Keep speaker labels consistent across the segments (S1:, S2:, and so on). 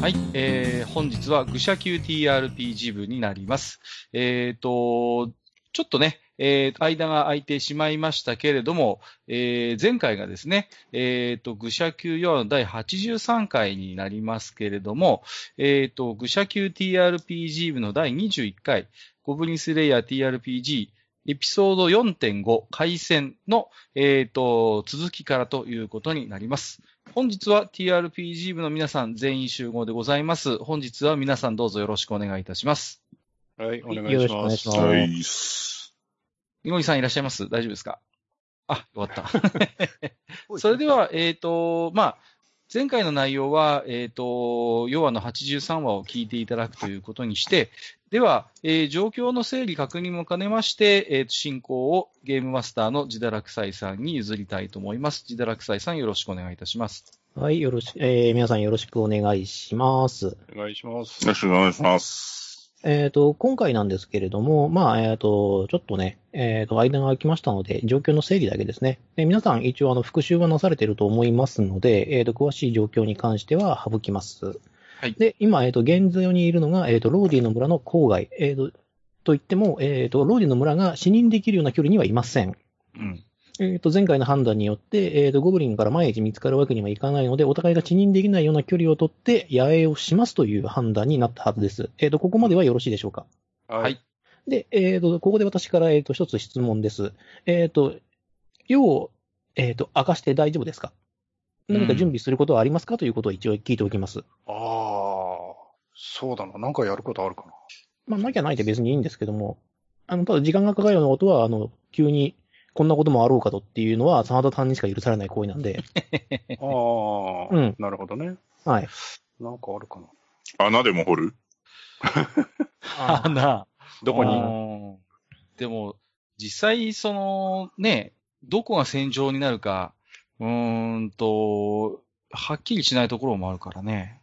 S1: はい、えー、本日は愚者級 TRPG 部になります。えーと、ちょっとね、えー間が空いてしまいましたけれども、えー前回がですね、えーと、愚者級4の第83回になりますけれども、えーと、愚者級 TRPG 部の第21回、ゴブリンスレイヤー TRPG、エピソード4.5回戦の、えーと、続きからということになります。本日は TRPG 部の皆さん全員集合でございます。本日は皆さんどうぞよろしくお願いいたします。
S2: はい、お願
S3: よ
S2: いし
S3: ろしくお願
S2: ま
S3: い
S2: す。
S3: します
S4: は。
S3: はい
S1: みごりさんいらっしゃいます大丈夫ですかあ、よかった。それでは、えっ、と、まあ、前回の内容は、えっ、と、ヨアの83話を聞いていただくということにして、では、えー状況の整理確認も兼ねまして、えーと進行をゲームマスターの自堕落斎さんに譲りたいと思います。自堕落斎さんよろしくお願いいたします。
S3: はい、よろし、えー、皆さんよろしくお願いします。
S2: お願いしま
S4: よろ
S2: す。
S4: しくお願いします。
S3: えっ、と、今回なんですけれども、まあ、えっ、と、ちょっとね、えっ、と、間が空きましたので、状況の整理だけですね。え皆さん一応、あの、復習はなされていると思いますので、えっ、と、詳しい状況に関しては省きます。
S1: はい
S3: で、今、えっ、と、現在にいるのが、えっ、と、ローディの村の郊外、えっ、と、と言っても、えっ、と、ローディの村が死認できるような距離にはいません。
S1: うん。。
S3: えっ、と、前回の判断によって、えっ、と、ゴブリンから毎日見つかるわけにはいかないので、お互いが知認できないような距離を取って、野営をしますという判断になったはずです。えっ、と、ここまではよろしいでしょうか。
S2: はい
S3: で、えっ、と、ここで私から、えっ、と、一つ質問です。えっ、と、要を、えっ、と、明かして大丈夫ですか何か準備することはありますか、ということを一応聞いておきます。
S2: ああ、そうだな。なんかやることあるかな。
S3: まあ、なきゃないで別にいいんですけども、あの、ただ時間がかかるようなことは、あの、急に、こんなこともあろうかとっていうのは、真田さんにしか許されない行為なんで、
S2: ああ、
S3: うん
S2: なるほどね。
S3: はい。
S2: なんかあるかな。
S4: 穴でも掘る
S1: あなあ。
S2: どこ
S1: あ
S2: に
S1: ーでも、実際、その、ね、どこが戦場になるか、うーんと、はっきりしないところもあるからね。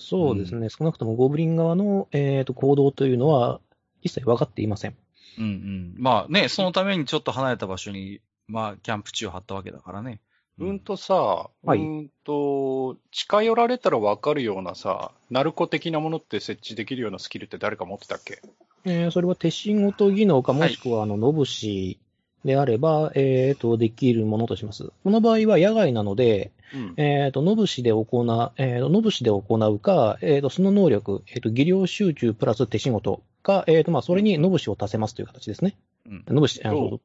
S3: そうですね、少なくともゴブリン側の、えー、と行動というのは一切分かっていません。
S1: うんうん。まあね、そのためにちょっと離れた場所に、まあ、キャンプ地を張ったわけだからね。
S2: うん。とさ、
S3: はい
S2: うんと、近寄られたらわかるようなさ、ナルコ的なものって設置できるようなスキルって誰か持ってたっけ
S3: えーそれは手仕事技能か、
S1: は
S3: も
S1: い
S3: しくはあの、ノブシであれば、えー、とできるものとします。この場合は野外なので、
S2: うん。
S3: えー、とノブシで行う、えー、とノブシで行うか、えー、とその能力、えー、と技量集中プラス手仕事か、えー、とまあそれにノブシを足せますという形ですね。
S1: うん。
S3: ノブシ、あ
S2: お
S3: の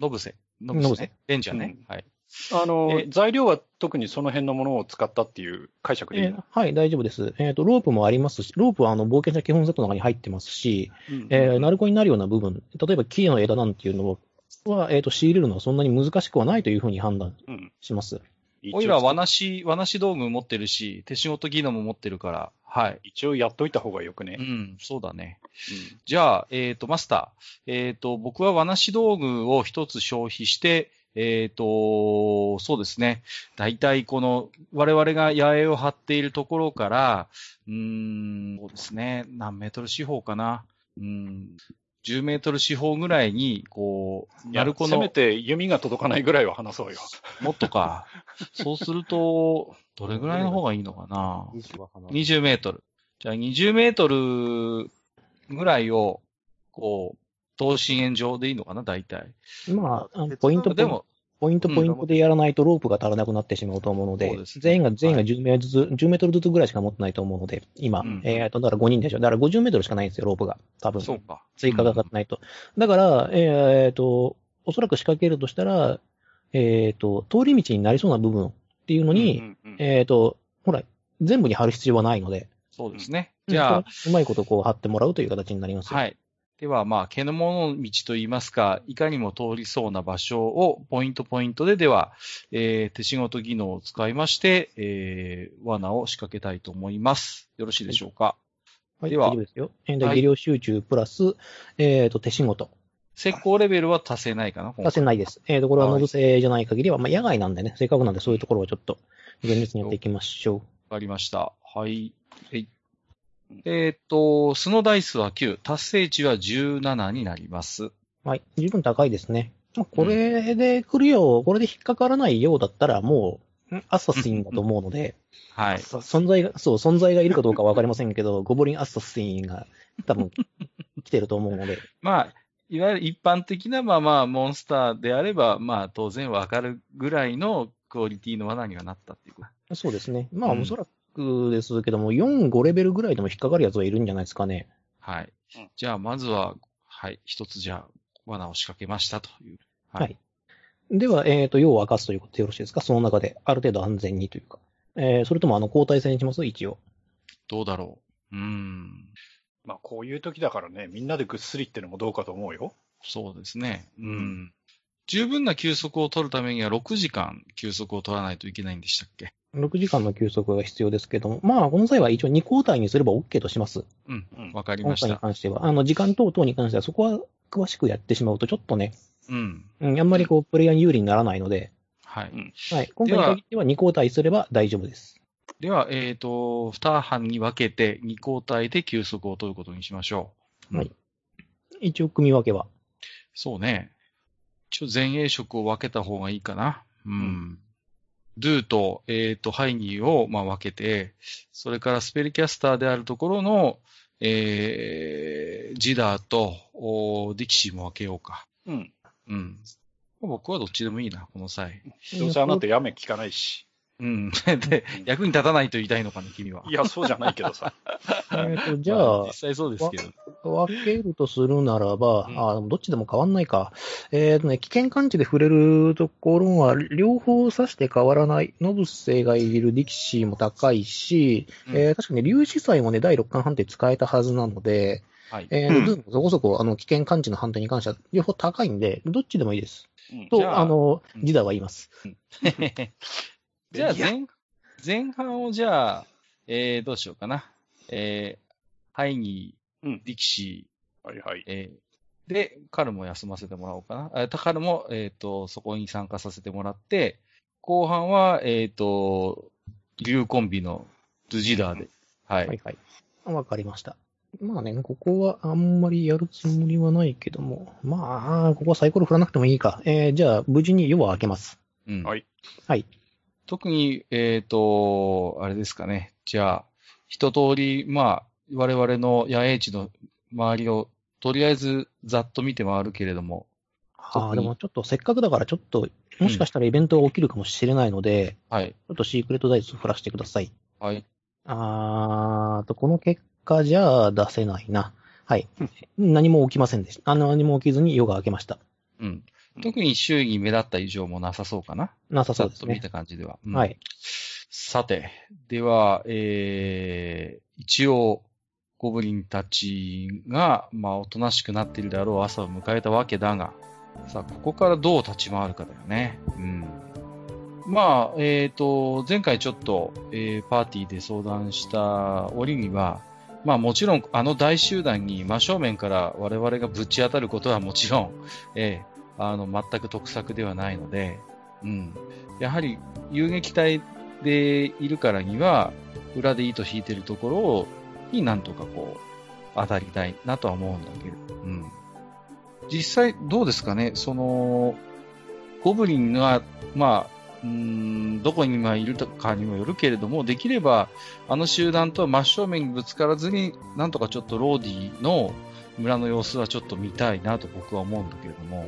S1: ノブセ。ノ
S3: ノ
S1: ブセ、
S3: ブセ
S1: ね。レンジャーね。はい。
S2: あの
S1: え、
S2: 材料は特にその辺のものを使ったっていう解釈でいい
S3: えー
S2: の、
S3: はい、大丈夫です。えー、とロープもありますし、ロープはあの冒険者基本セットの中に入ってますし、
S2: うん
S3: えー、ナルコになるような部分、例えば木の枝なんていうのは、えー、と仕入れるのはそんなに難しくはないというふうに判断
S2: うん。
S3: します。
S2: 一応
S1: おいら、わなし、わなし道具持ってるし、手仕事技能も持ってるから、はい。
S2: 一応やっといた方がよくね
S1: う。ん、そうだね。じゃあ、えっ、と、マスター。えっ、と、僕は罠し道具を一つ消費して、えっ、と、そうですね。大体この、我々が野営を張っているところから、うーん、そうですね。何メートル四方かな。うん、10メートル四方ぐらいに、こう、
S2: や
S1: 鳴
S2: る
S1: 子
S2: こ
S1: の
S2: せめて弓が届かないぐらいは話そうよ。
S1: もっと か。そうすると、どれぐらいの方がいいのかな。20メートル。じゃあ20メートルぐらいを、こう、同心円状でいいのかな、大体。
S3: まああの、
S5: 別の
S3: ポイント、
S1: でも、
S3: ポイント、
S1: うん
S3: ポイントでやらないとロープが足らなくなってしまうと思うので、
S1: そうですね
S3: 全員が、全員が
S1: はい
S3: 10メートルずつ、10メートルずつぐらいしか持ってないと思うので、今、
S1: うん
S3: えー、と、だから5人でしょ。だから50メートルしかないんですよ、ロープが。多分。
S1: そうか。
S3: 追加がかかってないと。だから、えー、と、おそらく仕掛けるとしたら、えー、と、通り道になりそうな部分っていうのに、
S2: うんうんうん
S3: えー、と、ほら、全部に貼る必要はないので、
S1: そうですね。じゃあ、、
S3: うまいことこう貼ってもらうという形になりますよ。
S1: はい。では、まあ、毛の物の道といいますか、いかにも通りそうな場所をポイントポイントで、では、えー手仕事技能を使いまして、えー罠を仕掛けたいと思います。よろしいでしょうか。
S3: はい。
S1: では
S3: 大丈夫ですよ。えーで
S1: はい
S3: 技量集中プラス、えー、と、手仕事。
S1: 成功レベルは足せないかな、今回
S3: 出せないです。えー、と、これは
S1: はい
S3: ノブセじゃない限りは、まあ、野外なんでね、せっかくなんでそういうところをちょっと、厳密にやっていきましょ
S1: わかりました。はい。はいえーっと、素のダイスは9、達成値は17になります。
S3: う。はい。十分高いですね。まあ、これで来るよう、これで引っかからないようだったら、もう、んアサシンだと思うので、
S1: はい。
S3: そ存在が、そう、存在がいるかどうかはわかりませんけど、ゴブリンアサシンが多分来てると思うので、
S1: まあ、いわゆる一般的な、まあまあ、モンスターであれば、まあ、当然わかるぐらいのクオリティの罠にはなったっていうこと。
S3: そうですね。まあ、
S1: うん
S3: おそらくですけども、4、5レベルぐらいでも引っかかるやつはいるんじゃないですかね。
S1: はい
S2: うん。
S1: じゃあ、まずは、はい、一つじゃあ、罠を仕掛けましたという。
S3: はい。では、えっ、と、用を明かすということでよろしいですかその中で、ある程度安全にというか。えー、それとも、あの、交代制にします一応。
S1: どうだろう。うーん。
S2: まあ、こういう時だからね、みんなでぐっすりってのもどうかと思うよ。
S1: そうですね。うん。
S2: うん
S1: 十分な休息を取るためには6時間休息を取らないといけないんでしたっけ
S3: 6時間の休息が必要ですけども、まあ、この際は一応2交代にすれば OK とします。
S1: うん
S2: うん。
S1: わかり
S3: 今
S1: まし
S3: 回に
S1: た。
S3: 関しては。あの、時間等々に関しては、そこは詳しくやってしまうと、ちょっとね、
S1: うん。
S3: うん、あんまりこう、プレイヤーに有利にならないので、
S1: はい。
S2: うん
S3: はい。今回に限っては2交代すれば大丈夫です。
S1: では、えっ、と、2班に分けて2交代で休息を取ることにしましょう。
S3: はい一応、組み分けは。
S1: そうね。一応前衛色を分けた方がいいかな。うん。
S2: ん
S1: ドゥと、えっ、と、ハイニーを、まあ、分けて、それからスペルキャスターであるところの、えー、ジダーと、おーディキシーも分けようか。
S2: うん。
S1: うん。僕はどっちでもいいな、この際。
S2: どうせあなたやめ聞かない し。
S1: うん。 で、役に立たないと言いたいのかな、君は。
S2: いや、そうじゃないけどさ。
S3: えーとじゃ
S1: ま
S3: あ
S1: 実、際そうですけど。
S3: 分けるとするならば、
S1: うん
S3: あどっちでも変わんないか。えっ、とね、危険感知で触れるところは、両方指して変わらない。ノブセがいる力士も高いし、
S1: うん
S3: えー確かに粒子祭もね、第6巻判定使えたはずなので、
S1: はい。
S3: えー
S4: うん
S3: ズームもそこそこ、あの、危険感知の判定に関しては、両方高いんで、どっちでもいいです。
S2: うん
S1: じ
S3: と、
S1: ゃ
S3: あ
S1: あ
S3: の、
S1: うん
S3: ジダは言います。
S1: じゃあ
S2: いや
S1: 前、前半をじゃあ、えー、どうしようかな。えー、ハイニー、
S2: うん
S1: ディキシ
S2: はいはい
S1: ー、。えー、で、カルも休ませてもらおうかな。あカルも、えっ、と、そこに参加させてもらって、後半は、えっ、と、竜コンビのドゥジダーで、はい。
S3: はいはい。わかりました。まあね、ここはあんまりやるつもりはないけども、まあ、ここはサイコロ振らなくてもいいか。えー、じゃあ、無事に夜は明けます。
S1: うん
S2: はい
S1: 特に、えっ、と、あれですかね。じゃあ、一通り、まあ、我々の野営地の周りを、とりあえずざっと見て回るけれども。
S3: あ
S1: 特
S3: あ、
S1: に
S3: でもちょっとせっかくだからちょっと、もしかしたらイベントが起きるかもしれないので、
S1: はい。
S3: ちょっとシークレットダイス振らしてください。
S1: はい。
S3: あーと、この結果じゃあ出せないな。はい。何も起きませんでした。あの、何も起きずに夜が明けました。
S1: うん。特に周囲に目立った異常もなさそうかな。
S3: なさそうで
S1: ざっ
S3: す
S1: と見
S3: ね。
S1: た感じでは。うん
S3: はい。
S1: さて、では、えー、一応、ゴブリンたちが、まあ、おとなしくなっているであろう朝を迎えたわけだが、さあ、ここからどう立ち回るかだよね。うん。まあ、えっ、と、前回ちょっと、えーパーティーで相談した折には、まあもちろん、あの大集団に真正面から我々がぶち当たることはもちろん、えーあの、全く得策ではないので、うん。やはり、遊撃隊でいるからには、裏で糸引いてるところを、になんとかこう、当たりたいなとは思うんだけど。うん。実際、どうですかねその、ゴブリンが、まあ、うーん、どこに今いるかにもよるけれども、できれば、あの集団とは真正面にぶつからずに、なんとかちょっとローディの村の様子はちょっと見たいなと僕は思うんだけれども。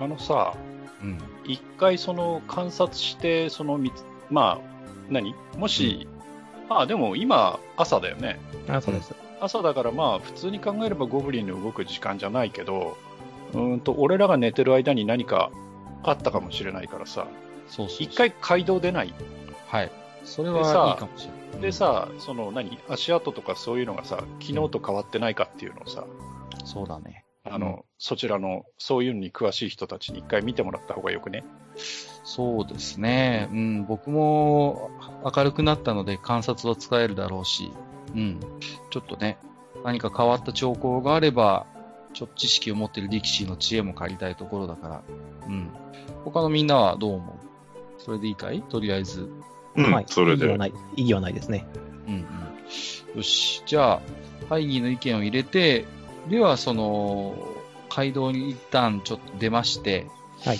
S2: あのさ、
S1: うん。
S2: 一回その観察して、そのみつ、まあ、何もし、ああ、でも今、朝だよね。
S3: あそうです。
S2: 朝だからまあ、普通に考えればゴブリンの動く時間じゃないけど、うーんと、俺らが寝てる間に何かあったかもしれないからさ、
S1: そうそうそう
S2: 一、回街道出ない。
S1: はい。それ
S2: で
S1: はい
S2: さ
S1: いかもしれない。
S2: でさ、その何足跡とかそういうのがさ、昨日と変わってないかっていうのをさ、
S1: うん、そうだね。
S2: あの、そちらの、そういうのに詳しい人たちに一回見てもらった方がよくね。
S1: そうですね。うん、僕も明るくなったので観察は使えるだろうし、うん、ちょっとね、何か変わった兆候があれば、ちょっと知識を持っている力士の知恵も借りたいところだから、うん。他のみんなはどう思うそれでいいかいとりあえず。
S4: うん、
S3: はい。
S4: それ
S3: 意義
S4: で
S3: は。ない。意義はないですね。
S1: うんうん。よし。じゃあ、会議の意見を入れて、では、その、街道に一旦ちょっと出まして、
S3: はい。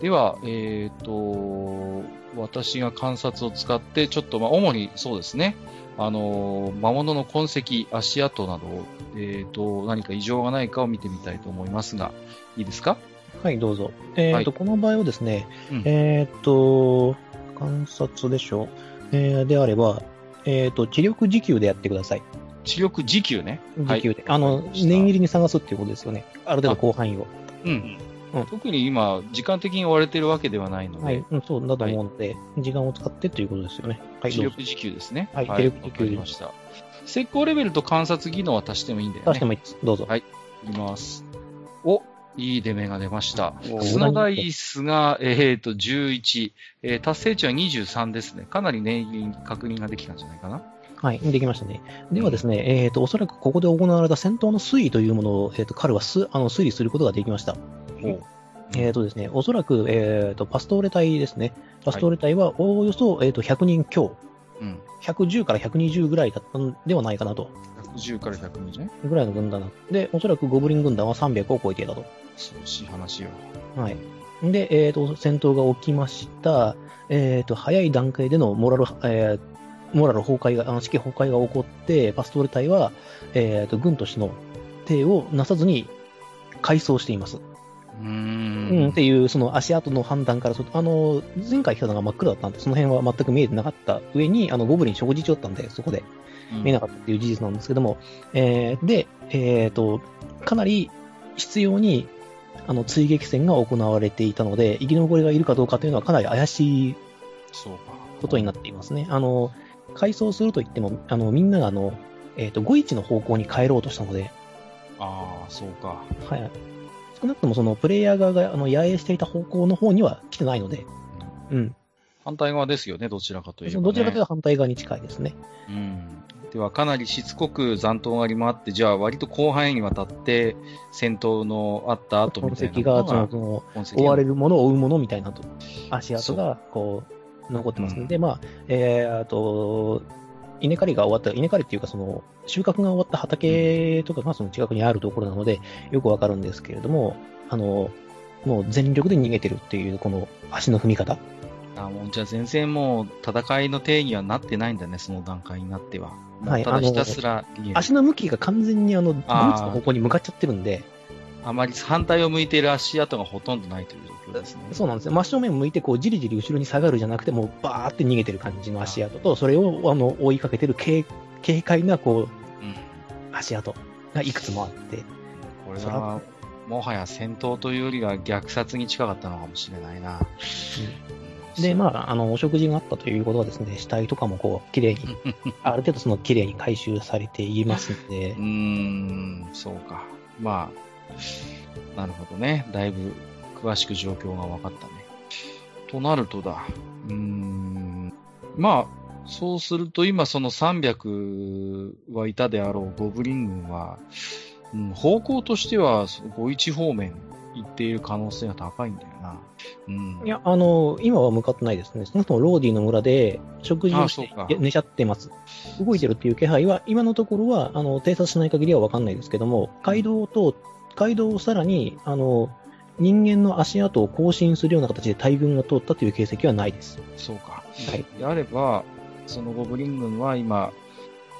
S1: では、えっ、と、私が観察を使って、ちょっと、まあ、主にそうですね、あの、魔物の痕跡、足跡などを、えっ、と、何か異常がないかを見てみたいと思いますが、いいですか
S3: はい、どうぞ。えっ、
S1: はい
S3: と、この場合はですね、
S1: うん
S3: えっ、と、観察でしょ。えーであれば、えっ、と、知力時給でやってください。
S1: 知力時給ね。は
S3: 時
S1: い。
S3: 給で。あの、
S1: わかりました
S3: 念入りに探すっていうことですよね。ある程度広範囲を。
S1: うん。
S3: うん
S1: 特に今、時間的に追われてるわけではないので、
S3: はい、うん、そうだと思うので、時間を使ってということですよね。はい、
S1: 知
S3: どうぞ
S1: 力時給ですね。
S3: はい
S1: わ
S3: 知力時給
S1: かりました。石膏レベルと観察技能は足してもいいんだよね。
S3: 出してもいいです。どうぞ。
S1: はいいきます。お、いい出目が出ました。
S2: お
S1: スノダイスが、えっ、と、11、えー達成値は23ですね。かなり念入りに確認ができたんじゃないかな。
S3: はい、できましたね。ではですね、えっ、と、おそらくここで行われた戦闘の推移というものを、えっ、と、彼はすあの推理することができました。
S1: お
S3: えっ、とですね、おそらく、えっ、と、パストーレ隊ですね。パストーレ隊はおおよそ、えっ、と、100人強。
S1: うん。
S3: 110から120ぐらいだったんではないかなと。
S1: 110から120ね。
S3: ぐらいの軍団なで、おそらくゴブリン軍団は300を超えていたと。
S1: 恐ろしい話よ。
S3: はい。で、えっ、と、戦闘が起きました。えっ、と、早い段階でのモラル、えーモラル崩壊が、あの、士気崩壊が起こって、パストール隊は、えっ、と、軍としての手をなさずに、改装しています。
S1: うー
S3: うん、っ
S1: ん。
S3: ていう、その足跡の判断からすると、あの、前回来たのが真っ黒だったんで、その辺は全く見えてなかった上に、あの、ゴブリン食事中だったんで、そこで見えなかったっていう事実なんですけども、えーで、えっ、と、かなり必要に、あの、追撃戦が行われていたので、生き残りがいるかどうかというのはかなり怪しい
S1: そうか。
S3: ことになっていますね。あの、改装するといっても、あの、みんながあの、えっ、と、5一の方向に帰ろうとしたので、
S1: ああ、そうか。
S3: はい。少なくともその、プレイヤー側が、あの、野営していた方向の方には来てないので、うん。
S1: 反対側ですよね、どちらかといえば、ね。
S3: どちらかというと反対側に近いですね。
S1: うん。では、かなりしつこく残党がり回って、じゃあ、割と広範囲にわたって、戦闘のあった後
S3: 痕
S1: みたい
S3: 跡
S1: な
S3: が、
S1: の
S3: その、その
S1: 痕跡
S3: 追われ
S1: る。
S3: るものを追うものみたいなと、足跡が、こう、残ってますので、まあ、えー、あと、稲刈りが終わった、稲刈りっていうか、その、収穫が終わった畑とかが、その近くにあるところなので、よくわかるんですけれども、あの、もう全力で逃げてるっていう、この足の踏み方。
S1: あもうじゃあ、全然もう、戦いの定義はなってないんだね、その段階になっては。
S3: は
S1: も
S3: い
S1: うただひたすら逃げる、
S3: 足の向きが完全にあの、ドイツ
S1: あー
S3: の方向に向かっちゃってるんで、
S1: あまり反対を向いている足跡がほとんどないという状況ですね。
S3: そうなんですよ。真正面向いて、こう、じりじり後ろに下がるじゃなくて、もう、バーって逃げてる感じの足跡と、それを、あの、追いかけてる軽、軽快な、こう、
S1: うん
S3: 足跡がいくつもあって、
S1: これ
S3: そら
S1: は、もはや戦闘というよりは虐殺に近かったのかもしれないな。うん
S3: で、まあ、あの、お食事があったということはですね、死体とかも、こう、綺 麗に、ある程度、その、綺麗に回収されていますんで
S1: うー、ん、そうか。まあ、なるほどね。だいぶ詳しく状況が分かったね。となるとだ。うーん。まあ、そうすると今その300はいたであろうゴブリン軍は、うん、方向としては5一方面行っている可能性が高いんだよな。うん。
S3: いや、あの、今は向かってないですね。そもそもローディの村で、食事をし
S1: あそうか
S3: て、寝ちゃってます。動いてるっていう気配は、今のところは、あの、偵察しない限りはわかんないですけども、街道を通っ、街道をさらに、あの、人間の足跡を更新するような形で大軍が通ったという形跡はないです。
S1: そうか。
S3: はい。
S1: であれば、そのゴブリン軍は今、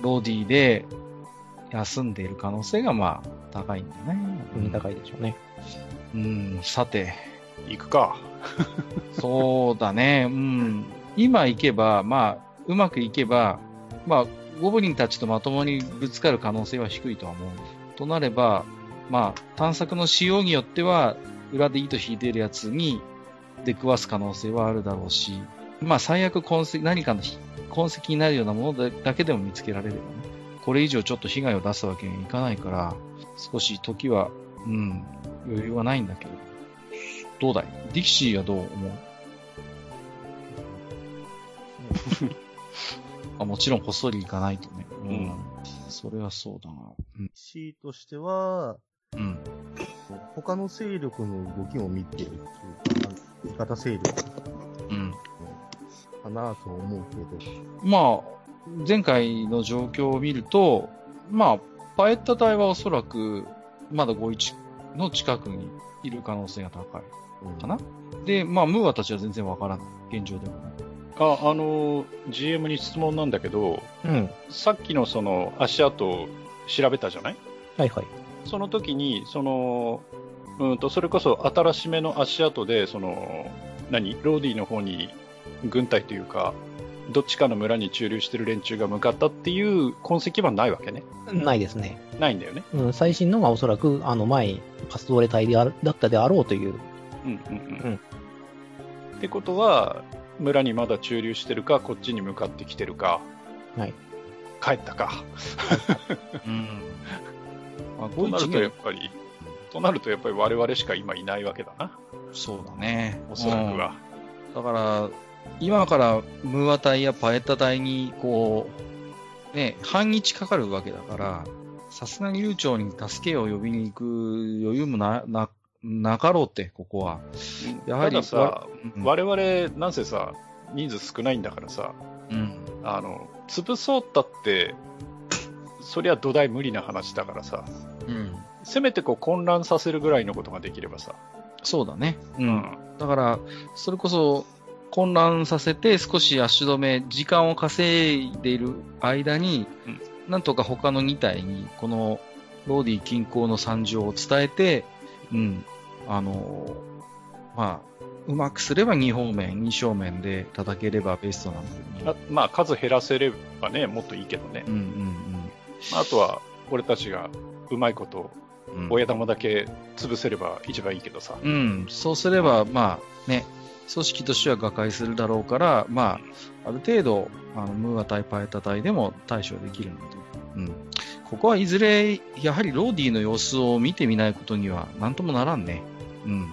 S1: ローディーで休んでいる可能性がまあ高いんだね。
S3: 高いでしょうね。
S1: うん、さて、
S2: 行くか。
S1: そうだね、 うん。今行けば、まあ、うまくいけば、まあ、ゴブリンたちとまともにぶつかる可能性は低いとは思う。となれば、まあ、探索の仕様によっては、裏で糸引いてるやつに出くわす可能性はあるだろうし、まあ、最悪痕跡、何かのひ痕跡になるようなものだだけでも見つけられればね。これ以上ちょっと被害を出すわけにはいかないから、少し時は、うん、余裕はないんだけど。どうだいディキシーはどう思うあもちろん、こっそり行かないとね。うん。
S2: うん
S1: それはそうだな。うん。
S5: C としては、
S1: うん。
S5: 他の勢力の動きを見てるっていうか、味方勢力
S1: うん。
S5: かなと思うけど、
S1: まあ、前回の状況を見ると、まあ、パエッタ隊はおそらく、まだ51の近くにいる可能性が高い
S5: うん
S1: かな。で、まあ、ムーアたちは全然わからない。現状でも。
S2: ああの GM に質問なんだけど
S3: うん。
S2: さっきのその足跡を調べたじゃない
S3: はいはい。
S2: その時にそのうんとそれこそ新しめの足跡でその何ローディの方に軍隊というかどっちかの村に駐留してる連中が向かったっていう痕跡はないわけね
S3: ないですね。
S2: ないんだよね
S3: うん、最新のがおそらく、あの、前、パスドーレ隊であるだったであろうという。
S2: うんうん
S3: うん
S2: ってことは村にまだ駐留してるかこっちに向かってきてるか、
S3: はい、
S2: 帰ったか
S1: うん。まあ、
S2: と
S1: ドイ
S2: な
S1: ツ
S2: るとやっ
S1: に
S2: ぱりとなるとやっぱり我々しか今いないわけだな
S1: そうだね。
S2: おそらくは、
S1: だから、今からムーア隊やパエッタ隊に、こう、ね、半日かかるわけだから、さすがに流暢に助けを呼びに行く余裕もな、な、なかろうって、ここは。やはり
S2: たださ、
S1: うん
S2: 我々なんせさ人数少ないんだからさ
S1: うん。
S2: あの潰そうったってそりゃ土台無理な話だからさ
S1: うん。
S2: せめてこう混乱させるぐらいのことができればさ、
S1: そうだね。う。
S2: うん
S1: だから、それこそ、混乱させて少し足止め、時間を稼いでいる間に、
S2: うん
S1: なんとか他の2体に、このローディ近郊の惨状を伝えて、うん、あのーまあ、うまくすれば2方面、2正面で叩ければベストなんだけ
S2: あ
S1: ど。
S2: まあ数減らせればねもっといいけどね
S1: うん
S2: まああとは俺たちがうまいこと
S1: うんうん。
S2: 親玉だけ潰せれば一番いいけどさ、
S1: うん、そうすれば、まあね、組織としては瓦解するだろうから、まあ、ある程度、あのムーア対パエタ対でも対処できるので、うん、ここはいずれ、やはりローディの様子を見てみないことにはなんともならんね。うん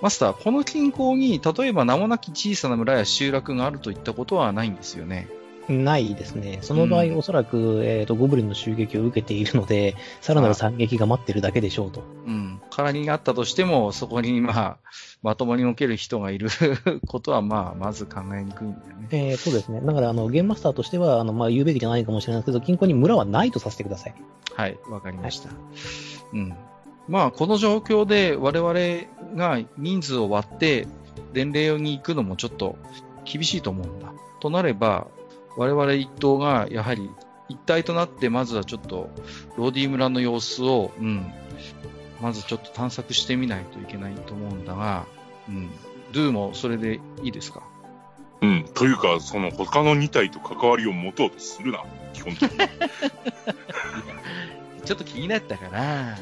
S1: マスター、この近郊に、例えば名もなき小さな村や集落があるといったことはないんですよね。
S3: ないですね。その場合、
S1: うん
S3: おそらく、えっ、と、ゴブリンの襲撃を受けているので、さらなる惨劇が待ってるだけでしょうと。
S1: うん。空にあったとしても、そこに、まあ、まともに置ける人がいる ことは、まあ、まず考えにくいんだよね。
S3: えーそうですね。だから、あの、ゲームマスターとしては、あの、まあ、言うべきじゃないかもしれないですけど、近郊に村はないとさせてください。
S1: はい、わかりました。うん。まあ、この状況で我々が人数を割って伝令に行くのもちょっと厳しいと思うんだ。となれば、我々一党がやはり一体となって、まずはちょっとローディ村の様子を、うん、まずちょっと探索してみないといけないと思うんだが、うん。ドゥもそれでいいですか
S4: うん。というか、その他の2体と関わりを持とうとするな、基本的に。
S1: ちょっと気になったから、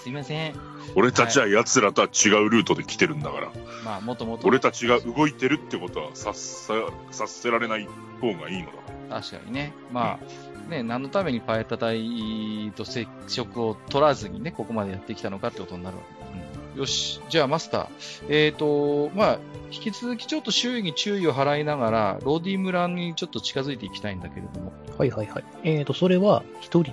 S1: すいません。
S4: 俺たちは奴らとは違うルートで来てるんだから。
S1: まあ、もともと。
S4: 俺たちが動いてるってことは察さ、察せられない方がいいのだ。
S1: 確かにね、まあ、ね、何のためにパエタ隊と接触を取らずにね、ここまでやってきたのかってことになるわけ、うんよし、じゃあマスター、えっ、と、まあ、引き続きちょっと周囲に注意を払いながら、ローディ村にちょっと近づいていきたいんだけれども、
S3: はいはいはい。えっ、と、それは、一人で。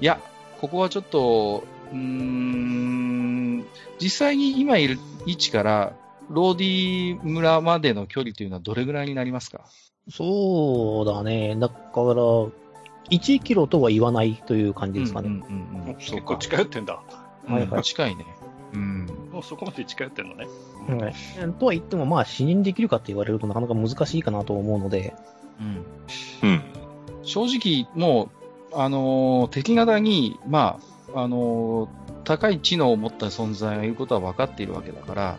S1: いや、ここはちょっと、うーん、実際に今いる位置から、ローディ村までの距離というのはどれぐらいになりますか
S3: そうだね。だから、1キロとは言わないという感じですかね。
S1: うんうんうんうん
S2: 結構近寄ってんだ
S3: はいはい
S1: 近いね。うん。
S2: もうそこまで近寄ってんのね
S3: はいとは言っても、まあ、死認できるかって言われるとなかなか難しいかなと思うので、
S1: うん。
S4: うん。
S1: 正直、もう、あのー敵方に、まあ、あのー高い知能を持った存在がいることは分かっているわけだから、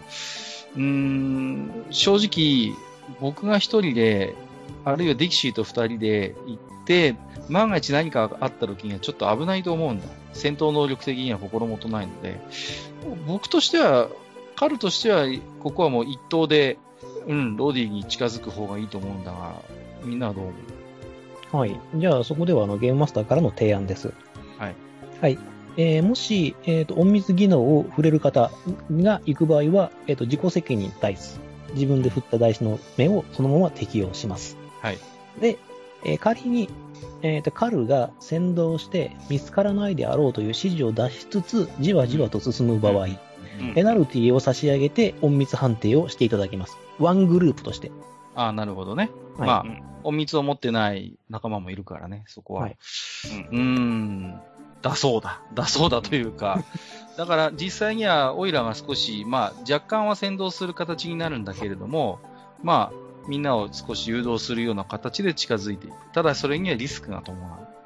S1: うーん、正直、僕が一人で、あるいはディキシーと二人で行って、万が一何かあった時にはちょっと危ないと思うんだ。戦闘能力的には心もとないので、僕としては、カルとしては、ここはもう一投で、うん、ロディに近づく方がいいと思うんだが、みんなはどう思う
S3: はい。じゃあ、そこでは、あの、ゲームマスターからの提案です。
S1: はい。
S3: はい。えーもし、えっ、と、隠密技能を触れる方が行く場合は、えっ、と、自己責任ダイス。自分で振ったダイスの目をそのまま適用します。
S1: はい。
S3: で、えー仮に、えっ、と、カルが先導して見つからないであろうという指示を出しつつ、じわじわと進む場合、
S2: うん
S3: ペナルティを差し上げて隠密判定をしていただきます。ワングループとして。
S1: ああ、なるほどね。
S3: はい
S1: まあ
S2: うん、
S1: 隠密を持ってない仲間もいるからね、そこは。
S3: はい
S1: うん。だそうだ、だそうだというか、 だから実際にはオイラーが少し、まあ、若干は先導する形になるんだけれども、まあ、みんなを少し誘導するような形で近づいていく。ただ、それにはリスクが伴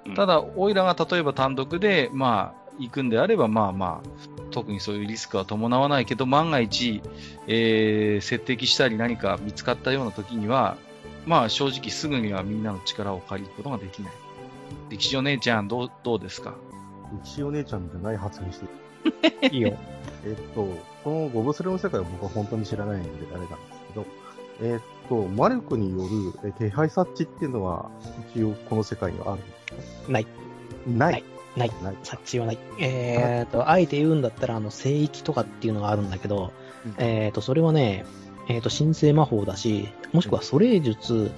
S2: う
S1: う。
S2: ん
S1: ただ、オイラーが例えば単独で、まあ、行くんであれば、まあまあ、特にそういうリスクは伴わないけど、万が一、えー、接敵したり何か見つかったような時には、まあ正直すぐにはみんなの力を借りることができない。歴史お姉ちゃん、どう、どうですか
S5: ちお姉ちゃんみたいない発言して る。
S3: いいよ。
S5: えっと、このゴブスレの世界は僕は本当に知らないんであれなんですけど、えっと、魔力によるえ気配察知っていうのは、一応この世界にはあるんですか
S3: ない。
S5: ない。
S3: ない。
S5: ない。
S3: 察知はない。えっ、と、あえて言うんだったら、あの、聖域とかっていうのがあるんだけど、
S5: うん
S3: えっ、と、それはね、えっ、と、神聖魔法だし、もしくはソ霊術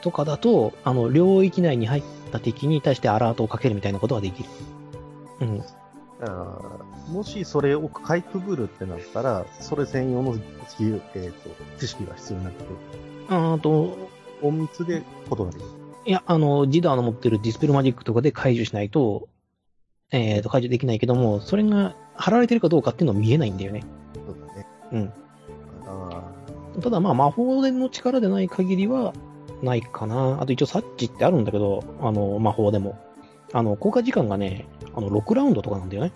S3: とかだと、あの、領域内に入った敵に対してアラートをかけるみたいなことができる。うん。
S5: あーもしそれをかいくぐるってなったら、それ専用の技術えーと知識が必要になってくる。
S3: あーと、
S5: 隠密でことができる。
S3: いや、あの、ジダーの持ってるディスペルマジックとかで解除しないと、えっ、と、解除できないけども、それが貼られてるかどうかっていうのは見えないんだよね。
S5: そうだね。
S3: うん。
S5: あ
S3: ただまあ魔法の力でない限りはないかな。あと一応察知ってあるんだけど、あの魔法でも。あの効果時間がね、あの6ラウンドとかなんだよね。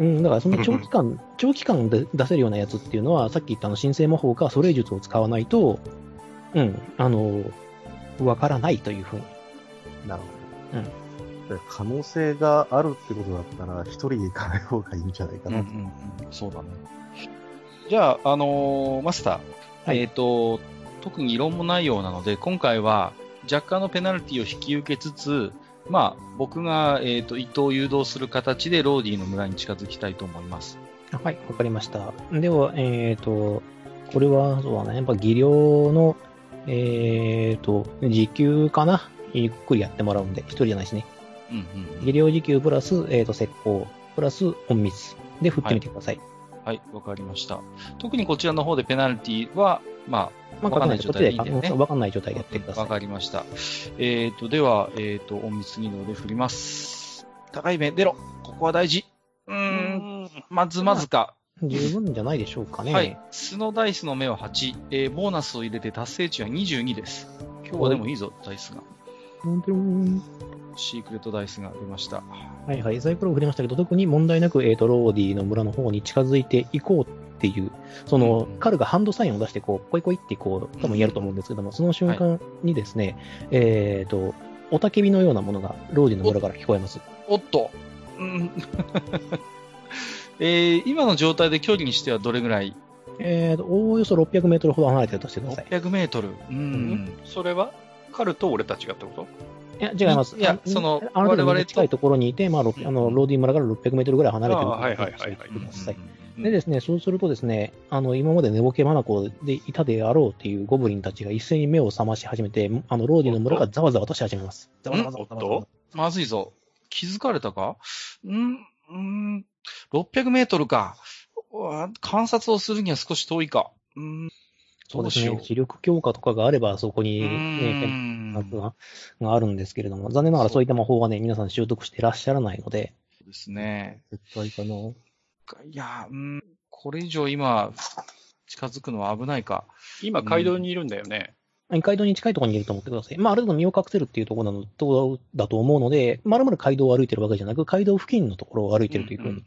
S3: うん、だからその長期間、長期間で出せるようなやつっていうのは、さっき言ったあの神聖魔法かソレイ術を使わないと、うん、あの、わからないというふうに。
S5: ーなるほど。
S3: うん
S5: だから可能性があるってことだったら、一人で行かない方がいいんじゃないか
S1: うんう
S5: な。
S1: んうん、そうだね。じゃあ、あのーマスター、
S3: はい
S1: えっ、と、特に異論もないようなので、今回は若干のペナルティを引き受けつつ、まあ、僕が、えっ、と、伊藤を誘導する形でローディの村に近づきたいと思います。
S3: はい、わかりました。では、えっ、と、これは、そうだね、やっぱ技量の、えっ、と、時給かな。ゆっくりやってもらうんで、一人じゃないしね。
S1: うんうんう
S3: 技量時給プラス、えっ、と、石膏、プラス、隠密で振ってみてください。
S1: ん。はい、わかりました。特にこちらの方でペナルティは、ま
S3: まあ、
S1: わかんない
S3: 書かない
S1: 状態でいいんだよね
S3: わかんない状
S1: あ、
S3: 態でやってください。
S1: わかりました。えっ、と、では、えっ、と、隠密技能で振ります。高い目、出ろここは大事う
S2: う
S1: ーん、
S2: ん。
S1: まずまずか。
S3: 十分じゃないでしょうかね。
S1: はい。スノーダイスの目は8、えーボーナスを入れて達成値は22です。今日はでもいいぞ、ダイスが。シークレットダイスが出ました。
S3: はいはい。サイコロを振りましたけど、特に問題なく、えっ、と、ローディの村の方に近づいていこうっていう、その、
S1: うん
S3: 彼がハンドサインを出して、こう、コイコイってこう、多分やると思うんですけども、その瞬間にですね、えっ、と、おたけびのようなものが、ローディの村から聞こえます。
S1: おっと、うん、 えー今の状態で距離にしてはどれぐらい
S3: えっ、と、おおよそ600メートルほど離れてるとしてください。
S1: ?600 メートル。うん。
S2: それは彼と俺たちがってこと
S3: いや、違います。
S1: いや
S3: あ
S1: その
S3: あな
S1: 我
S3: たの
S1: 々と
S3: 近いところにいて、まあ、ろくあの、ローディ村から600メートルぐらい離れてる
S2: あーはいはいはいはい
S3: ということにしてください。
S1: うん
S3: でですね、そうするとですね、あの、今まで寝ぼけ眼でいたであろうっていうゴブリンたちが一斉に目を覚まし始めて、あの、ローディの村がざわざわとし始めます。ざわざわざわざわざわ
S2: おっ
S1: まずいぞ。気づかれたかんうん、600メートルか。うわ観察をするには少し遠いか。うん、
S3: そうです
S1: どう
S3: ね、
S1: し
S3: 視力強化とかがあれば、そこに、
S1: う
S3: ね、
S1: ん
S3: 検索ががあるんですけれども、残念ながらそういった魔法はね、皆さん習得してらっしゃらないので、
S1: そうですね。
S5: 絶対かな。
S1: いや、うん、これ以上今、近づくのは危ないか。
S2: 今、街道にいるんだよね。
S3: 街道に近いところにいると思ってください。まあ、ある程度身を隠せるっていうところなのところだと思うので、まるまる街道を歩いてるわけじゃなく、街道付近のところを歩いてるというふうに
S1: うんうん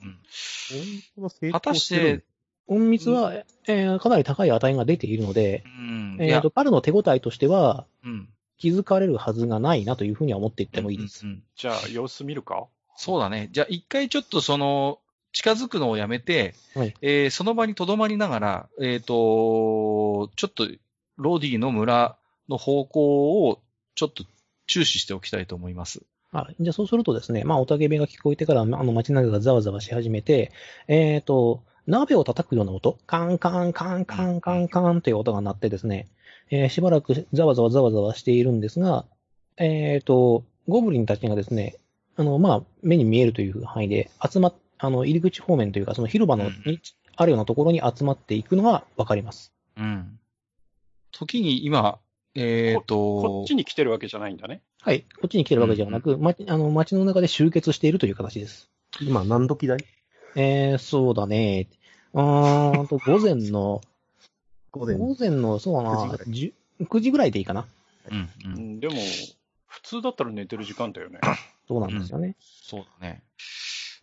S5: 成
S1: 果た
S5: 功
S1: し
S5: してる
S1: て、
S3: 隠密は、えーかなり高い値が出ているので
S1: う、ん、い
S3: えー
S1: や、
S3: と、彼の手応えとしては、
S1: うん。
S3: 気づかれるはずがないなというふうには思っていってもいいです。
S1: うんうんうん
S2: じゃあ、様子見るか
S1: そうだね。じゃあ、一回ちょっとその、近づくのをやめて、
S3: はい
S1: えーその場に留まりながら、えっ、と、ちょっと、ロディの村の方向を、ちょっと注視しておきたいと思います。
S3: はいじゃあそうするとですね、まあ、おたけびが聞こえてから、まああの、街中がざわざわし始めて、えっ、と、鍋を叩くような音、カンカンカンカンカンカンという音が鳴ってですね、えーしばらくざわざわざわざわしているんですが、えっ、と、ゴブリンたちがですね、あの、まあ、目に見えるという範囲で集まっ、あの、入り口方面というか、その広場の
S1: うん
S3: にあるようなところに集まっていくのがわかります。
S1: うん。時に今、えっ、と、
S2: こっちに来てるわけじゃないんだね。
S3: はい。こっちに来てるわけではなく、ま、あの、街の中で集結しているという形です。
S5: 今何時だい
S3: えー、そうだね。うーんと、午前の、
S5: 午前。
S3: 午前の、そうだ
S5: 9時ぐ
S3: な
S5: らい、
S3: じゅ9時ぐらいでいいかな。
S1: うん、う。
S2: うんんでも、普通だったら寝てる時間だよね。
S3: そうなんですよね。
S1: そうだね。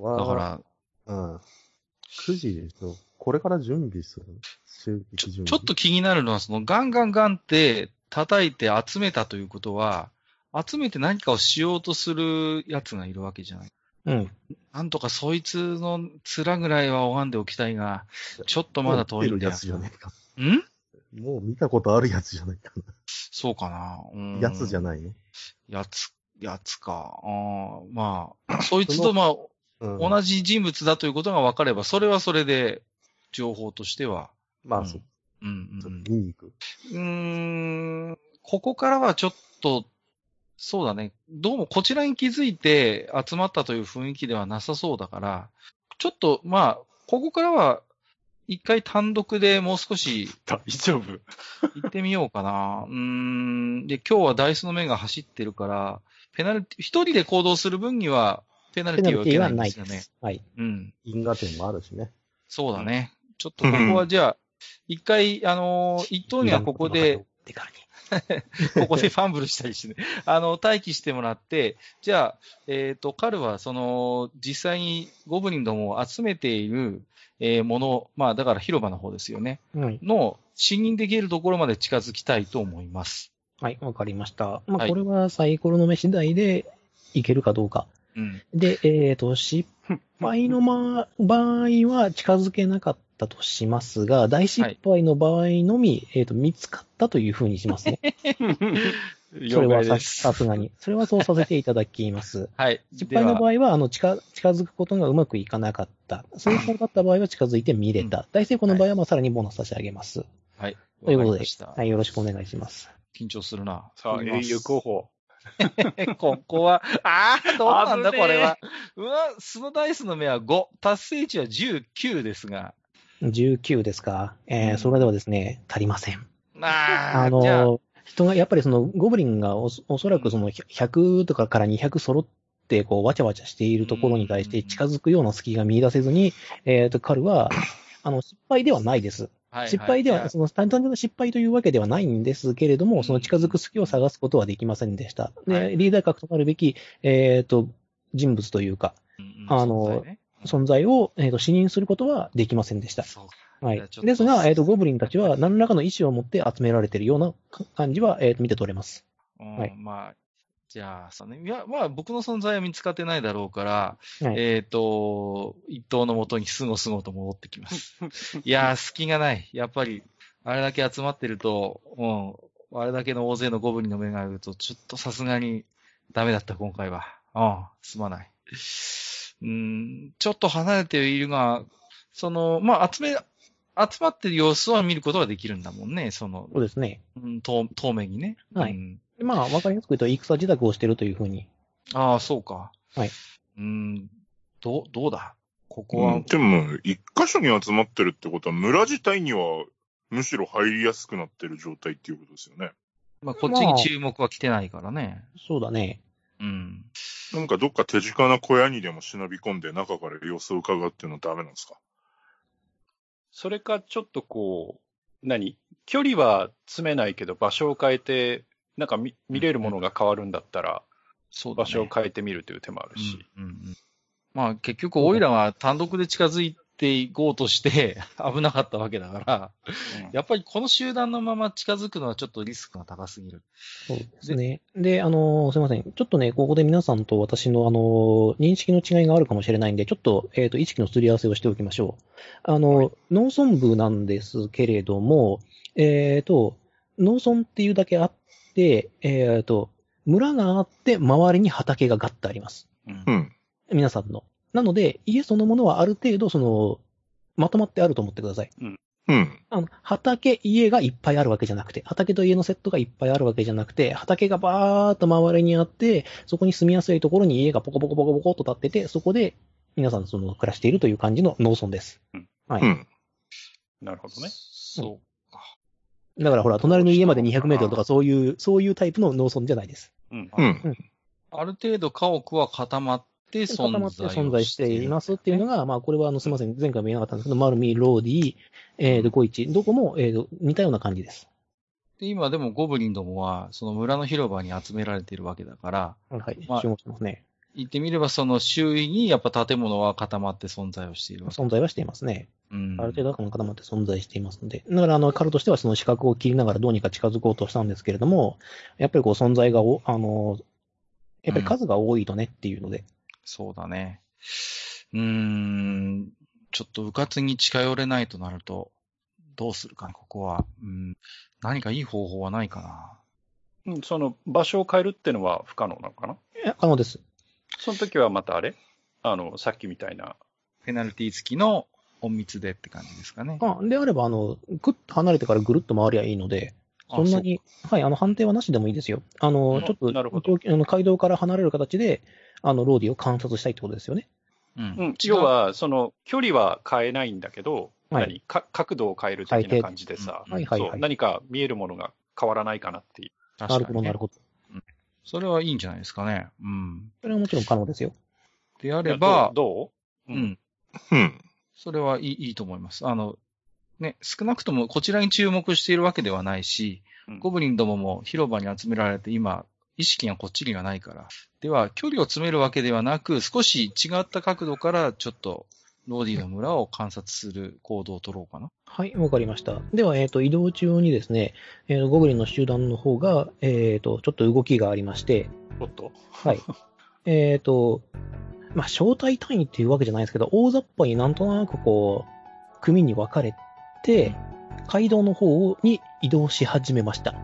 S1: だ
S5: だ
S1: から、
S5: ら。うん。9時でしょ。これから準備する。収
S1: ち
S5: 益準
S1: ょ
S5: 備。
S1: ちょっと気になるのは、そのガンガンガンって叩いて集めたということは、集めて何かをしようとするやつがいるわけじゃない。
S3: うん。
S1: なんとかそいつの面ぐらいは拝んでおきたいが、ちょっとまだ遠いん
S5: もう見
S1: だ
S5: てる
S1: よ
S5: や。つじゃないか。
S1: ん
S5: もう見たことあるやつじゃないか
S1: そうかな。うん
S5: な。やつじゃないね。
S1: やつ、やつか。あーまあ、 そいつとまあ、
S5: うん。
S1: 同じ人物だということが分かれば、それはそれで、情報としては。
S5: まあ、そう。
S1: うん
S5: ち
S1: う
S5: ょっ
S1: ん
S5: と見に行く。
S1: うん。うーん、ここからはちょっと、そうだね。どうもこちらに気づいて集まったという雰囲気ではなさそうだから、ちょっと、まあ、ここからは、一回単独でもう少し
S2: 大丈夫
S1: 行ってみようかな。うーん。で、今日はダイスの目が走ってるから、ペナルティ、一人で行動する分には、ペナル
S3: ペ
S1: ティ
S3: ナ
S1: ーは受
S3: ルティ
S1: け
S3: ー
S1: なん
S3: はいな
S1: で
S3: い
S1: すよ
S3: で
S1: ね。
S3: す。はい。
S1: うん。
S5: 因果点もあるしね。
S1: そうだね。ちょっとここはじゃあ、一回、あのー一等にはここで、。
S3: てからに。
S1: ここでファンブルしたりしてね、あの、待機してもらって、じゃあ、えっ、と、彼は、その、実際にゴブリンどもを集めている、えーもの、まあ、だから広場の方ですよね、
S3: うん。
S1: の、信任できるところまで近づきたいと思います。
S3: はい、わかりました。ま
S1: は
S3: あ、
S1: い
S3: これはサイコロの目次第でいけるかどうか。
S1: うん。
S3: で、えっ、と、失敗の、ま、場合は近づけなかったとしますが、大失敗の場合のみ、えっ、と、見つかったというふうにしま すね。それ
S2: 了
S3: は
S2: 解
S3: さ
S2: です。
S3: さすがに。それはそうさせていただきます。
S1: はい。
S3: 失敗の
S1: では
S3: 場合は、あの、近、近づくことがうまくいかなかった。そういうだった場合は近づいて見れた。大成功の場合は、まあ、さらにボーナス差し上げます。
S1: はい。
S3: という
S1: わ
S3: こ
S1: かりま
S3: とで
S1: した、
S3: はい、よろしくお願いします。
S1: 緊張するな。
S2: さあ、英雄 候補。
S1: ここは、ああ、どうなんだ
S2: 危ね
S1: こ
S2: え
S1: れは。うわ、スノダイスの目は5、達成値は19ですが。
S3: 19ですか。えー
S1: うん
S3: それではですね、足りません。
S1: あ
S3: あ
S1: あ、じゃあ、
S3: の、人が、やっぱりその、ゴブリンがおそおそらくその、100とかから200揃って、こう、わちゃわちゃしているところに対して
S1: うん
S3: 近づくような隙が見出せずに、えっ、と、彼は、あの、失敗ではないです。
S1: はい
S3: 失敗で
S1: じゃ
S3: は、
S1: あ
S3: その単純な失敗というわけではないんですけれども、その近づく隙を探すことはできませんでした。
S1: は
S3: で、リーダー格となるべき、えっ、と、人物というか、
S1: うん
S3: あの
S1: そうだね
S3: 存在を、えーと死認することはできませんでした。
S1: そうか
S3: は
S1: じゃあ
S3: い
S1: ちょっ。と
S3: ですが、えっ、と、ゴブリンたちは何らかの意思を持って集められているような感じは、えっ、と、見て取れます。
S1: うん
S3: はい
S1: まあ、じゃあ、そうね。いや、まあ、僕の存在は見つかってないだろうから、
S3: はい
S1: えっ、と、一等のもとにすごすごと戻ってきます。 いやー、隙がない。やっぱり、あれだけ集まってると、うん、あれだけの大勢のゴブリンの目があると、ちょっとさすがにダメだった、今回は。うん、すまない。うん、ちょっと離れているが、その、まあ、集め、集まってる様子は見ることができるんだもんね、その、
S3: そうですね。
S1: うん、遠遠目にね。
S3: はい
S1: うん
S3: でまあ、わかりやすく言うと、戦自宅をしているというふうに。
S1: ああ、そうか。
S3: はいう
S1: ーん。どう、どうだここ
S4: う
S1: は
S4: ん、でも、一箇所に集まってるってことは、村自体には、むしろ入りやすくなってる状態っていうことですよね。
S1: まあ、こっちに注目は来てないからね。
S3: そうだね。
S1: うん。
S4: なんかどっか手近な小屋にでも忍び込んで中から様子を伺うっていうのはダメなんですか
S2: それか、ちょっとこう、何距離は詰めないけど、場所を変えて、なんか見見れるものが変わるんだったら、
S1: そうだ
S2: 場
S1: ね。
S2: 所を変えてみるという手もある
S1: う
S2: し
S1: ん。、うんうん。まあ、結局、オイラが単独で近づいていこうとして、 危なかったわけだから、
S2: うん
S1: やっぱりこの集団のまま近づくのはちょっとリスクが高すぎる。
S3: そうですね。で、あの、すいません。ちょっとね、ここで皆さんと私の、あの、認識の違いがあるかもしれないんで、ちょっと、えっ、と、意識のすり合わせをしておきましょう。あの、農村部なんですけれども、えっ、と、農村っていうだけあって、えっ、と、村があって、周りに畑がガッとあります。
S4: うん。
S3: 皆さんの。なので、家そのものはある程度、その、まとまってあると思ってください。
S4: うん。
S3: あの、畑、家がいっぱいあるわけじゃなくて、畑と家のセットがいっぱいあるわけじゃなくて、畑がバーっと周りにあって、そこに住みやすいところに家がポコポコポコポコっと立ってて、そこで皆さんその暮らしているという感じの農村です。はい
S4: うん。
S2: なるほどね。
S1: そう。
S3: だからほら、隣の家まで200メートルとかそういう、そういうタイプの農村じゃないです。
S2: うん
S4: う。
S1: うんある程度家屋は固まって存
S3: 固まって
S1: 在を
S3: 存在していますっていうのが、まあ、これはあのすみません、前回も言えなかったんですけど、マルミ、ローディ、えー、と、ゴイチ、どこも、えーと、似たような感じです。
S1: で今でもゴブリンどもは、その村の広場に集められているわけだから、
S3: はい、
S1: まあ
S3: 注目してますね。
S1: 言ってみればその周囲にやっぱ建物は固まって存在をしているわけ。
S3: 存在はしていますね。
S1: うん
S3: ある程度はこの固まって存在していますので。だから、あの、彼としてはその視覚を切りながらどうにか近づこうとしたんですけれども、やっぱりこう存在がお、あの、やっぱり数が多いとねっていうので、
S1: そうだね。うーん。ちょっと迂闊に近寄れないとなると、どうするかね、ここは。うん。何かいい方法はないかな。
S2: うんその場所を変えるってのは不可能なのかない
S3: や可能です。
S2: その時はまたあれあの、さっきみたいな。
S1: ペナルティ付きの隠密でって感じですかね。
S3: あであれば、あの、ぐっと離れてからぐるっと回りゃいいので、
S1: あ
S3: そんなに、はい、あの、判定はなしでもいいですよ。あの、
S2: あ
S3: ちょっ
S2: なるほ
S3: と、
S2: ど
S3: あの街道から離れる形で、あの、ローディを観察したいってことですよね。
S1: う
S2: うんん。要は、その、距離は変えないんだけど、
S3: はい
S2: 何か角度を変える的な感じでさ、
S1: うん
S3: はいはいは
S2: そう
S3: い。
S2: 何か見えるものが変わらないかなっていう。
S1: 確
S3: なる
S1: かに
S3: ほど、
S1: ね
S3: なるほど。
S1: それはいいんじゃないですかね。うん。
S3: それはもちろん可能ですよ。
S1: であれ
S2: いや
S1: ば、
S2: どうどう
S1: う
S2: うん
S1: ん。
S4: うん。
S1: それはいい、いいと思います。あの、ね、少なくともこちらに注目しているわけではないし、
S2: うん
S1: ゴブリンどもも広場に集められて今、意識がこっちにはないから。では、距離を詰めるわけではなく、少し違った角度からちょっと、ローディの村を観察する行動を取ろうかな。
S3: はい、わかりました。では、えっ、と、移動中にですね、えー、ゴブリンの集団の方が、えっ、と、ちょっと動きがありまして、
S2: おっと。
S3: はい。えっと、まあ、招待単位っていうわけじゃないですけど、大雑把になんとなくこう、組に分かれて、街道の方に移動し始めました。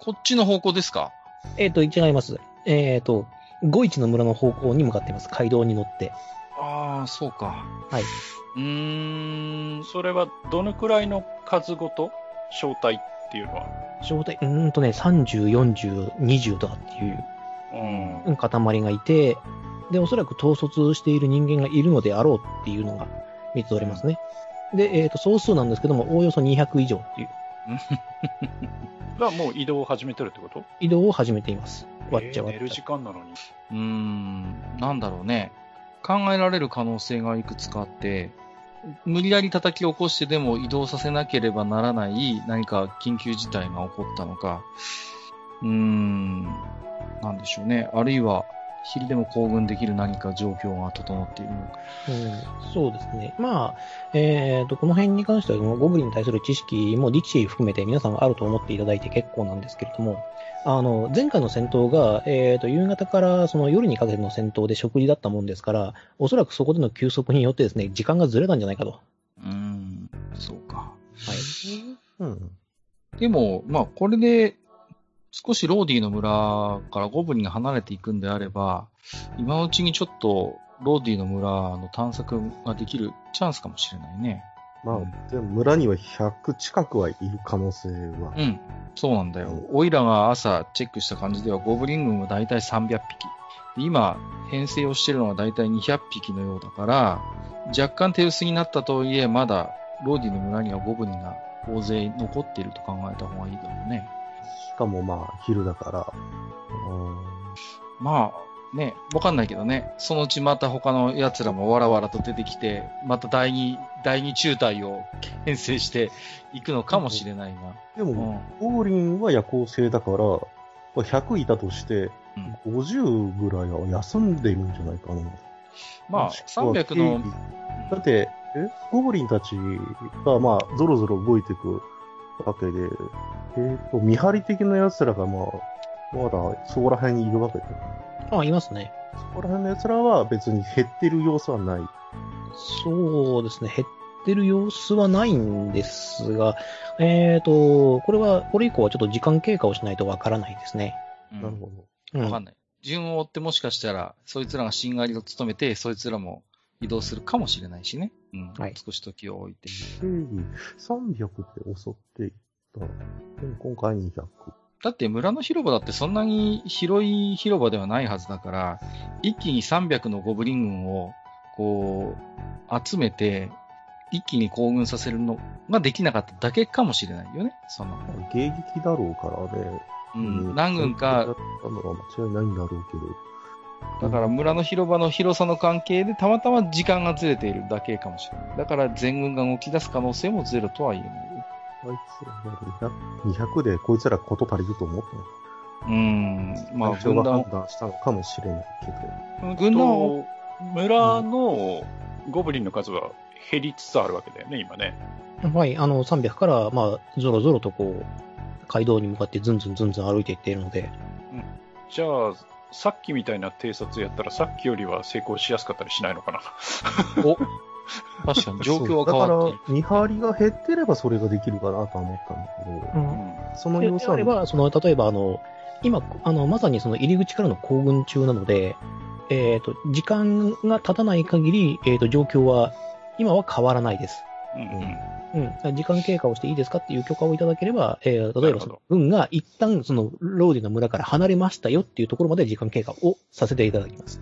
S1: こっちの方向ですか
S3: えっ、と、違います。えっ、と、五一の村の方向に向かっています。街道に乗って。
S1: ああ、そうか。
S3: はい。
S1: うーん、
S2: それはどのくらいの数ごと正体っていうのは。
S3: 招待、うーんとね、30、40、20とかっていう
S2: うん。
S3: うん塊がいて、で、おそらく統率している人間がいるのであろうっていうのが見て取れますね。で、えっ、と、総数なんですけども、おおよそ200以上っていう
S2: がもう移動を始めてるってこと
S3: 移動を始めています。わっちゃわ
S2: えー
S3: っ
S2: 寝る
S3: ち
S2: 時
S3: ゃ。
S2: 間なのに。
S1: うーん、なんだろうね。考えられる可能性がいくつかあって、無理やり叩き起こしてでも移動させなければならない何か緊急事態が起こったのか、うーん、なんでしょうね。あるいは、昼でも行軍できる何か状況が整っているのか。
S3: うん、そうですね。まあ、えっ、と、この辺に関しては、ゴブリンに対する知識も、力士含めて皆さんあると思っていただいて結構なんですけれども、あの、前回の戦闘が、えっ、と、夕方からその夜にかけての戦闘で食事だったもんですから、おそらくそこでの休息によってですね、時間がずれたんじゃないかと。
S1: うーん、そうか。
S5: うん。
S1: でも、まあ、これで、少しローディの村からゴブリンが離れていくんであれば、今のうちにちょっと、ローディの村の探索ができるチャンスかもしれないね。
S5: ま
S1: うん
S5: あ、でも村には100近くはいる可能性は。
S1: うん。そうなんだよ。オイラが朝チェックした感じでは、ゴブリン軍はだいたい300匹。で今、編成をしているのがだいたい200匹のようだから、若干手薄になったとはいえ、まだ、ローディの村にはゴブリンが大勢残っていると考えた方がいいだろうね。
S5: しかもまあ、昼だから。うん
S1: まあ、ね、わかんないけどね、そのうちまた他の奴らもわらわらと出てきて、また第二、第二中隊を編成していくのかもしれないが。
S5: で
S1: う
S5: も、
S1: ん。
S5: ゴーリンは夜行性だから、まあ100いたとして、50ぐらいは休んでいるんじゃないかな。
S1: まあ、
S5: もしくは
S1: 300の、
S5: だって、えゴブリンたちが、まあ、ぞろぞろ動いていくわけで、えっ、と、見張り的な奴らが、まあ、まだそこら辺にいるわけで、
S3: あ、いますね。
S5: そこら辺の奴らは別に減ってる様子はない。
S3: そうですね、減ってる様子はないんですが、えっ、と、これは、これ以降はちょっと時間経過をしないとわからないですね。
S1: うん
S5: なるほど。
S3: うん
S1: わかんない。順を追ってもしかしたら、そいつらがしんがりを務めて、そいつらも移動するかもしれないしね。うん。
S3: はい
S1: 少し時を置いて。
S5: 正義300って襲っていった。でも今回200。
S1: だって村の広場だってそんなに広い広場ではないはずだから、一気に300のゴブリン軍を、こう、集めて、一気に興奮させるのができなかっただけかもしれないよね。その、
S5: 迎撃だろうからね。
S1: うん、何軍
S5: だっ
S1: か、
S5: たのは間違いないんだろうけ
S1: だ
S5: ど。
S1: から村の広場の広さの関係でたまたま時間がずれているだけかもしれない。だから全軍が動き出す可能性もゼロとは言えない。
S5: あいつらまだ200、200でこいつらこと足りると思ったの
S1: うん、まあ、
S5: 最初
S1: 軍
S5: が
S1: 団
S5: 判、断したのかもしれないけど。
S1: 軍団を
S2: と村のゴブリンの数は減りつつあるわけだよね、今ね。
S3: はい、あの、300から、まあ、ぞろぞろとこう、街道に向かってずんずんずんずん歩いていっているので、
S2: じゃあ、さっきみたいな偵察やったらさっきよりは成功しやすかったりしないのかな。
S1: お、確かに状況は変わっている。
S5: そうだから、見張りが減ってればそれができるかなとは思ったんだけど、その
S3: で
S5: 要素
S3: あれば、その、例えば、あの、今、あの、まさにその入り口からの行軍中なので、えっ、と、時間が経たない限り、えっ、と、状況は、今は変わらないです。
S2: うんうんうん
S3: うん。時間経過をしていいですかっていう許可をいただければ、えー、例
S2: なる
S3: えば
S2: ほ
S3: そ
S2: ど
S3: の、軍が一旦、その、ローディの村から離れましたよっていうところまで時間経過をさせていただきます。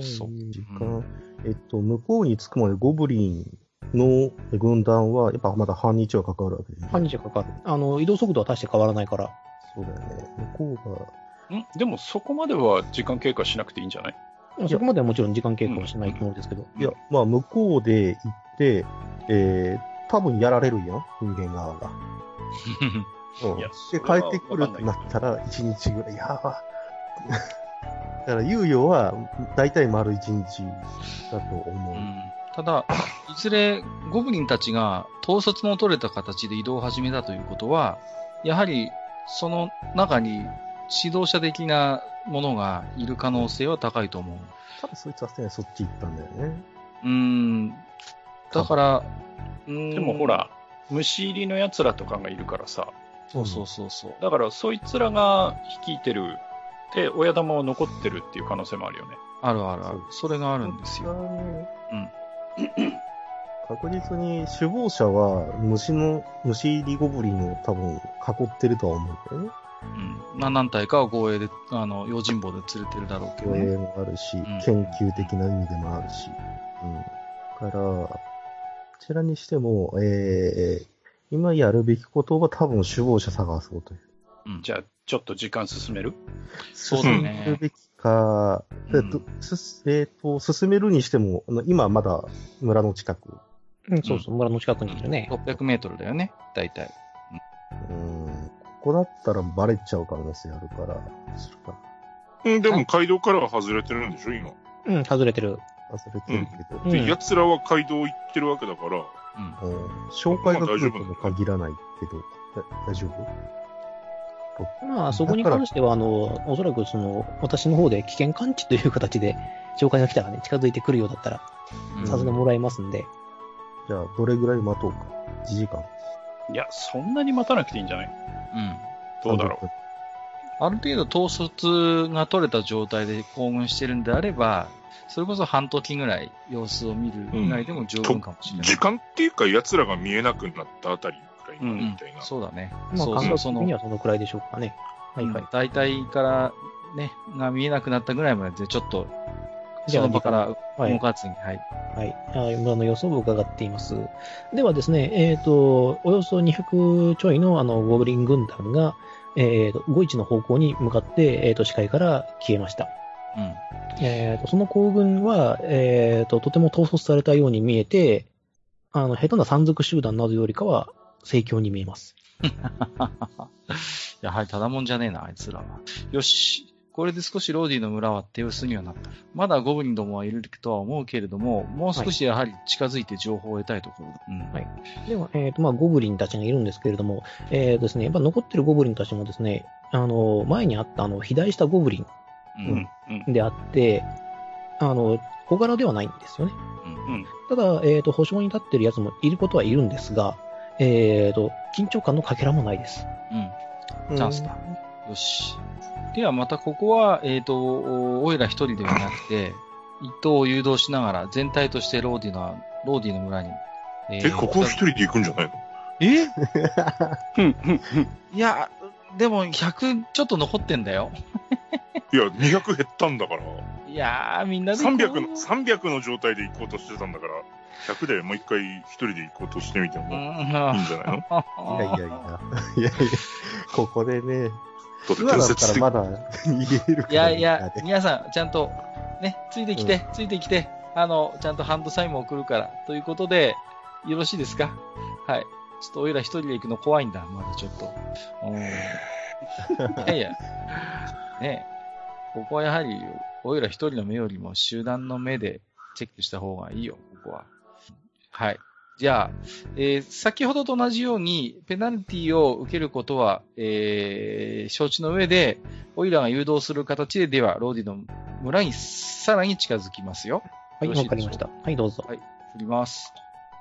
S1: そう
S5: 時間、えっと、向こうに着くまでゴブリンの軍団は、やっぱまだ半日はかかるわけで、ね。
S3: 半日かかる。あの、移動速度は大して変わらないから。
S5: そうだよね。向こうが、
S2: んでもそこまでは時間経過しなくていいんじゃない
S3: そこまではもちろん時間経過はしないと思うんですけど。
S5: いや、まあ、向こうで行って、えー、多分やられるやん、人間側が。うん、
S2: いや
S5: で
S2: そ
S5: 帰
S2: れは
S5: ってくるってなったら、1日ぐらい、やば。だから、猶予は、だいたい丸1日だと思う。
S1: うんただ、いずれゴブリンたちが統率の取れた形で移動を始めたということは、やはりその中に指導者的なものがいる可能性は高いと思う。
S5: 多分そいつはね、そっち行ったんだよね。
S1: うーん。だから、うーん
S2: でもほ、ら、虫入りの奴らとかがいるからさ、
S1: そうそうそうそう。
S2: だからそいつらが率いてる、で、親玉は残ってるっていう可能性もあるよね。
S1: あるあるある。それがあるんですよ。
S5: よ。
S1: うん。
S5: 確実に首謀者は虫の、虫入りゴブリンを多分囲ってるとは思うんだよね。
S1: うん。な何体かは護衛で、あの、用心棒で連れてるだろうけど
S5: 護
S1: ね。
S5: 衛もあるし、
S1: ん
S5: 研究的な意味でもあるし。うん。だから、こちらにしても、えー、今やるべきことは多分首謀者探そうという。
S1: うん。
S2: じゃあ、ちょっと時間進める
S1: そうだね
S5: 進めるべきか、えっ
S1: う
S5: と
S1: ん、
S5: すえっと、進めるにしても、あの今まだ村の近く。
S3: うん、そうそう、村の近くにいるね。
S1: 600メートルだよね。大体。
S5: うん。ここだったらバレちゃう可能性あるから、するか。
S4: うん、でも街道からは外れてるんでしょ、今。
S3: うん、外れてる。
S5: 忘れてるけど。
S3: うん
S4: で、奴らは街道行ってるわけだから、
S1: うん。
S5: うん紹介が来るとも限らないけど、だ大丈夫
S3: まあ、そこに関しては、あの、おそらくその、私の方で危険感知という形で、紹介が来たらね、近づいてくるようだったら、
S1: うん
S3: さすがもらえますんで。
S5: じゃあ、どれぐらい待とうか。1時間。
S2: いや、そんなに待たなくていいんじゃない
S1: うん。
S2: どうだろう。
S1: ある程度統率が取れた状態で行軍してるんであれば、それこそ半時ぐらい様子を見る以外でも十分かもしれない。
S4: 時間っていうか奴らが見えなくなったあたりくらいになるみたい
S1: うん
S4: な。
S1: そうだね。
S3: まあ、
S1: そう
S3: 感
S1: そう
S3: 覚的
S1: その
S3: にはそのくらいでしょうかね。はいはい。
S1: 大体から、ね、が見えなくなったぐらいまでで、ちょっと、
S3: じ
S1: そ
S3: ゃあ
S1: の場から
S3: は
S1: 動
S3: い。
S1: かずに、はい。
S3: はい。はい村の様子を伺っています。ではですね、えっ、と、およそ200ちょいの、あの、ゴブリン軍団が、えっ、と、5一の方向に向かって、えっ、と、視界から消えました。
S1: うん。
S3: えー、とその行軍は、えー、ととても統率されたように見えて、あの下手な山賊集団などよりかは盛況に見えます。
S1: やはりただもんじゃねえな、あいつらは。よし。これで少しローディの村は手薄にはなった。まだゴブリンどもはいるとは思うけれども、もう少しやはり近づいて情報を得たいところだ。うん。
S3: はいでは、えーとまあ、ゴブリンたちがいるんですけれども、えーとですね、やっぱ残ってるゴブリンたちもですね、あの前にあったあの肥大したゴブリ
S1: う
S2: うんん。。うん。
S3: ンであって、あの小柄ではないんですよね。
S1: うん。
S3: ただ、えー、と保証に立ってるやつもいることはいるんですが、えー、と緊張感のかけらもないです。
S1: うん。チャンスだ。よし。ではまたここは、えっ、と、おオイラ一人ではなくて、 一頭を誘導しながら全体としてローディの、ローディの村に。え
S4: え、ここは一人で行くんじゃないの
S1: え
S2: うんうんうん
S1: いや、でも100ちょっと残ってんだよ。
S4: いや、200減ったんだから。
S1: いやー、みんなで行こう
S4: 300の、300の状態で行こうとしてたんだから、 100でもう一回一人で行こうとしてみて
S1: う
S4: も
S1: ん
S4: いいんじゃないのだ
S5: いやいやいや。いやいや、ここでね、
S4: って
S5: 今だ
S4: 伝
S5: っ
S4: 説
S5: た
S4: 的
S5: らまだ逃げ る
S1: い
S5: か
S1: や
S5: らね
S1: いや、皆さん、ちゃんと、ね、ついてきて、ついてきて、あの、ちゃんとハンドサインも送るから、ということで、よろしいですかはい。ちょっとおいら一人で行くの怖いんだ、まだちょっと。うんいやいや、ねここはやはり、おいら一人の目よりも集団の目でチェックした方がいいよ、ここは。はい。じゃあ、えー先ほどと同じように、ペナルティを受けることは、えー承知の上で、オイラーが誘導する形で、では、ローディの村にさらに近づきますよ。
S3: はい、
S1: よろし
S3: わ
S1: いで
S3: かり
S1: しょう
S3: ました。はい、どうぞ。
S1: はい振ります。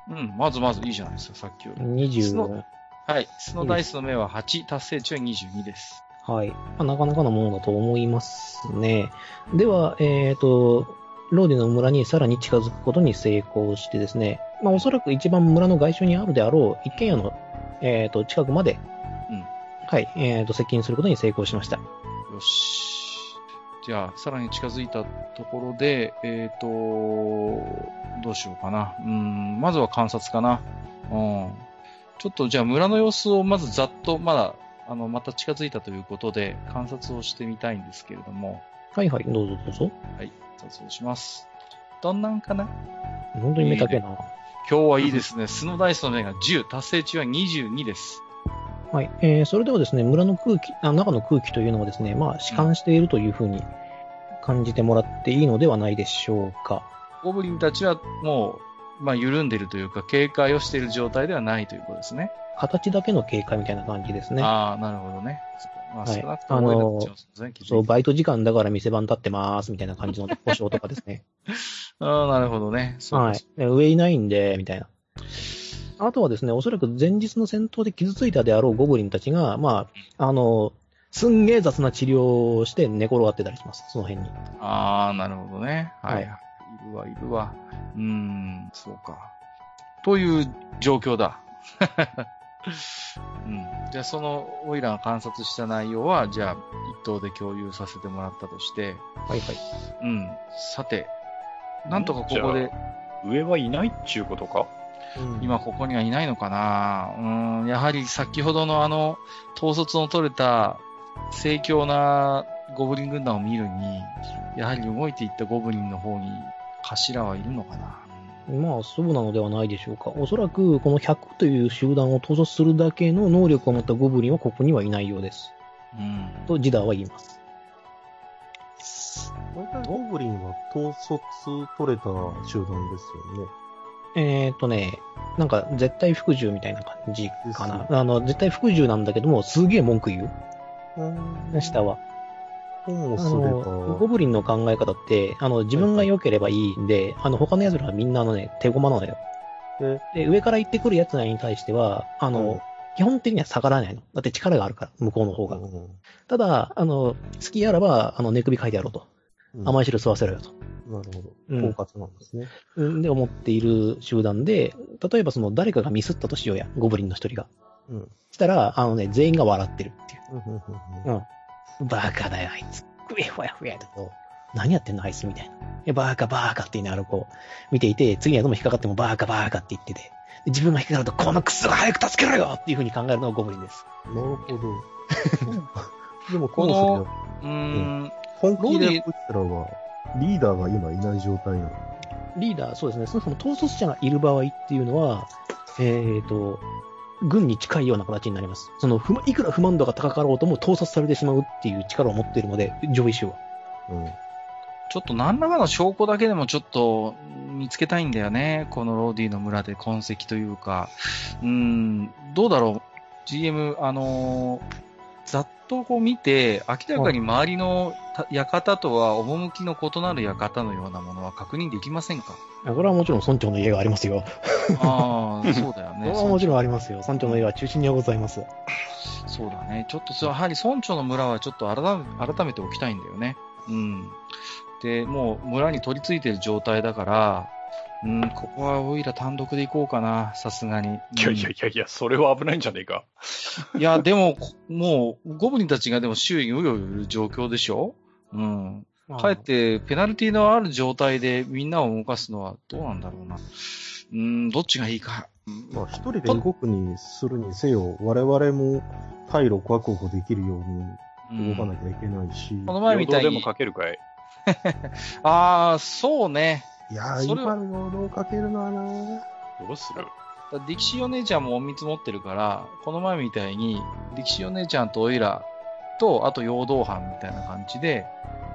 S1: うん、まずまずいいじゃないですか、さっきより。
S3: 20。
S1: はい、スノーダイスの目は8、達成値は22です。
S3: はい。まあ、なかなかのものだと思いますね。では、えっ、と、ローデの村にさらに近づくことに成功してですね、まあ、おそらく一番村の外周にあるであろう一軒家の、えっ、と、近くまで、
S1: うん
S3: はい、えっ、と、接近することに成功しました。
S1: よし。じゃあ、さらに近づいたところで、えっ、と、どうしようかな。うん、まずは観察かな。うん。ちょっとじゃあ村の様子をまずざっと、まだ、あの、また近づいたということで、観察をしてみたいんですけれども、
S3: はいはい、どうぞどうぞ。
S1: 観察をします。どんなんかな
S3: 本当に目だけな。
S1: 今日はいいですね。スノーダイスの目が10、達成中は22です。
S3: はい、えーそれではですね、村の空気、あ中の空気というのはですね、まあ、弛緩しているというふうに感じてもらっていいのではないでしょうか。
S1: ゴブリンたちはもう、まあ、緩んでるというか、警戒をしている状態ではないということですね。
S3: 形だけの警戒みたいな感じですね。
S1: ああ、なるほどね。まあ、
S3: はい
S1: 少なくとも
S3: あのー
S1: 俺たちはそうですね、
S3: そう、バイト時間だから店番立ってます、みたいな感 じの保証とかですね。
S1: ああ、なるほどね。そう
S3: はい。え上いないんで、みたいな。あとはですね、おそらく前日の戦闘で傷ついたであろうゴブリンたちが、まあ、あの、すんげえ雑な治療をして寝転がってたりします、その辺に。
S1: ああ、なるほどね。は
S3: は
S1: い。
S3: い
S1: いるわ、いるわ。うーん、そうか。という状況だ。 うん、じゃあ、その、オイラが観察した内容は、じゃあ、一等で共有させてもらったとして、
S3: はいはい。
S1: うん、さて、なんとかここ
S2: じゃ
S1: で、
S2: 上はいないっちゅうことか
S1: 今ここにはいないのかなうーん、やはり先ほどのあの、統率の取れた盛況なゴブリン軍団を見るに、やはり動いていったゴブリンの方に頭はいるのかな
S3: まあ、そうなのではないでしょうか。おそらく、この100という集団を統率するだけの能力を持ったゴブリンはここにはいないようです。
S1: うん。
S3: と、ジダーは言います。
S5: これからゴブリンは統率取れた集団ですよね。
S3: えーっとね、なんか絶対服従みたいな感じか
S5: で
S3: な。
S5: す
S3: あの、絶対服従なんだけども、すげえ文句言
S5: う
S3: う。下は。
S5: と
S3: あ
S5: もすれ
S3: の、ゴ
S5: ば、
S3: ブリンの考え方って、あの、自分が良ければいいんで、あの、他の奴らはみんなあのね、手駒なのよ
S5: え。
S3: で、上から行ってくる奴らに対しては、あ
S5: うん
S3: の、基本的には逆らえないの。だって力があるから、向こうの方が。
S5: う
S3: ただ、あの、好きあらば、あの、寝首書いてやろうと。
S5: ん
S3: 甘い汁吸わせろよと。
S5: なる
S3: う
S5: ほ
S3: ん
S5: ど。狡猾なんですね。
S3: うんで、思っている集団で、例えばその、誰かがミスったとしようや、ゴブリンの一人が。
S5: うん。
S3: したら、あのね、全員が笑ってるっていう。
S5: うんうんうん
S3: うんバカだよ、あいつ。ふやふやふやだと。何やってんの、あいつみたいな。え、バーカ、バーカって言いながらこう、見ていて、次にはどうも引っかかってもバーカ、バーカって言ってて。で自分が引っかかると、このクソが早く助けろよっていう風に考えるのがゴブリンです。
S5: うんなるほど。 でも、
S1: こ
S5: こ
S1: の
S5: の
S1: うーん。
S5: 本気
S1: ロデ
S5: で
S1: ィ
S5: こいつらは、リーダーが今いない状態なの。
S3: リーダー、そうですね、そもそも統率者がいる場合っていうのは、えーと、軍に近いような形になります。その、不満いくら不満度が高かろうとも統率されてしまうっていう力を持っているので、上位衆は。
S5: うん。
S1: ちょっと何らかの証拠だけでもちょっと見つけたいんだよね。このローディの村で痕跡というか。うーん、どうだろう。GM、あのーざっとこう見て、明らかに周りのた館とは趣の異なる館のようなものは確認できませんか
S3: これはもちろん村長の家がありますよ。
S1: ああ、そうだよ
S3: こ
S1: ね。
S3: れはもちろんありますよ。村長の家は中心にはございます。
S1: そうだね。ちょっとそれは、やはり村長の村はちょっと改め改めておきたいんだよね。うん。で、もう村に取り付いてる状態だから、うん、ここはオイラ単独で行こうかな、さすがに。
S2: いやいやいやいや、それは危ないんじゃねえか。
S1: うんいや、でも、こもう、ゴブリンたちがでも周囲にうようよいる状況でしょうん。かえって、ペナルティのある状態でみんなを動かすのはどうなんだろうな。うーん、どっちがいいか。
S5: まあ、一人で動くにするにせよ、我々も退路を確保できるよ
S1: う
S5: うに
S1: ん
S5: 動かなきゃいけないし、
S1: この前みたい
S2: 平等
S1: に。
S2: でも書けるかい
S1: ああ、そうね。
S5: いやー、
S1: それは
S5: 今の労働かけるのはなー
S2: どうする
S1: だから力士お姉ちゃんも隠密持ってるから、この前みたいに、力士お姉ちゃんとオイラと、あと陽動班みたいな感じで、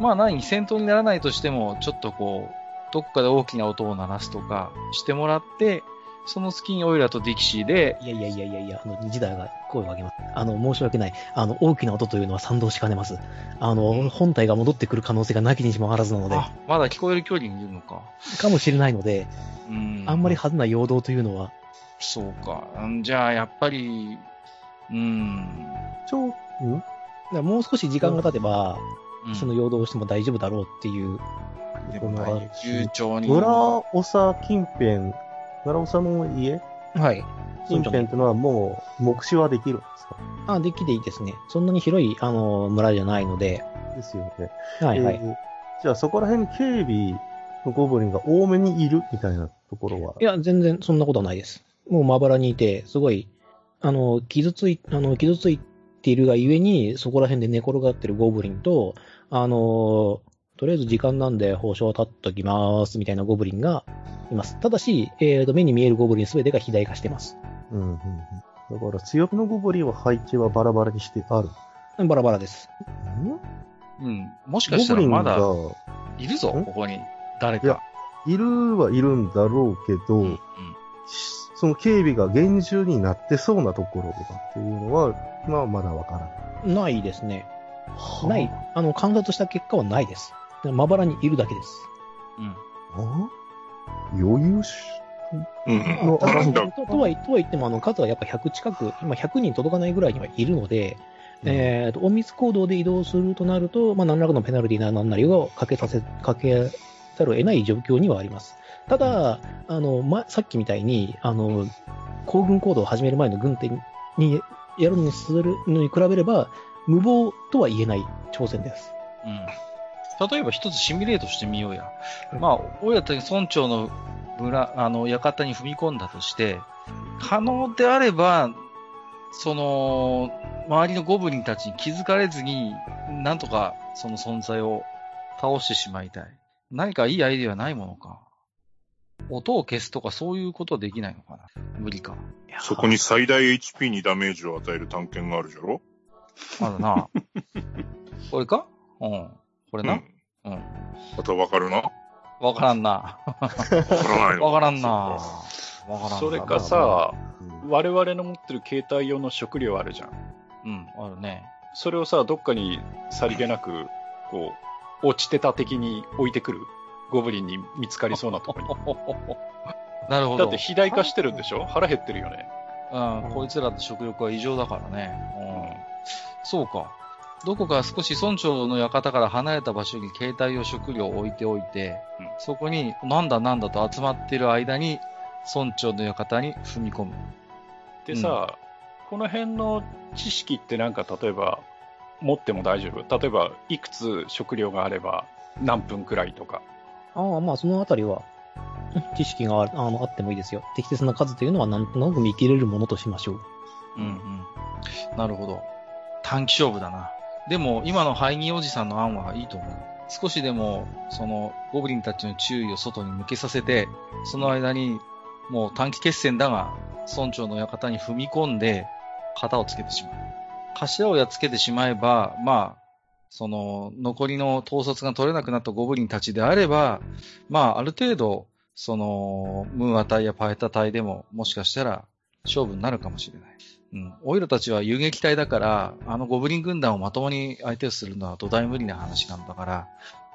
S1: まあ何、戦闘にならないとしても、ちょっとこう、どっかで大きな音を鳴らすとかしてもらって、その隙にオイラとディキシーで、
S3: いやいやいやいやいや、あの、二時代が声を上げます。あの、申し訳ない。あの、大きな音というのは賛同しかねます。あの、本体が戻ってくる可能性がなきにしもあらずなので、
S1: あ、まだ聞こえる距離にいるのか。
S3: かもしれないので、
S1: うん。
S3: あんまり派手な陽動というのは、
S1: そうか。うんじゃあ、やっぱり、うん。
S5: ちょ、ん
S3: だからもう少し時間が経てば、
S1: うん
S3: その陽動をしても大丈夫だろうっていう、
S1: で
S5: こ
S1: も
S5: の
S1: 悠長に。
S5: 村長近辺、村長の家
S3: はい。
S5: 近辺ってのはもう、目視はできるんですか
S3: あ、デッキでいいですね。そんなに広い、あの、村じゃないので、
S5: ですよね。
S3: はいはい。。
S5: えーじゃあそこら辺警備のゴブリンが多めにいるみたいなところはい
S3: や、全然そんなことはないです。もうまばらにいて、すごい、あの、傷つい、あの、傷ついているがゆえに、そこら辺で寝転がってるゴブリンと、あの、とりあえず時間なんで報酬を立っときます、みたいなゴブリンがいます。ただし、えーと、目に見えるゴブリンすべてが肥大化してます。
S5: うんうんうん。だから強火のゴブリンは配置はバラバラにしてある。
S3: バラバラです。
S5: ん
S1: うん。もしか
S5: ゴ
S1: した
S5: ブ
S1: ら
S5: リン
S1: まだ、
S5: が
S1: いるぞ、
S5: ん
S1: ここに。誰
S5: いや
S1: か。
S5: いるはいるんだろうけど、
S1: うん。
S5: しその警備が厳重になってそうなところとかっていうのは、まあまだわからない。
S3: ないですね。ない。あの、観察した結果はないです。まばらにいるだけです。
S1: うん。
S5: あ余裕し、
S4: うんうん。
S5: の
S4: なんだ
S3: ととはとは言っても、あの数はやっぱ100近く、今100人届かないぐらいにはいるので、えーと、隠密行動で移動するとなると、まあ、何らかのペナルティな何なりをかけさせ、かけざるを得ない状況にはあります。ただ、あの、ま、さっきみたいに、あの、行軍行動を始める前の軍手にやるのにするのに比べれば、無謀とは言えない挑戦です。
S1: うん。例えば一つシミュレートしてみようや。まあ、おやたち村長の村、あの、館に踏み込んだとして、可能であれば、その、周りのゴブリンたちに気づかれずに、なんとかその存在を倒してしまいたい。何かいいアイデアはないものか。音を消すとかそういうことはできないのかな。無理か。
S4: そこに最大 HP にダメージを与える探検があるじゃろ
S1: まだ な。これかうん。これ
S4: う
S1: な。
S4: ん。
S1: うん。
S4: またわか るなわ
S1: わからんな。
S4: からないの
S1: わからんな。
S4: そ
S1: わ
S4: っか
S1: からんな。
S2: それかさ、我々の持ってる携帯用の食料あるじゃん。
S1: うん、あるね。
S2: それをさ、どっかにさりげなく、こう、落ちてた的に置いてくる。ゴブリンに見つかりそうなとこに。
S1: なるほ
S2: だ
S1: ど。
S2: って肥大化してるんでしょ腹減ってるよね。
S1: うん、こいつらと食欲は異常だからね。うん。そうか。どこか少し村長の館から離れた場所に携帯用食料を置いておいて、
S2: うん
S1: そこに、なんだなんだと集まってる間に、村長の館に踏み込む。
S2: でさ、この辺の知識ってなんか例えば持っても大丈夫例えばいくつ食料があれば何分くらいとか
S3: ああ、まあ、そのあたりは、 知識がああのあってもいいですよ。適切な数というのは、なんとなく見切れるものとしましょう。
S1: うんうん。なるほど。短期勝負だな。でも、今のハイニーおじさんの案はいいと思う。少しでも、その、ゴブリンたちの注意を外に向けさせて、その間に、もう短期決戦だが、村長の館に踏み込んで、型をつけてしまう。頭をやっつけてしまえば、まあ、その、残りの統率が取れなくなったゴブリンたちであれば、まあ、ある程度、その、ムーア隊やパエタ隊でも、もしかしたら、勝負になるかもしれない。うん。オイラたちは遊撃隊だから、あのゴブリン軍団をまともに相手をするのは土台無理な話なんだから、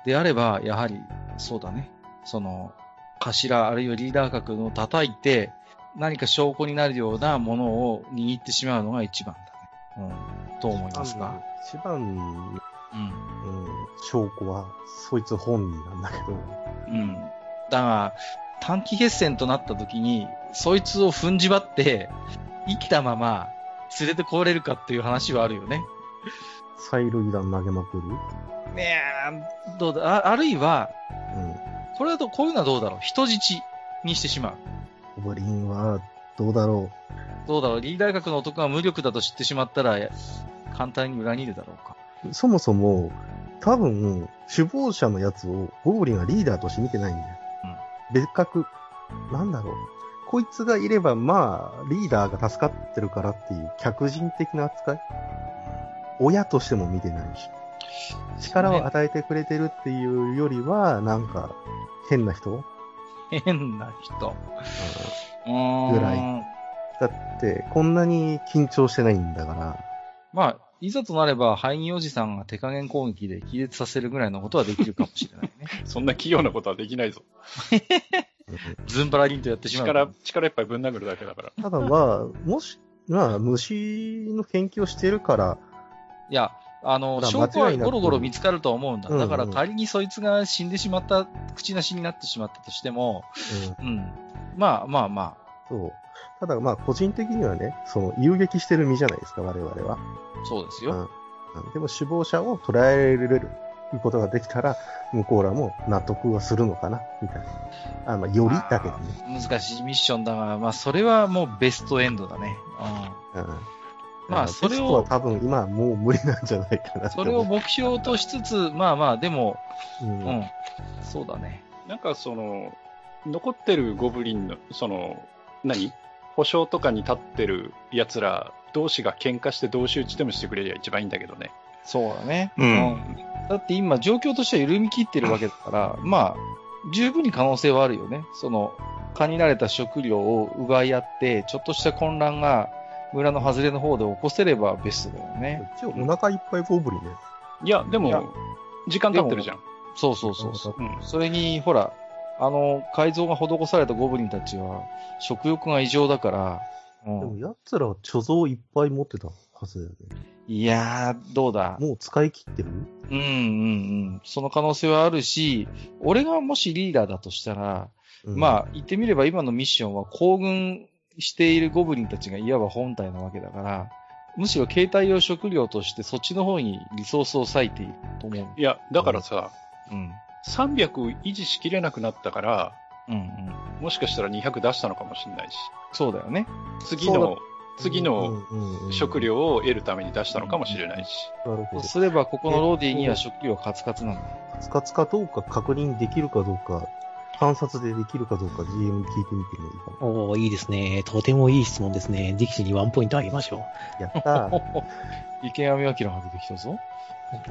S1: であれば、やはり、そうだね。その、頭あるいはリーダー格を叩いて、何か証拠になるようなものを握ってしまうのが一番だね。うん。と思いますが。
S5: 一番の、
S1: うん。
S5: うん、証拠は、そいつ本人なんだけど、
S1: うん。だが、短期決戦となった時に、そいつを踏んじばって、生きたまま連れてこれるかっていう話はあるよね。
S5: 催涙弾投げまくる。
S1: ねえ、どうだ、ああるいは、これだと、こういうのはどうだろう人質にしてしまう。
S5: ゴブリンはどうだろ
S1: どうだろう、リーダー格の男が無力だと知ってしまったら、簡単に裏切るだろうか。
S5: う。そもそも、多分、首謀者のやつをゴブリンはリーダーとして見てないんだよ。別格。なんだろう。こいつがいれば、まあ、リーダーが助かってるからっていう客人的な扱い。親としても見てないし。力を与えてくれてるっていうよりは、なんか、変な人
S1: 変な人。う
S5: ぐら
S1: ーん。
S5: だって、こんなに緊張してないんだから。
S1: まあ、いざとなれば、ハイニおじさんが手加減攻撃で気絶させるぐらいのことはできるかもしれないね。
S2: そんな器用なことはできないぞ。
S1: ズンバラリンとやってしまう。
S2: 力、力いっぱいぶん殴るだけだから。
S5: ただまあ、もし、まあ、虫の研究をしてるから、
S1: いや、あの、
S5: まあ
S1: 証拠
S5: 間
S1: は
S5: 違いなく
S1: ゴロゴロ見つかるとは思うんだ。
S5: うんうん
S1: だから仮にそいつが死んでしまった、口なしになってしまったとしても、うん。まあまあま
S5: そう。ただまあ、個人的にはね、その、遊撃してる身じゃないですか、我々
S1: あ、
S5: は。
S1: そうですよ。
S5: うんでも、首謀者を捉えられることができたら、向こうらも納得はするのかな、みたいな。あまあ、よりだけどね。
S1: 難しいミッションだが、まあそれはもうベストエンドだね。うん。
S5: うん
S1: まあそれを
S5: ベストは多分今はもう無理なんじゃないかなって
S1: それを
S5: 思う、
S1: 目標としつつ、まあまあ、でも、
S5: うん
S1: うん、そうだね。
S2: なんかその、残ってるゴブリンの、その、何保証とかに立ってる奴ら同士が喧嘩して同士討ちでもしてくれりゃ一番いいんだけどね。
S1: そうだね。
S4: う。
S1: うんん。だって今、状況としては緩み切ってるわけだから、まあ、十分に可能性はあるよね。その、限られた食料を奪い合って、ちょっとした混乱が村の外れの方で起こせればベストだよね。
S5: 一応、お腹いっぱいゴブリンね。
S2: いや、で
S1: いや
S2: も、時間経ってるじゃん。
S1: そうそうそうそう。
S2: うん。
S1: それに、ほら、あの、改造が施されたゴブリンたちは、食欲が異常だから、う
S5: でも、
S1: ん、
S5: 奴らは貯蔵いっぱい持ってたはずだよね。
S1: いやー、どうだ。
S5: もう使い切ってる
S1: うんうんうん。その可能性はあるし、俺がもしリーダーだとしたら、まあ、言ってみれば今のミッションは行軍しているゴブリンたちがいわば本体なわけだから、むしろ携帯用食料としてそっちの方にリソースを割いていると思う。
S2: いや、だからさ、
S1: うん。
S2: 300を維持しきれなくなったから、
S1: うんうん。
S2: もしかしたら200出したのかもしれないし、
S1: そうだよね。
S2: 次
S5: そう
S2: の、次の食
S5: 料。
S2: 料を得るために出したのかもしれないし。
S5: なる
S1: そ
S5: ほ
S1: う
S5: ど。
S1: すればここのローディーには食料カツカツなんだ。
S5: カツカツかどうか確認できるかどうか、観察でできるかどうか GM 聞いてみてもいいかも。
S3: おおいいですね。とてもいい質問ですね。ディキシーにワンポイントあげましょ
S5: やったー。
S1: 池上彰が出てきたぞ。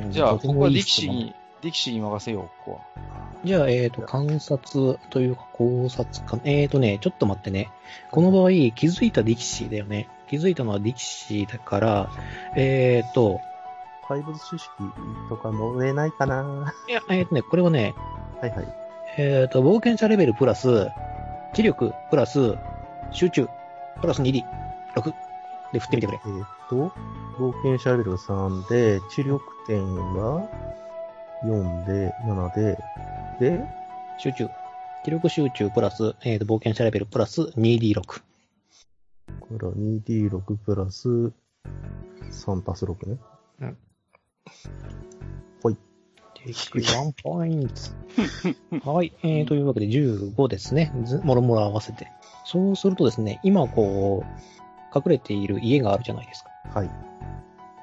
S3: う。
S1: じゃあ、
S3: とて
S1: ここ
S3: も
S1: はいデ
S3: い
S1: ィキ
S3: 質
S1: シー
S3: 問
S1: に、ディキシーに任せよう、ここは。
S3: じゃあ、えっ、と、観察というか考察か、えっ、とね、ちょっと待ってね。この場合、気づいた力士だよね。気づいたのは力士だから、えっ、と、
S5: 怪物知識とかもれないかない
S3: や、えっ、とね、これはね、
S5: はいはい。
S3: えっ、と、冒険者レベルプラス、知力プラス、集中、プラス 2D、6で振ってみてくれ。
S5: えーっと、冒険者レベル3で、知力点が4で、7で、で、
S3: 集中。知力集中プラス、えっ、と、冒険者レベルプラス 2D6。
S5: これは 2D6 プラス3足す6ね。
S3: でワンポイント。はい、えー。というわけで15ですね。ずもろもろ合わせて。そうするとですね、今こう、隠れている家があるじゃないですか。
S5: はい。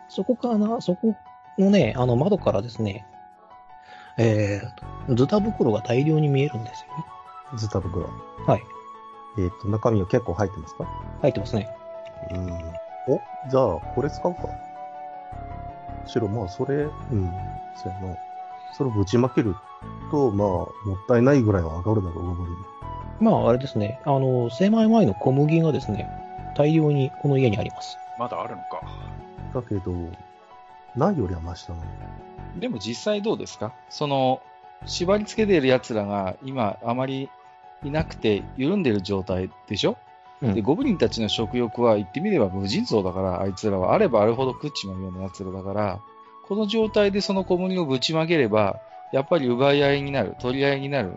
S3: そこかな、そこのね、あの窓からですね、えー、ズタ袋が大量に見えるんですよね。
S5: ズタ袋。
S3: はい。
S5: えーっと、中身は結構入ってますか
S3: 入ってますね。
S5: うん。お、じゃあ、これ使うか。白、まあ、それ、うん、そうやな。それをぶちまけると、まあ、もったいないぐらいは上がるだろう、ゴブリン。
S3: まあ、あれですね、あの、精米前の小麦がですね、大量にこの家にあります。
S2: まだあるのか。
S5: だけど、ないよりはマシだな。
S1: でも実際どうですかその、縛り付けてる奴らが今あまりいなくて緩んでる状態でしょ、
S3: うん
S1: で、ゴブリンたちの食欲は言ってみれば無尽蔵だから、あいつらはあればあるほど食っちまうような奴らだから、この状態でその小麦をぶちまければ、やっぱり奪い合いになる、取り合いになる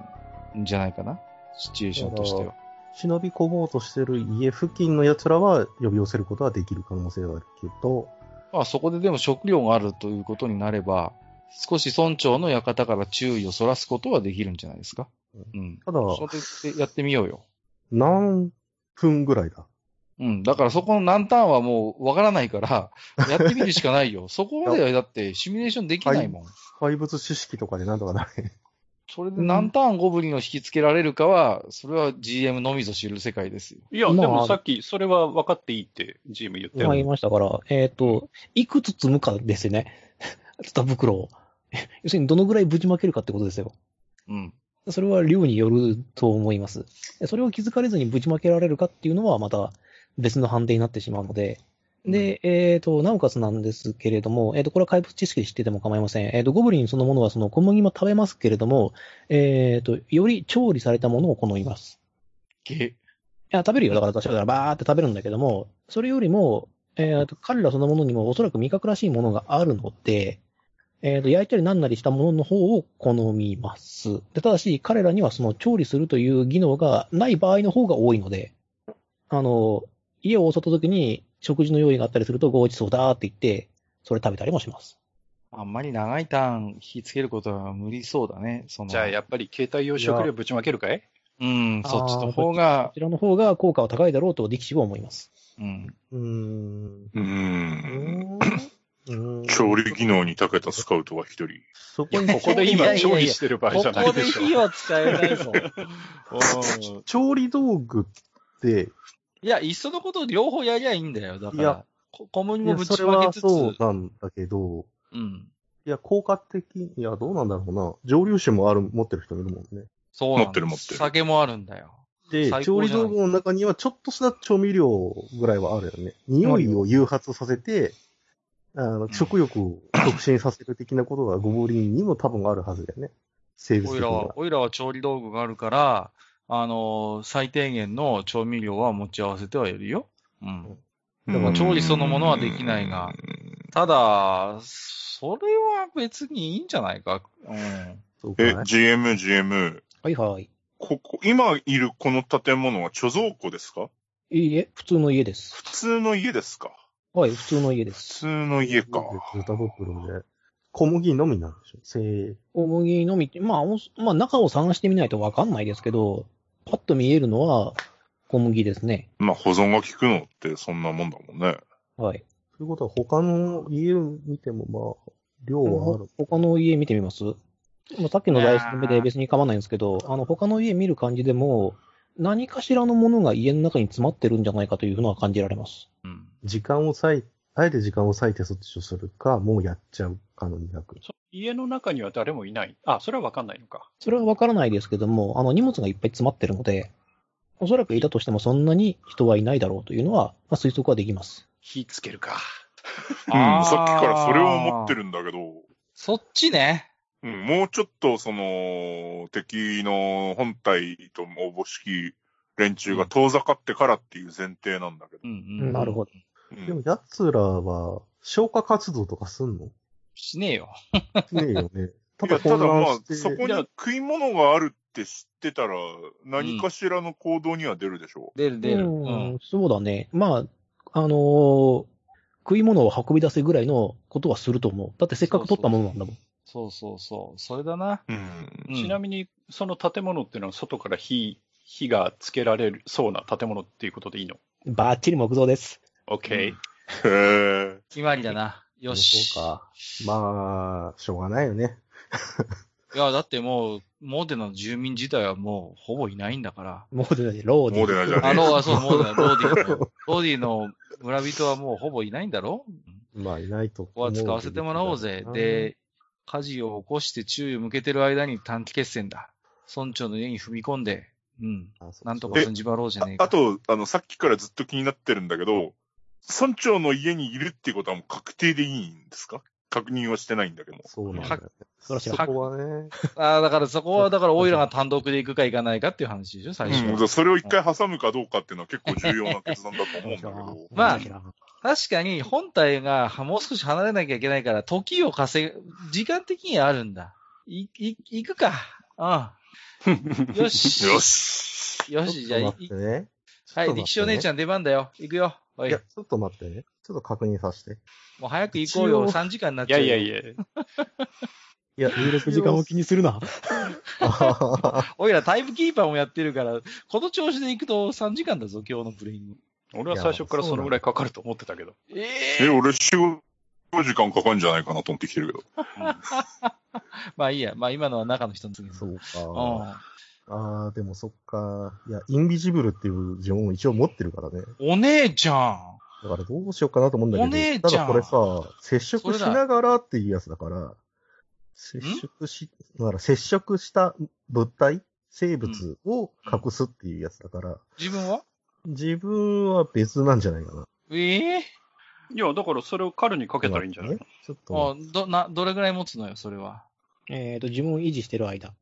S1: んじゃないかなシチュエーションとしては。
S5: 忍び込もうとしてる家付近の奴らは呼び寄せることはできる可能性はあるけど、
S1: まあそこででも食料があるということになれば、少し村長の館から注意をそらすことはできるんじゃないですかうん。
S5: ただ、
S1: それでやってみようよ。
S5: 何分ぐらいだ
S1: うん。だからそこの何ターンはもうわからない から、やってみるしかないよ。そこまではだってシミュレーションできないもん。
S5: 廃物知識とかでなんとかなれ。
S1: それで何ターンゴブリンを引きつけられるかは、それは GM のみぞ知る世界ですよ。
S2: いや、
S3: まあ
S2: でもさっき、それは分かっていいって、ジム言ったよ
S3: まあ
S2: ね。
S3: 言いましたから、えっ、と、いくつ積むかですよね。 蓋袋を。 要するにどのぐらいぶちまけるかってことですよ。
S1: うん。
S3: それは量によると思います。それを気づかれずにぶちまけられるかっていうのはまた別の判定になってしまうので、で、えっ、と、なおかつなんですけれども、えっ、と、これは怪物知識で知ってても構いません。えっ、と、ゴブリンそのものはその小麦も食べますけれども、えっ、と、より調理されたものを好みます。
S1: げ、
S3: いや、食べるよ。だから私はだからバーって食べるんだけども、それよりも、えーと、彼らそのものにもおそらく味覚らしいものがあるので、えーと、焼いたりなんなりしたものの方を好みます。で、ただし、彼らにはその調理するという技能がない場合の方が多いので、あの、家を襲った時に食事の用意があったりするとごちそうだって言って、それ食べたりもします。
S1: あんまり長いターン引きつけることは無理そうだね。その
S2: じゃあ、やっぱり携帯用食料ぶちまけるかい
S1: うん、
S3: あー
S1: そっちの方が
S3: こ、ちらの方が効果は高いだろうと力士は思います。
S1: うん。
S5: うーん。
S4: う。
S5: うんーん
S4: 調理技能に長けたスカウトが一人。
S5: そこ
S2: こ
S5: に、
S2: こで
S1: いやいや
S2: 今
S1: いや
S2: 調理してる場合じゃないでしょ。
S1: を使えないぞ。うん
S5: 調理道具って、
S1: いや、いっそのこと両方やりゃいいんだよ。だか
S5: いや
S1: ら、こ小麦
S5: い
S1: も
S5: や
S1: ぶ
S5: そ
S1: ち
S5: れ
S1: ま
S5: は
S1: けつつ、
S5: そうなんだけど、
S1: うん。
S5: いや、効果的に、いや、どうなんだろうな。蒸留酒もある、持ってる人いるもんね。
S1: そうなんだ
S4: 持ってる持ってる
S1: 酒もあるんだよ。
S5: で
S1: 最、
S5: 調
S1: 高
S5: 理
S1: じゃない
S5: 道具の中にはちょっとした調味料ぐらいはあるよね。匂いを誘発させて、あの、食欲を促進させる的なことがゴブリンにも多分あるはずだよね。生物
S1: おい
S5: 的に
S1: ら
S5: は
S1: は、。おいらは調理道具があるから、あのー最低限の調味料は持ち合わせてはいるよ。うん。
S5: だから
S1: 調理そのものはできないがただ、それは別にいいんじゃないか。うん。
S5: そうか
S4: え
S5: な、
S4: GM、GM、
S3: はいはい。
S4: ここ、今いるこの建物は貯蔵庫ですか
S3: いいえ、普通の家です。
S4: 普通の家ですか
S3: はい、普通の家で
S4: 普
S3: す。
S4: 通の家か。
S5: 豚袋で。小麦のみなんでしょせ
S3: 小麦のみって、まあ、おまあ、中を探してみないとわかんないですけど、パッと見えるのは小麦ですね。
S4: まあ保存が効くのってそんなもんだもんね。
S3: はい。
S5: ということは他の家を見てもまあ、量はある。
S3: 他の家見てみます、まあ、さっきの大目で別に構わないんですけど、あの、他の家見る感じでも、何かしらのものが家の中に詰まってるんじゃないかというのは感じられます。
S1: うん。
S5: 時間を割い、あえて時間を割いて措置をするか、もうやっちゃうかの2択。
S2: そ家の中には誰もいない。あ、それは分かんないのか。
S3: それはわからないですけども、あの、荷物がいっぱい詰まってるので、おそらくいたとしてもそんなに人はいないだろうというのは、まあ、推測はできます。
S2: 火つけるか。
S4: うん、さっきからそれを思って
S1: る。
S4: るんだけど、
S1: そっちね。
S4: うん、もうちょっとその、敵の本体とおぼしき連中が遠ざかってからっていう前提なんだけど。
S1: うんうん。
S3: なるほど。
S4: うん
S5: でも奴らは、消火活動とかす んの
S1: しねえよ。
S5: ねえよね。た
S4: いや
S5: だ
S4: ただ
S5: 混
S4: ま
S5: 乱
S4: あ
S5: し、て、
S4: そこに食い物があるって知ってたら、何かしらの行動には出るでしょ
S1: 出る出る。
S3: うん
S1: うん。
S3: そうだね。まあ、あのー食い物を運び出せぐらいのことはすると思う。だってせっかく取ったものなんだもん。
S1: そうそうそう。それだな。
S4: う。
S1: うん
S2: ちなみに、その建物っていうのは外から火、火がつけられるそうな建物っていうことでいいの
S3: バッチリ木造です。
S2: ?OK。
S4: へえ。
S1: 決まりだな。よし。
S5: そうか。まあ、しょうがないよね。
S1: いや、だってもう、モーデナの住民自体はもう、ほぼいないんだから。
S3: もうでない、ローで。
S4: モデナじゃ
S1: あ
S4: ね
S1: の、あ、そう、モーデナ、ローディの、ローディの村人はもうほぼいないんだろ
S5: まあ、いないと。
S1: ここは使わせてもらおうぜ。、で、火事を起こして注意を向けてる間に短期決戦だ。村長の家に踏み込んで、うん。
S5: あそう
S1: なんとか
S5: え
S1: 踏んじばろうじゃねえ
S4: あ
S1: か。
S4: あと、あの、さっきからずっと気になってるんだけど、村長の家にいるっていうことはもう確定でいいんですか確認はしてないんだけど。
S5: そうなんだよね。
S3: そらし
S5: そ
S3: ら
S5: こはね、
S1: ああ、だからそこは、だからオイラが単独で行くか行かないかっていう話でしょ、最初は。
S4: うん、それを一回挟むかどうかっていうのは結構重要な決断だと思うんだけど。
S1: まあ
S3: 知らん
S1: 確かに本体がはもう少し離れなきゃいけないから、時を稼ぐ、時間的にはあるんだ。い、い、行くか。うん。よし。
S4: よ。し。
S1: よし、
S5: ち
S1: じ
S5: ょ
S1: ゃあ、
S5: っと
S1: い
S5: 待ってね。
S1: はい、力士お姉ち
S5: ゃ
S1: ゃん出番だよ。行くよ。お
S5: い
S1: い
S5: や、、ちょっと待ってね。ちょっと確認させて。
S1: もう早く行こうよ。
S5: 一応
S1: 3時間になっ
S2: い
S1: ちゃ
S2: や
S1: うよ。
S2: いやいや、
S5: いや、
S3: 16時間を気にするな。
S5: あ
S1: おいらタイムキーパーもやってるから、この調子で行くと3時間だぞ、今日のプレイング。
S2: 俺は最初からそのぐらいかかると思ってたけど。
S1: え
S4: え、
S1: え
S4: 俺仕事時間かかるんじゃないかなと思ってきてるけど。
S1: まあいいや。まあ今のは中の人の次
S5: ー
S1: に。
S5: そう
S1: うん
S5: か。。ああ、でもそっか。いや、インビジブルっていう呪文を一応持ってるからね。
S1: お姉ちゃん。
S5: だからどうしようかなと思うんだけ
S1: お
S5: ど。
S1: 姉ちゃん
S5: ただこれさ、接触しながらっていうやつだから、接触し、だから接触した物体、生物を隠すっていうやつだから、
S1: 自分は
S5: 自分は別なんじゃないかな。
S1: ええ
S2: いや、だからそれを彼にかけたらいいんじゃない
S5: ねちょっ
S1: あ
S5: と、
S1: ど、な、どれぐらい持つのよ、それは。
S3: えっと、自分を維持してる間。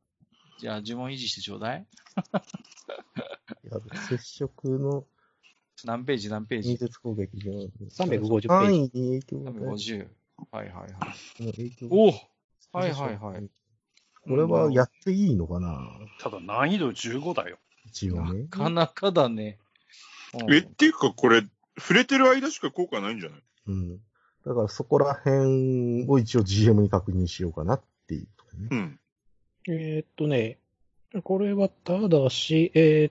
S1: じゃあ、呪文維持してちょうだい。
S5: いや接触の
S1: 何ページ、何ペー
S5: 近
S1: ジ
S5: 接攻撃が
S3: 350ページ
S5: 範囲に影響がない
S1: ?350。はいはいはい。
S5: 影響が
S1: おはいはいはい。
S5: これはやっていいのかな
S2: ただ難易度15だよ。
S5: 一応ね
S1: な。かなかだね。うん
S4: え、っていうかこれ、触れてる間しか効果ないんじゃない
S5: うん。だからそこら辺を一応 GM に確認しようかなっていうとこね。
S4: うん。
S3: えっとね、これはただし、え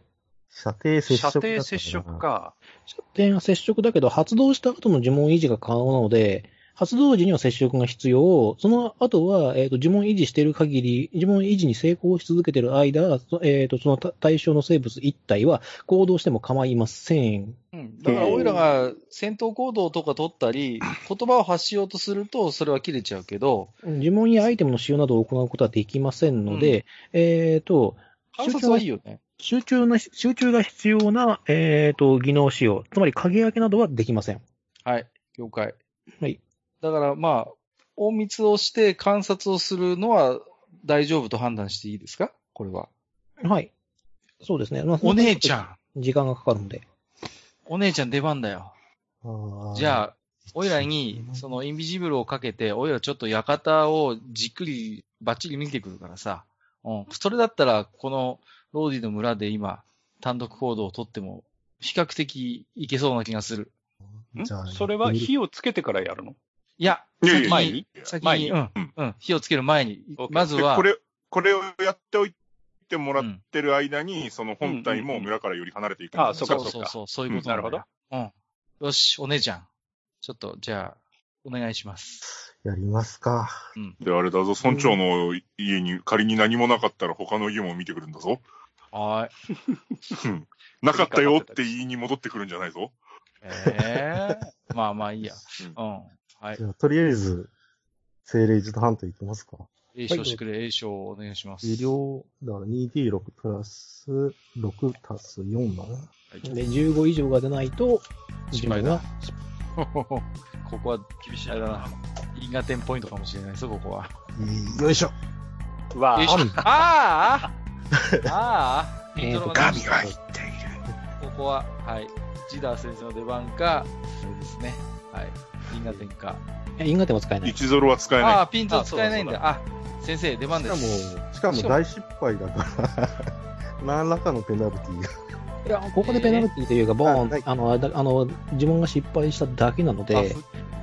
S5: 射程接
S2: 射
S5: 触だったから
S2: 程接触。か。
S3: ー、射程は接触だけど、発動した後の呪文維持が可能なので、発動時には接触が必要、その後は、えっ、と、呪文維持している限り、呪文維持に成功し続けている間、そえっ、と、そのた対象の生物一体は行動しても構いません。
S1: うんだから、おいらが戦闘行動とか取ったり、言葉を発しようとすると、それは切れちゃうけど、
S3: 呪文やアイテムの使用などを行うことはできませんので、えっ、と、
S1: 観察はいいよね。
S3: 集中な、集中が必要な、えっ、と、技能使用。つまり、鍵開けなどはできません。
S1: はい、了解。
S3: はい。
S1: だから、まあ、隠密をして観察をするのは大丈夫と判断していいですかこれは。
S3: はい。そうですね。まあ
S1: お姉ちゃん。
S3: ん。時間がかかるので。
S1: お姉ちゃん出番だよ。
S5: あ
S1: じゃ
S5: あ。
S1: あ、オイラに、そのインビジブルをかけて、オイラちょっと館をじっくり、ばっちり見てくるからさ。うん。それだったら、このローディの村で今、単独行動をとっても、比較的いけそうな気がする。
S2: ん
S5: じゃあ
S2: それは火をつけてからやるの
S1: いや、
S4: いやい
S1: 先
S4: や
S2: 前に
S1: に、先
S2: 前
S1: に、
S2: に
S1: うん
S4: うん、
S1: うん、火をつける前に
S2: オッケ、ー
S1: まず
S4: で、
S1: は
S4: こ、れ、これをやっておいてもら
S1: う
S4: っ
S1: ん
S4: てる間に、その本体
S2: うん
S4: も
S2: うんうん
S4: 村からより離れていく。
S2: あ
S1: そ
S2: そうう
S1: そ
S2: か
S1: う
S2: そ
S1: そうう
S2: か
S1: そう、いうことなんだよ。うん。よし、お姉ちゃん。ちょっと、じゃあ、お願いします。
S5: やりますか。
S4: で、あれだぞ、村長の家に仮に何もなかったら他の家も見てくるんだぞ。
S1: はー い。
S4: なかったよって言いに戻ってくるんじゃないぞ。
S1: ええまあまあいいや。う。
S4: うん
S1: はい
S5: じ。ゃあ、とりあえず、精霊術ハントいきますか。
S1: 栄唱してくれ、栄唱お願いします。
S5: 治療、だから 2D6 プラス6足す4だな。
S3: で、15以上が出ないと、
S1: 失
S3: 呪
S1: 敗
S3: 文
S1: だ
S3: が、
S1: ここは厳しいあれだな。因果点ポイントかもしれないですよ、ここは。
S5: よいしょ。
S2: わ
S1: よいしょ
S2: あ、
S1: ああああ
S3: えーと
S1: イントロが
S3: 神
S4: 言っている。
S1: ここは、はい。ジダー先生の出番か、あれですね。はい。因果点か。
S3: いや因果点は使えない。
S4: 一ゾロは使
S1: あ
S4: えな
S1: あ、ピント使えないんだ。あ、先生、出番
S5: し
S1: で
S5: かも
S1: す。、
S5: しかも大失敗だから、何らかのペナルティが。
S3: いや、ここでペナルティというか、ボーン、
S5: あはい
S3: あの、だあの、呪文が失敗しただけなので、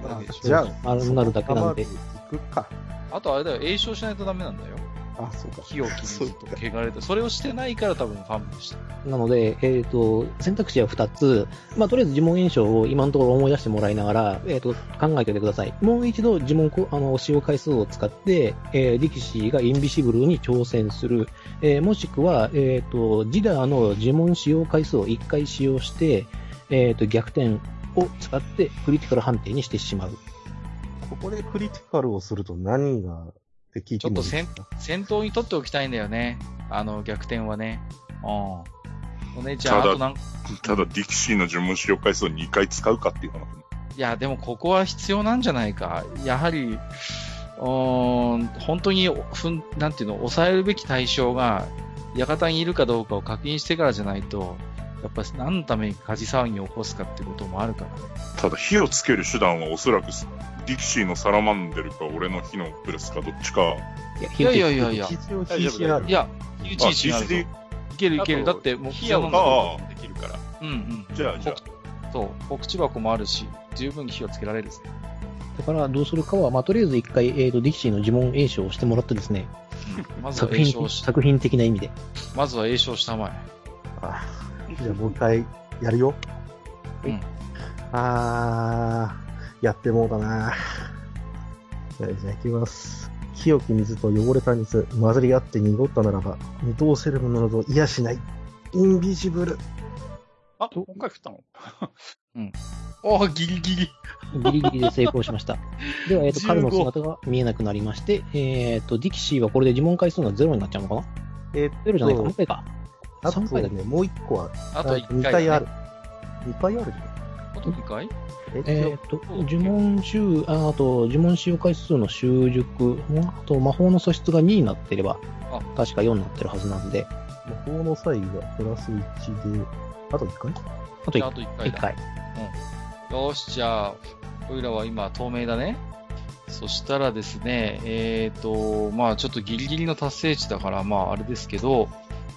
S1: ダメでしょ
S5: じゃあ、
S3: 丸になるだけなんで
S5: そこまで行くか。
S1: あとあれだよ、栄唱しないとダメなんだよ。
S5: あ、そうか。
S1: 火を切ると汚れて、それをしてないから多分ファンでした。
S3: なので、えっ、と、選択肢は2つ、まあ、とりあえず呪文演唱を今のところ思い出してもらいながら、えっ、と、考えておいてください。もう一度呪文こ、あの、使用回数を使って、えー、力士がインビシブルに挑戦する、えーもしくは、えっ、と、ジダーの呪文使用回数を1回使用して、えっ、と、逆転を使ってクリティカル判定にしてしまう。
S5: ここでクリティカルをすると何がって聞いてもいいですか
S1: ち先頭に取っておきたいんだよね。あの、逆転はね。うん。お姉ちゃん、あ
S4: ただ
S1: となん
S4: い。ただ、ディキシーの呪文使用回数を2回使うかっていう話。
S1: いや、でもここは必要なんじゃないか。やはり、うーん、本当に、ふん、なんていうの、抑えるべき対象が、館にいるかどうかを確認してからじゃないと、やっぱ何のために火事騒ぎを起こすかってこともあるからね。
S4: ただ、火をつける手段はおそらく、ディキシーのサラマンデルか、俺の火のブレスか、どっちか。
S1: い
S3: い
S1: やいやいやいや、
S5: 一応必死ある
S1: い。や、いちいち
S4: あ
S1: なる
S4: 必死で
S1: ぞいけるいける。だって、もう
S2: 火矢
S1: そ
S2: を
S1: んなの
S4: あ
S2: できるから。
S1: うんうん。
S4: じゃあ、じゃあ。
S1: そう、お口箱もあるし、十分火をつけられるぜ。
S3: だから、どうするかは、まあ、とりあえず一回、えーと、ディキシーの呪文詠唱をしてもらってですね、
S1: まずは
S3: 作
S1: 栄
S3: 品
S1: 唱し、
S3: 作品的な意味で。
S1: まずは栄唱したまえ。
S5: あじゃあもう一回やるよ。
S1: うん
S5: あー、やってもうだな。じゃあ、じゃあ行きます。清き水と汚れた水、混ざり合って濁ったならば、見通せるものなど癒やしない。インビジブル。
S2: あ、今回振ったの
S1: おーギリギリ。
S3: ギリギリで成功しま した。では、えっ、と、彼の
S1: 15
S3: 姿が見えなくなりまして、えっ、と、ディキシーはこれで呪文回数がゼロになっちゃうのかな
S5: えっ
S3: ゼロじゃないか、もう一回か。
S5: あと
S3: 3回だね。
S5: ね、もう一個ある。
S1: あと1回だ
S5: 2
S1: ね、
S5: 回ある。2回ある
S1: あと2回
S5: じゃん。え
S3: えっ、と、呪文集、ああと、呪文使用回数の習熟、あと、魔法の素質が2になっていれば
S1: あ、
S3: 確か4になってるはずなんで、
S5: 魔法の際がプラス1で、あと1回
S3: あと
S1: じゃああ
S3: 1,
S1: と1回だ。
S3: 回。
S1: よし、じゃあ、おいらは今、透明だね。そしたらですね、えっ、と、まあちょっとギリギリの達成値だから、まああれですけど、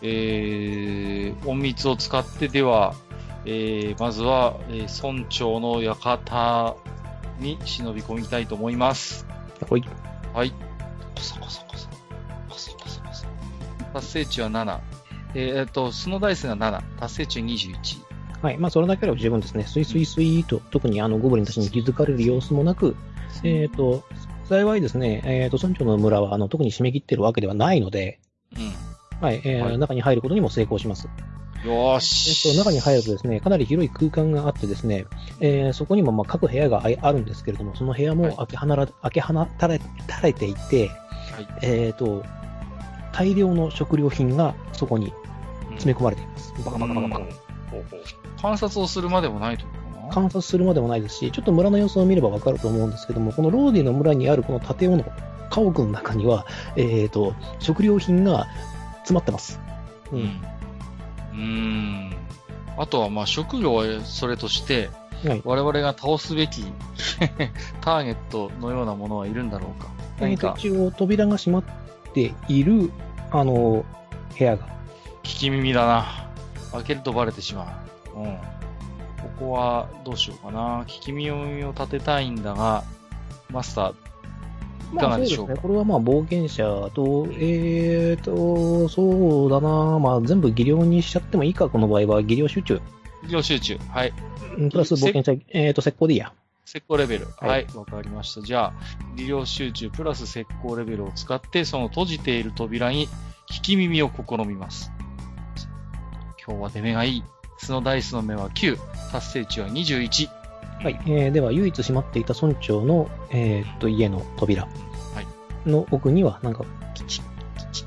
S1: えー、隠密を使ってでは、えー、まずは、えー村長の館に忍び込みたいと思います。
S3: ほい。
S1: はい。コソコソコソ。コソコソコソ。達成値は7。えっ、と、スノダイスが7。達成値21。
S3: はい。まあ、それだけでも十分ですね。スイスイスイと、特にあの、ゴブリンたちに気づかれる様子もなく、えっ、と、幸いですね、えっ、と、村長の村は、あの、特に締め切ってるわけではないので、
S1: うん。
S3: はい、えー
S1: はい
S3: 中に入ることにも成功します。
S1: よー
S3: えっ
S1: し。
S3: と、中に入るとですね、かなり広い空間があってですね、えーそこにもまあ各部屋がああるんですけれども、その部屋
S1: はい
S3: も開け放ら、開け放たれたれていて、
S1: はい
S3: えっ、と、大量の食料品がそこに詰め込まれています。バカバカバカバカ。
S1: 観察をするまでもないというのかな
S3: 観察するまでもないですし、ちょっと村の様子を見ればわかると思うんですけども、このローディの村にあるこの建物、家屋の中には、えっ、と、食料品が詰まってます。う
S1: うん。
S3: ん。
S1: うーん。あとは、まあ、職業はそれとして、
S3: はい。
S1: 我々が倒すべき ターゲットのようなものはいるんだろうか。
S3: え
S1: 何
S3: ーと
S1: か、
S3: 一応扉が閉まっている、あの、部屋が。
S1: 聞き耳だな。開けるとバレてしまう。うん。ここは、どうしようかな。聞き耳を立てたいんだが、マスター、いか
S3: ま
S1: が
S3: あそう
S1: ですしょうか
S3: ね。これはまあ冒険者と、えーと、そうだな、まあ全部技量にしちゃってもいいか、この場合は技量集中。
S1: 医療集中。はい。
S3: うんプラス冒険者、えーと、石膏でいいや。
S1: 石膏レベル。
S3: はい
S1: はい、わ、かりました。じゃあ、技量集中プラス石膏レベルを使って、その閉じている扉に聞き耳を試みます。今日は出目がいい。スノダイスの目は9、達成値は21。
S3: はい。えーでは、唯一閉まっていた村長の、えーと、家の扉。の奥には、なんか、キチッ、キチッ、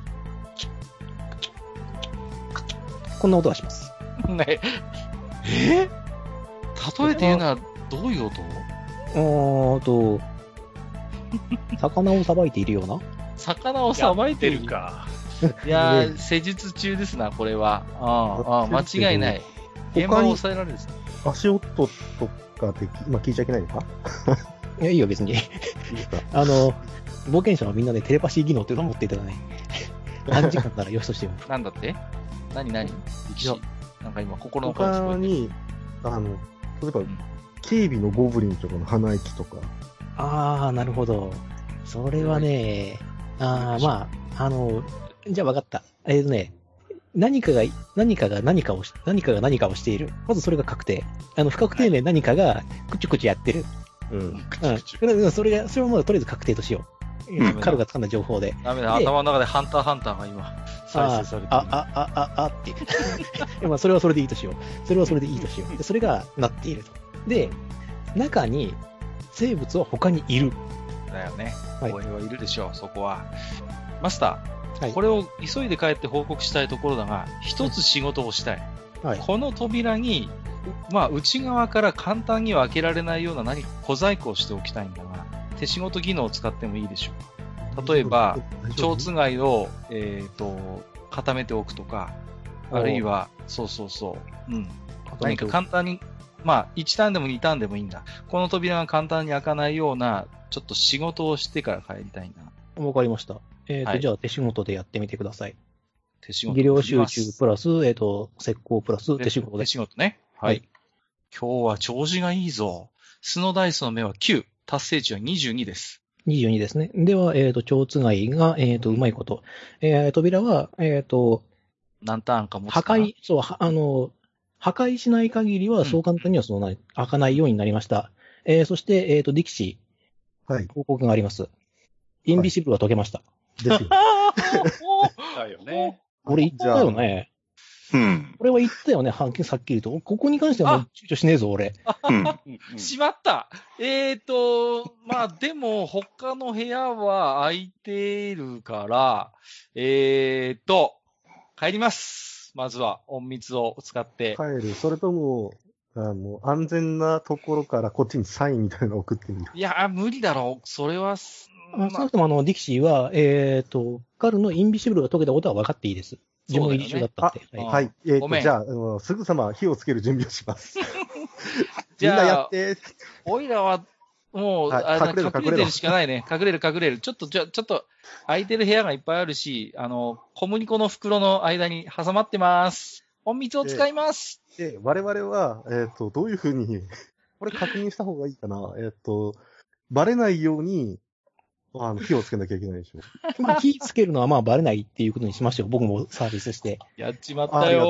S3: キチッ、キチッキチッこんな音がします。
S1: ね、えー例えて言うなら、どういう音
S3: あーと、魚をさばいているような
S1: 魚をさばいてるか。
S2: か。
S1: いやー、施術中ですな、これは。ああ、間違いない。現場を抑えられるですね。
S5: 足音とかでき、まあ、聞いちゃいけないのか
S3: いや、いいよ、別に。
S5: いいですか
S3: あの、冒険者のみんなでテレパシー技能っていうのを持っていただね。何時間ならよしとしても。
S1: なんだって何何歴
S5: い
S1: 史なんか今、心の声聞こ
S5: 他
S1: えてる。
S5: に、あの、例えば
S1: ん、
S5: 警備のゴブリンとかの鼻息とか、
S3: あー、なるほど。それはね、あー、まあ、あの、じゃあ分かった。えーとね、何かが、何かが何かをし、何かが何かをしている。まずそれが確定。あの、不確定名何かが、くちゅくちゅやってる。
S5: うん。
S3: うん。それそれが、それはまだとりあえず確定としよう。
S1: うん
S3: 彼が掴んだ情報で。
S1: ダメだ、
S3: で
S1: 頭の中でハンターハンターが今、再生されてる。
S3: あ、あ、あ、あ、あって。 でまあ、それはそれでいいとしよう。それはそれでいいとしよう。で、それがなっていると。で、中に生物は他にいる。
S1: だよね。
S3: はい
S1: 俺はいるでしょう、そこは。マスター、
S3: はい
S1: これを急いで帰って報告したいところだが、一つ仕事をしたい。
S3: はい
S1: この扉に、まあ、内側から簡単には開けられないような何か小細工をしておきたいんだが、手仕事技能を使ってもいいでしょうか例えば
S5: 大丈夫、
S1: 蝶つがいを、えっ、と、固めておくとか、あるいは、そうそうそう、うん。何か簡単に、まあ、1ターンでも2ターンでもいいんだ。この扉が簡単に開かないような、ちょっと仕事をしてから帰りたいんだな。
S3: わかりました。えっ、と、
S1: はい
S3: じゃあ手仕事でやってみてください。
S1: 手仕事。
S3: 技量集中プラス、えっ、と、石膏プラス
S1: で
S3: 手仕事で
S1: 手。仕事ね。はい。今日は調子がいいぞ。スノダイスの目は9、達成値は22です。
S3: 22ですね。では、えっ、と、蝶つがいが、えっ、と、うまいこと。えー扉は、えっ、と、
S1: 何ターンか持つ
S3: 破
S1: かな
S3: 壊、そう、はあの、破壊しない限り
S1: う
S3: は、
S1: ん
S3: そう簡単にはその、開かないようになりました。えーそして、えっ、と、力士、
S5: はい。
S3: 報告があります。インビシブルは解けました。
S5: ですよ。
S1: あ
S2: だよね。
S3: 俺言ったよね。
S4: うん。
S3: 俺は言ったよね、はっきりと。ここに関してはもう躊躇しねえぞ、俺。
S4: うん。
S2: うん
S1: ーしまったえーと、まあでも、他の部屋は空いているから、えーと、帰ります。まずは、隠密を使って。
S5: 帰る。それとも、あの、安全なところからこっちにサインみたいなの送ってみる。
S1: い、や、無理だろう。それは、す
S3: あ少
S1: ま
S3: な
S1: あ
S3: くともあの、ディキシーは、えっ、と、彼のインビシブルが解けたことは分かっていいです。自分が一緒だったって。
S1: そうだよね
S3: はい
S1: あ
S5: はい。えっ、
S1: ごめ
S5: と、
S1: ん
S5: じゃあ、あのすぐさま火をつける準備をします。 み
S1: じ
S5: ん
S1: ゃあ
S5: なやって。
S1: オイラは、もう、
S5: はい
S1: あれだ
S5: 隠れろ
S1: 隠れてるしかないね。隠れる、隠れる。ちょっと、じゃ、ちょっと、空いてる部屋がいっぱいあるし、あの、小麦粉の袋の間に挟まってます。隠密を使います。
S5: で、我々は、えっ、と、どういうふうに、 これ確認した方がいいかな。えっ、と、バレないように、あの、火をつけなきゃいけないでしょ。
S3: まあ、火つけるのはまあ、バレないっていうことにしましょう。僕もサービスして。
S1: やっちまった
S5: ありが
S1: よ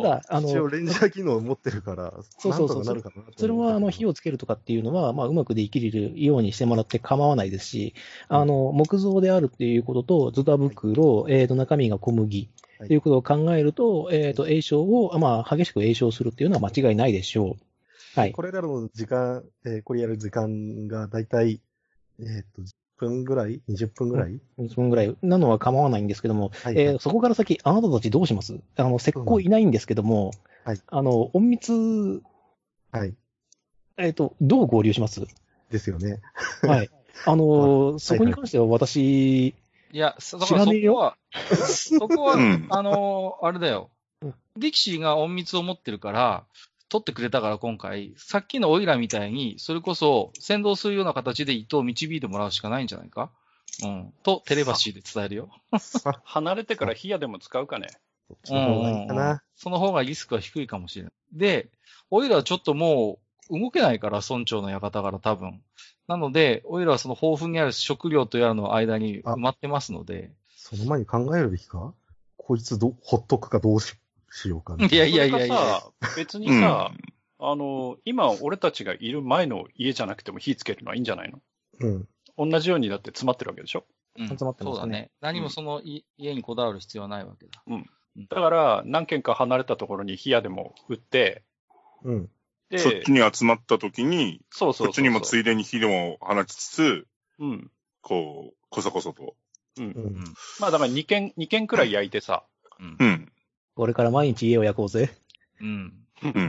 S3: ただ、あ
S5: 一応、
S3: の、
S5: レンジャー機能を持ってるから、
S3: そうそうそう
S5: なんとかなるかな
S3: それはあの、火
S5: を。
S3: をつけるとかっていうのは、まあ、うまくできるようにしてもらって構わないですし、あの、木造であるっていうことと、ズタ袋、えっ、と、中身が小麦。
S5: はい
S3: ということを考えると、えっ、と、栄唱を、まあ、激しく栄唱するっていうのは間違いないでしょう。はい。
S5: これらの時間、えーこれやる時間がだいたい、えっ、と、10分ぐらい ?20 分ぐらい、
S3: そのぐらいなのは構わないんですけども、
S5: はい
S3: えーそこから先、あなたたちどうしますあの、石膏いないんですけども、
S5: はい
S3: あの、隠密、
S5: はい。
S3: えっ、と、どう合流します
S5: ですよね。
S3: はい。あのーそこに関しては私、
S1: いや、そだ
S3: 知
S1: から
S3: ら
S1: そ
S3: ねえ
S1: こは
S3: よ、
S1: そこは、
S4: うん
S1: あの、あれだよ
S3: うん。
S1: ディキシーが隠密を持ってるから、取ってくれたから今回、さっきのオイラみたいに、それこそ、先導するような形で糸を導いてもらうしかないんじゃないかうん。と、テレパシーで伝えるよ。
S5: さ
S2: 離れてから火矢でも使うかね。
S5: そっちの方がいい
S1: うん
S5: か
S1: うんうん
S5: な。
S1: その方がリスクは低いかもしれない。で、オイラはちょっともう動けないから、村長の館から多分。なので、オイラはその豊富にある食料とやらの間に埋まってますので。
S5: その前に考えるべきかこいつど、ほっとくかどうししようか、ね。
S1: いやいやい
S2: そ
S1: や
S2: れ
S1: い
S2: か
S1: や。
S2: さ、別にさ、あの、今俺たちがいる前の家じゃなくても火つけるのはいいんじゃないの
S5: うん。
S2: 同じようにだって詰まってるわけでしょ
S1: うん
S3: 集まってますね
S1: そうだね。何もそのい家にこだわる必要はないわけだ。
S2: だから、何軒か離れたところに火矢でも撃って、
S5: うん。
S2: で、
S4: そっちに集まった時に、
S2: そうそうそうそう
S4: こっちにもついでに火でも放ちつつ、
S2: うん。
S4: こう、こそこそと。
S2: う。
S5: うんん。
S2: まあだから2軒、二軒くらい焼いてさ。
S1: うん
S4: う。ん。
S3: これから毎日家を焼こうぜ。
S1: うん。
S4: ん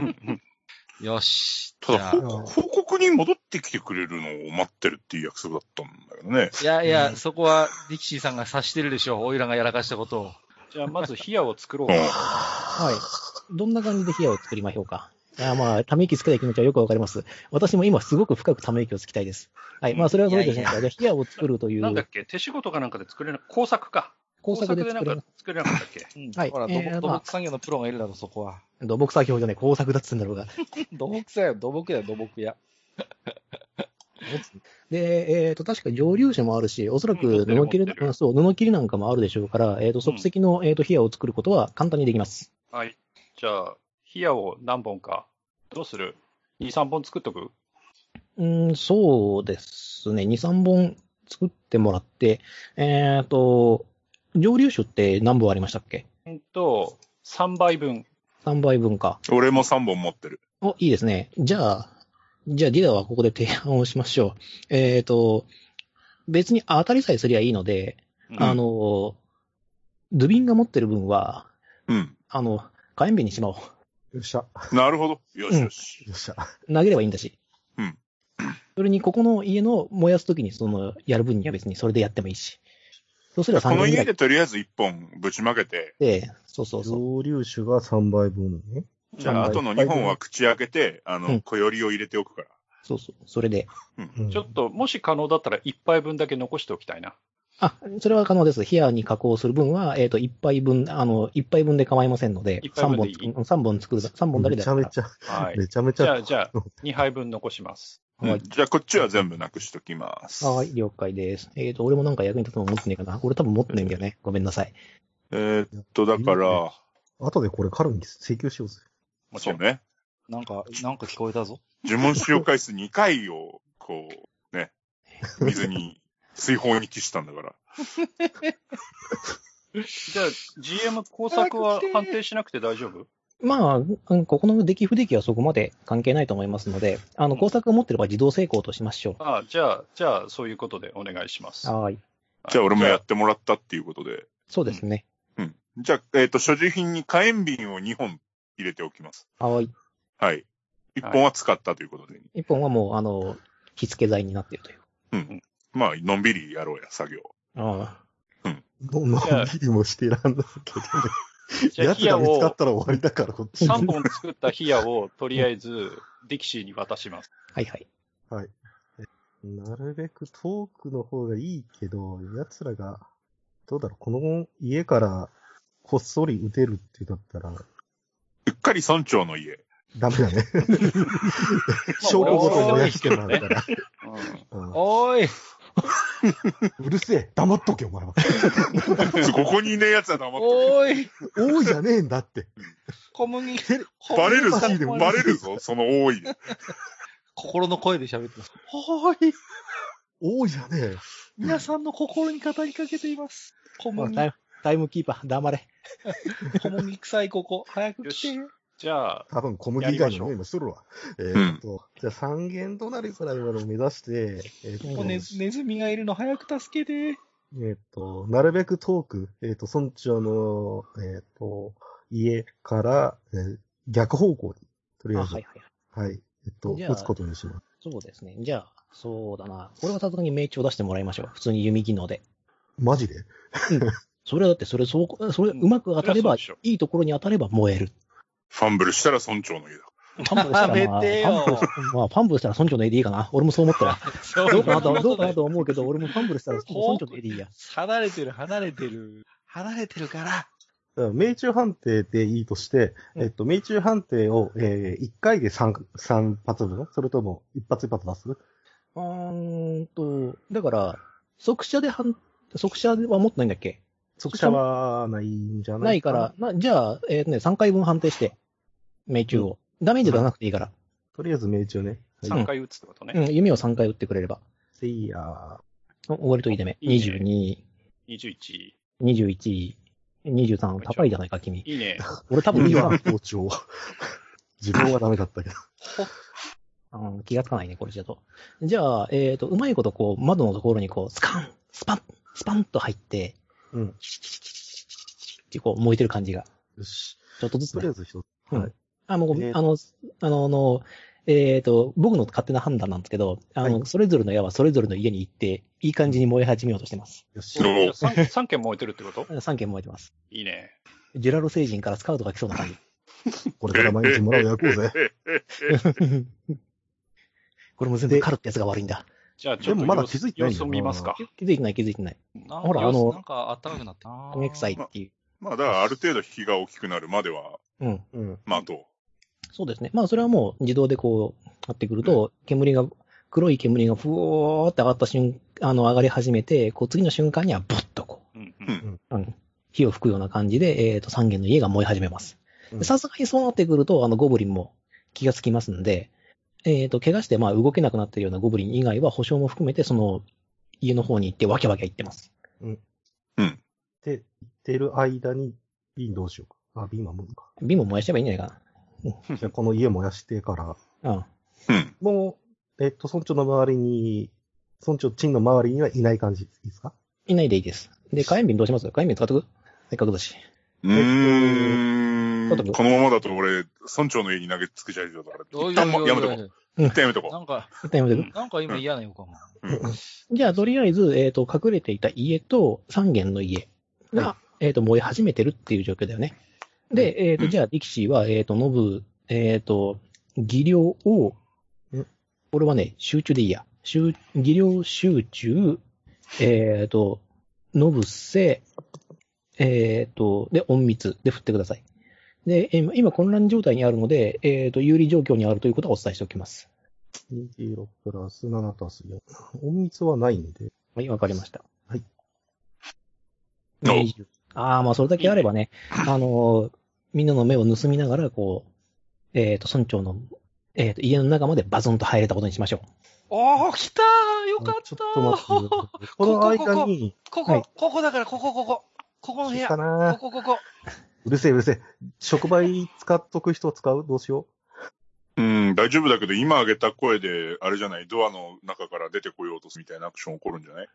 S1: よし。
S4: ただ、
S1: じ
S4: ほ
S1: ゃあ
S5: あ
S4: 報告に戻ってきてくれるのを待ってるっていう約束だったんだけど ね。
S1: いやいうや、
S5: ん
S1: そこは、ディキシーさんが察してるでしょう。オイラがやらかしたことを。
S2: じゃあまず火矢を作ろう
S4: う
S2: か。
S4: ん。
S3: はい。どんな感じで部屋を作りましょうか。いや、まあ、ため息つけたい気持ちはよくわかります。私も今すごく深くため息をつきたいです。はい。まあ、それはそれでですね。
S1: いやい
S3: じゃあ、部屋を作るとい
S2: なんだっ
S3: う
S2: け手仕事かなんかで作れな、工作か。
S3: 工作で
S2: 工なん
S3: 作れ
S2: か
S3: る。
S2: 作れなかったっけ
S1: うん。
S3: はい
S1: ほら、土
S3: えー
S1: 木土
S3: まあ
S1: 木産業のプロがいるだろ、そこは。
S3: 土木作業じゃない、工作だっつうんだろうが。
S1: 土木さよ、土木や、土木や。
S3: で、えっ、と、確か蒸留酒もあるし、おそら
S2: うん持
S3: く
S2: ってる
S3: 布切
S2: 持
S3: れ
S2: って、る
S3: うんそう、布切れなんかもあるでしょうから、えっ、と、即席の、えっ、と、冷やを作ることは簡単にできます。
S2: はい。じゃあ、火矢を何本か。どうする ?2、3本作っとく
S3: うーん、そうですね。2、3本作ってもらって、えっ、と、蒸留酒って何本ありましたっけ
S2: うんと、3倍分。
S3: ?3 倍分か。
S4: 俺も3本持ってる。
S3: お、いいですね。じゃあ、じゃあ、ディダはここで提案をしましょう。えっ、と、別に当たりさえすりゃいいので、
S2: うん
S3: あの、ドゥビンが持ってる分は、
S4: うん。
S3: あの、火炎瓶にしまおう。
S5: よっしゃ。
S4: なるほど。よしよし。
S5: よっしゃ。
S3: 投げればいいんだし。
S4: うん。
S3: それに、ここの家の燃やすときに、その、やる分には別にそれでやってもいいし。そうすれば
S4: こ
S3: 3
S4: の
S3: 分ぐら
S4: 家
S3: いで
S4: でとりあえず1本ぶちまけて、
S3: そうそうそう。
S5: 蒸留酒が3倍分ね。
S4: じゃあ、あとの2本は口開けて、あ
S3: う
S4: の、
S3: ん
S4: 小よりを入れておくから。
S3: そうそう。それで。
S5: うん
S2: ちょっと、もし可能だったら1杯分だけ残しておきたいな。
S3: あ、それは可能です。ヒアに加工する分は、えっ、と、1杯分、あの、一杯分で構いませんので、
S2: 一杯
S3: 3
S2: 分で
S3: 本
S2: いい
S3: 作る、3本作るだ、三本だけだ
S5: めち
S3: か
S5: ゃ
S3: ら
S5: めちゃ、
S2: はい。
S5: めちゃめち
S2: じゃ
S5: ゃ
S2: あ、じゃあ、2杯分残します。
S4: うん
S3: はい
S4: じゃあ、こっちは全部なくしときます。
S3: はい、了解です。えっ、と、俺もなんか役に立つの持ってねえかな。俺多分持ってないんだよね。ごめんなさい。
S4: えーっと、だから、
S5: 後でこれカルに請求しようぜ。
S2: もち
S4: そ
S2: ろ。
S4: うんね。
S1: なんか、なんか聞こえたぞ。
S4: 呪文使用回数2回を、こう、 ね、水に、水泡に帰したんだから。
S2: じゃあ、GM 工作は判定しなくて大丈夫
S3: まあうん、ここの出来不出来はそこまで関係ないと思いますので、あの、工作を持ってれば自動成功としましょ
S2: ああ、じゃあ、じゃあ、そういうことでお願いします。
S3: う。はい。
S4: じゃあ、俺もやってもらったっていうことで。
S3: そうですね。
S4: うん。じゃあ、えーっと、所持品に火炎瓶を2本入れておきます。
S3: はい。
S4: はい。1本は使ったということで。
S3: 一本はもう、あの、火付け剤になっているという。
S4: まあ、のんびりやろうや、作業。
S3: あ
S5: どんなびりもしてらんだけどね。
S2: じゃあ、
S5: 奴
S2: ヒヤ
S5: が見つか
S2: を
S5: っ、たら終わりだから、こっち。
S2: 3本作ったヒヤを、とりあえず、ディキシーに渡します。
S3: あ。はいはい。
S5: なるべく遠くの方がいいけど、奴らが、どうだろう、この家からこっそり撃てるってだったら、
S4: うっかり村長の 家。
S5: ダメだ ね。証拠ごとに燃やしてもらうから。
S2: う
S5: う
S1: おーい
S5: んうるせえ、黙っとけ、お前は。
S4: ここにいねえ奴は黙っと
S1: おーい
S5: 多いじゃねえんだって。
S1: 小麦
S4: け。バレるぞ
S5: こんな感じでも、
S4: バレるぞ、その多い。
S1: 心の声で喋ってます。おーい
S5: 多いじゃねえ。
S1: 皆さんの心に語りかけています。小
S3: まあ
S1: 麦、
S3: タイムタイムキーパー、黙れ。
S1: 小麦臭いここ、早く来て。
S2: じゃあ、
S5: 多分小麦以外の匂いもしとるわ。えーっと、じゃあ三軒隣くらいまでを目指して、えーっと
S1: ここネズネズミがいるの早く助けて。
S5: えっ、と、なるべく遠く、えっ、と、村長の、えっ、と、家から、えー逆方向に、とり
S3: あ
S5: あ
S3: は
S5: え
S3: い
S5: ず、
S3: は
S5: はいい、
S3: はい。
S5: えっ、と、
S3: じゃあ
S5: 撃つことにします。
S3: そうですね。じゃあ、そうだな。これはさすがに命中を出してもらいましょう。普通に弓技能で。
S5: マジで
S3: それはだって、それ、そう、それ、うまく当たれば、
S2: うん
S3: いいところに当たれば燃える。
S4: ファンブルしたら村長の家だ。
S3: パンブルしたら、ま
S1: や
S3: あ、
S1: めてよ
S3: パンブル したらまあ、パンブルしたら村長のエディかな。俺もそう思ったら。
S1: そ
S3: どうかなと、どうかなと思うけど、俺もパンブルしたら村長のエディや。
S1: 離れてる、離れてる。離れてるから。
S5: だから命中判定でいいとして、
S3: うん
S5: えっ、と、命中判定を、え1回で 3, 三発分それとも、一発一発出す
S3: うーんと、だから、即射で判、即射は持ってないんだっけ
S5: 速射はないんじゃ
S3: な
S5: ないい
S3: か
S5: かな。
S3: ら、なじゃあ、えっ、とね、3回分判定して、命中を。ダメージ出なくていいから。
S5: とりあえず命中ね。はい。
S2: 3回打つってことね。
S3: うん、弓を3回打ってくれれば。
S5: せいやー。
S3: お割といいだめ。
S2: いいね
S3: 22、
S2: 21。
S3: 21、23、高いじゃないか、君。
S2: いいね。
S3: 俺多分
S5: いい
S3: 23
S5: わ、校長。 自分はダメだったけど。
S3: うん、気がつかないね、これじゃと。じゃあ、えっ、と、うまいことこう、窓のところにこう、スカン、スパン、スパンと入って、
S5: うん。
S3: ってこう、燃えてる感じが。
S5: よし。
S3: ちょっとずつ
S5: と
S3: ね、
S5: りあえず一つ。
S3: うん
S5: はい。
S3: あ、もう、
S5: えー
S3: あの、あの、あの、えっ、と、僕の勝手な判断なんですけど、あの、
S5: はい
S3: それぞれの矢はそれぞれの家に行って、いい感じに燃え始めようとしてます。
S5: よし。
S4: どう
S2: 3, 三件燃えてるってこと
S3: 3件燃えてます。
S2: いいね。
S3: ジェラル星人からスカウトが来そうな感
S5: これから毎日もらうやこうぜ。
S3: じ。これも全部カルってやつが悪いんだ。
S2: じゃあ、ちょっと
S5: でもまだ気づいてな
S2: 様
S5: いん
S2: 子
S5: だよ
S2: を
S5: な
S2: 見ますか。
S3: 気づいてない気づいてない。
S1: な
S3: ほらあの
S1: なんかあったかくなってな
S3: 金臭いっていう。
S4: まあ、だからある程度火が大きくなるまでは、
S3: うん。
S5: うん。
S4: まあ、ど
S3: そうですね。まあ、それはもう自動でこう、なってくると、煙が、黒い煙がふおーって上がった瞬、あの、上がり始めて、こう、次の瞬間には、ぼっとこ
S2: うんう
S4: うんん。
S3: う、うん、火を吹くような感じで、えっ、と、三軒の家が燃え始めます。
S5: うん
S3: でさすがにそうなってくると、あの、ゴブリンも気がつきますんで、えっ、と、怪我して、まあ、動けなくなってるようなゴブリン以外は、保証も含めて、その、家の方に行って、わけわけ行ってます。
S5: で、行ってる間に、瓶どうしようか。あ、瓶は無理か。
S3: 瓶も燃やしちゃえばいいんじゃないか
S5: じゃあこの家燃やしてから、
S3: な。うん。
S4: う。うん。
S5: もう、えっと、村長の周りに、村長、チンの周りにはいない感じ、いいですか
S3: いないでいいです。で、火炎瓶どうします火炎瓶使っとくせっかくだし。
S4: うー
S3: えっと
S4: ん。このままだと俺、村長の家に投げつけちゃいそうだから、
S1: お
S4: 一
S1: い
S4: 旦
S1: おいおいおい
S4: やめとこう。一旦やめとこ
S1: なんか、
S3: 一旦やめてく
S1: なんか今嫌な予感が。
S3: じゃあ、とりあえず、えっ、と、隠れていた家と三軒の家が、
S5: は
S3: えっ、と、燃え始めてるっていう状況だよね。で、えっ、
S4: う
S3: と、
S4: ん
S3: じゃあ、力士は、えっ、と、ノブ、えっ、と、技量を
S5: うん、
S3: これはね、集中でいいや。集技量集中、えっ、と、ノブせ、えっ、と、で、隠密で振ってください。で、えー今、混乱状態にあるので、えっ、と、有利状況にあるということはお伝えしておきます。
S5: 26プラス7足す4。隠密はないんで。
S3: はい、わかりました。
S5: はい。
S4: お
S3: 20ああ、まあそれだけあればね、あのーみんなの目を盗みながら、こう、えっ、と、村長の、えっ、と、家の中までバズンと入れたことにしましょ
S1: おー、来たーよかった
S5: ちょ
S1: ー
S5: っと待ってください。この間に、
S1: こ
S3: はい。
S1: こ、ここだから、ここ、ここ。ここの部
S5: いい
S1: 屋。
S5: か
S1: こ
S5: な
S1: こ、ここ。
S5: うるせえうるせえ。触媒使っとく人使うどうしよ
S4: うん、大丈夫だけど、今上げた声で、あれじゃない、ドアの中から出てこようとするみたいなアクション起こるんじゃない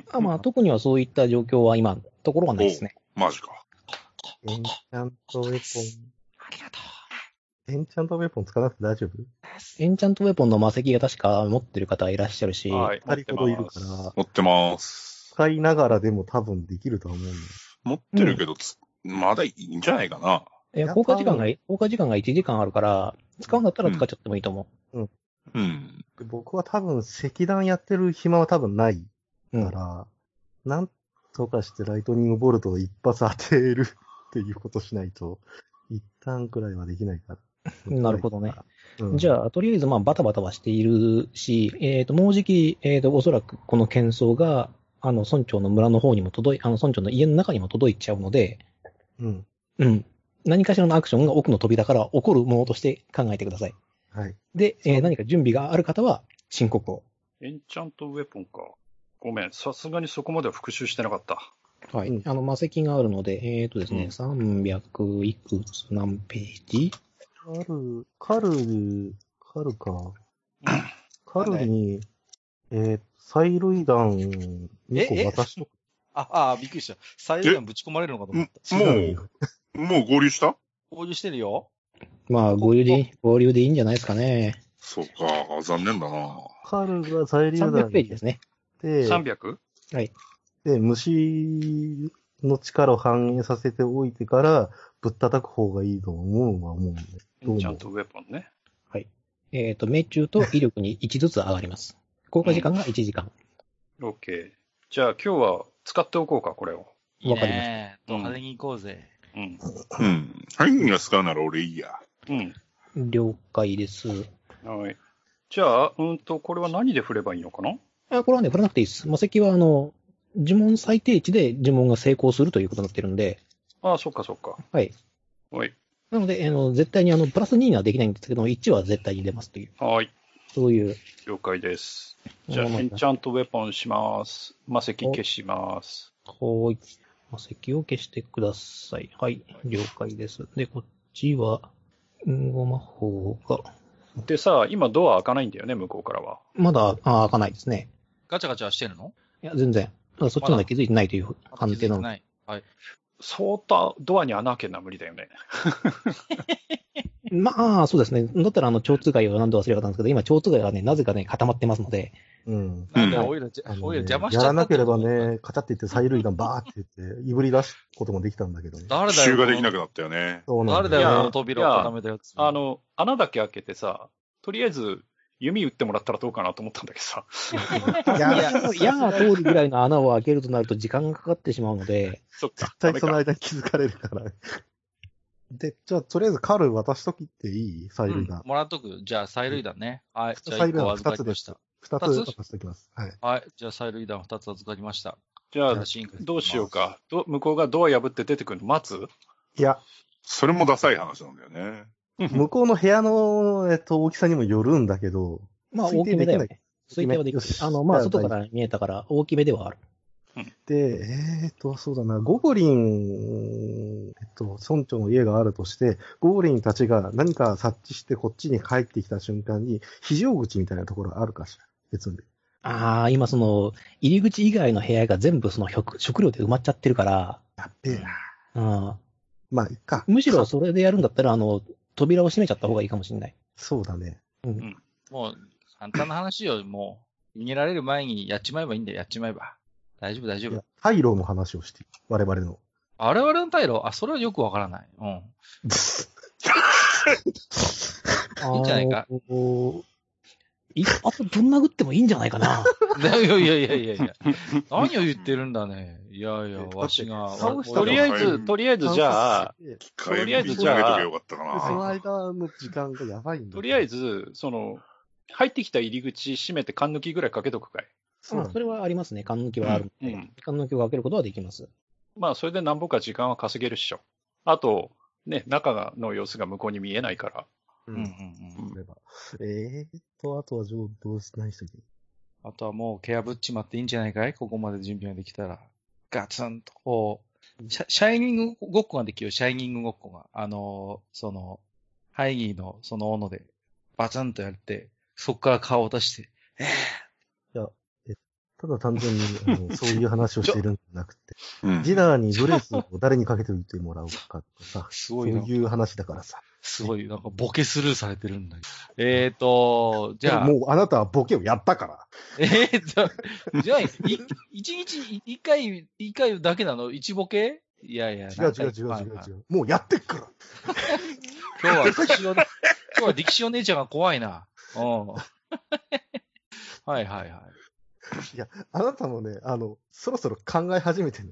S4: う
S3: あまあ、特にはそういった状況は今、ところはないですね。
S4: マジか。
S5: う。エンチャントウェポ
S1: ありがと
S5: ン。エンチャントウェポン使わなくて大丈夫
S3: エンチャントウェポンの魔石が確か持ってる方いらっしゃるし、
S2: はい。
S5: 二人ほどいるか
S2: 持ってます
S5: ら、
S4: 持ってます。
S5: 使いながらでも多分できるとは思うんだよ。
S4: 持ってるけど、つまだいいんじゃないかな。
S3: えー
S5: やっぱ
S3: 効果時間が、効果時間が1時間あるから、使うんだったら使っちゃってもいいと思
S4: うん。
S5: 僕は多分、石段やってる暇は多分ないか
S3: う。うん。
S5: ら、なんとかしてライトニングボルトを一発当てるっていうことしないと、一旦くらいはできないから。
S3: なるほどね。
S5: うん、
S3: じ
S5: あ、
S3: ゃあ、とりあえず、まあ、バタバタはしているし、えっ、と、もうじき、えっ、と、おそらくこの喧騒が、あの、村長の村の方にも届い、あの、村長の家の中にも届いちゃうので、
S5: うん。
S3: うん。何かしらのアクションが奥の扉から起こるものとして考えてください。
S5: はい。
S3: で、えー何か準備がある方は、申告を。
S2: エンチャントウェポンか。ごめん、さすがにそこまでは復習してなかった。
S3: はい。
S5: うん
S3: あの、魔石があるので、えっ、とですね、300いくつ何ページ
S5: カル、カル、カルか。カルに、えー、催涙弾2個
S1: ええ
S5: 渡しとく。
S1: あ、あー、びっくりした。サイレンぶち込まれるのかと思っ
S4: えも
S1: た。
S4: う
S5: 違よ
S4: もう合流した
S1: 合流してるよ。
S3: まあ、合流でいい、合流でいいんじゃないですかね。
S4: そうか、残念だな。
S5: カルが催涙弾
S3: 300ページ
S5: に
S3: ですね。
S5: で、
S2: 300?
S5: で、虫の力を反映させておいてから、ぶったたく方がいいと思うは思うんで。
S2: エ
S5: どう
S2: ンチャン
S5: も。
S2: トウェポンね。
S3: えっ、と、命中と威力に1ずつ上がります。効果時間が1時間。
S2: OK。じゃあ今日は使っておこうか、これを。
S1: いい
S3: わかりま
S1: ねー。ド派手に行こうぜ。
S2: うん。
S4: うん。ハインが使うなら俺いいや。
S2: うん。
S3: 了解です。
S2: はい。じゃあ、うんと、これは何で振ればいいのかな
S3: あこれはね、振らなくていいです。魔石は、あの、呪文最低値で呪文が成功するということになってるんで、
S2: ああ、そっかそっか。
S3: はい。
S2: はい。
S3: なので、あの、絶対に、あの、プラス2にはできないんですけども、1は絶対に出ますという、
S2: はい。
S3: そういう。
S2: 了解です。じゃあ、
S3: もの
S2: エ
S3: に
S2: ン
S3: な
S2: チャントウェポンします。魔石消します。
S3: はい。魔石を消してください。はい。了解です。で、こっちは、うんご魔法が、
S2: でさ、今ドア開かないんだよね、向こうからは。
S3: まだ、あ、開かないですね。
S1: ガチャガチャしてるの
S3: いや、全然。あそっちの方が気づいてないという
S1: あ
S3: 判定なので
S1: ない。
S2: そうたドアに穴開けるのは無理だよね。
S3: まあ、そうですね。だったら、あの、蝶通貝を何度忘れかったんですけど、今、蝶通貝がね、なぜかね、固まってますので、
S5: うん。
S1: なんで、
S4: うん
S1: おいらじゃ、
S5: あのね
S1: おいら邪魔し
S5: や
S1: ちゃった
S5: らな
S1: って
S5: けれ
S1: こと
S5: ば。ね、カチャって言って催涙弾バーって言って、いぶり出すこともできたんだけどね。
S1: 誰だ
S4: 集
S1: よ。
S4: ができなくなったよね。
S5: そうなん
S1: 誰だ
S5: よ。
S1: よ、
S2: いや
S1: あの扉を固めたやつ。
S2: あ、の、穴だけ開けてさ、とりあえず弓打ってもらったらどうかなと思ったんだけどさ。
S3: いや、矢が通るぐらいの穴を開けるとなると時間がかかってしまうので、
S2: そっか
S5: 絶。対その
S2: ダメか
S5: 間に気づかれるから。 で、じゃあ、とりあえずカル渡しときっていい催
S1: うん
S5: 涙弾。
S1: もらっとく。じゃあ、催涙弾ね。はい。じゃあ、
S5: 催
S1: 一
S5: 涙
S1: 個
S5: 弾
S1: 預か
S5: 2つ
S1: りま
S5: で
S1: し
S5: したた。。2つ
S1: 二つ
S5: 渡しておきます。はい。
S1: はい。じゃあ、催涙弾二つ預かりました。
S2: じゃ
S1: じゃ
S2: あ
S1: あ、、進化
S2: どうしようか。ど向こうがドア破って出てくるの待つ
S5: いや、
S4: それもダサい話なんだよね。
S5: 向こうの部屋の、えっと、大きさにもよるんだけど、
S3: まあ、
S5: 推
S3: 大き
S5: 定
S3: め
S5: で
S3: だ
S5: きない
S3: よね。推定はできる
S5: よし。
S3: あの、まあ、
S5: じゃあ
S3: 外から見えたから、大きめではある。
S5: で、えー、っと、そうだな、ゴブリン、えっと、村長の家があるとして、ゴブリンたちが何か察知してこっちに帰ってきた瞬間に、非常口みたいなところあるかしら別に。
S3: ああ、今、その、入り口以外の部屋が全部、その、食食料で埋まっちゃってるから、
S5: やっべえな。
S3: うん。
S5: まあ、いっか。
S3: むしろ、それでやるんだったら、あの、扉を閉めちゃった方がいいかもしれない。
S5: そうだね。
S1: もう、簡単な話よ。もう、逃げられる前にやっちまえばいいんだよ。やっちまえば。大丈夫、大丈
S5: いや
S1: 夫。
S5: ハイローの話をしている、我々の。
S1: 我々の退路、あ、それはよくわからない。うん。いいんじゃないか
S3: あの。一発ぶん殴ってもいいんじゃないかな。
S1: いやいやいやいやいやい や。何を言ってるんだね。いやいや、
S5: だって
S1: わしが。
S5: 倒
S1: わ
S5: した
S2: とりあえ
S4: は
S2: ず、
S4: い
S2: とりあえずじゃあ、
S5: で、
S2: とりあえず
S4: 火炎瓶投げとけばよかったか
S5: その
S4: な。
S5: 間の時間がやばいんだ。
S2: とりあえ
S5: ず。
S2: ず、その、入ってきた入り口閉めて、缶抜きぐらいかけとくかい。
S5: そう
S3: ま
S5: な
S3: あ、
S5: ん
S3: そ
S5: だ。
S3: れはありますね。缶抜きはあるので、
S2: うんうん
S3: 缶抜きをかけることはできます。
S2: まあ、それでなんぼか時間は稼げるっしょ。あと、ね、中の様子が向こうに見えないから。
S5: う
S1: うんうんう。ん。
S5: そういえばえーっと、あとはどうどうしない人に。
S1: あとはもうケアぶっちまっていいんじゃないかいここまで準備ができたら。ガツンとこう、シャシャイニングごっこができる、シャイニングごっこが。あのー、その、ハイギーのその斧で、バツンとやって、そこから顔を出して、
S5: ただ単純に、あのそういう話をしてるんじゃなく て、
S4: うん
S5: ディナーにブレスを誰にかけておいてもらおうかとかさ、
S1: す
S5: そ
S1: ご
S5: う
S1: いな、
S5: いう話だからさ。
S1: すごい、なんかボケスルーされてるんだけど。えーと、じゃあ、
S5: もうあなたはボケをやったから。
S1: えーじゃあ、じゃあ、い一日い一回、一回だけなの一ボケいやいや、
S5: 違う違う違う違う違
S1: う。
S5: う。もうやってっから。
S1: 今日は力士お、今日は力士お姉ちゃんが怖いな。うん。はいはいはい
S5: あなたもね、あの、そろそろ考え始めてね、。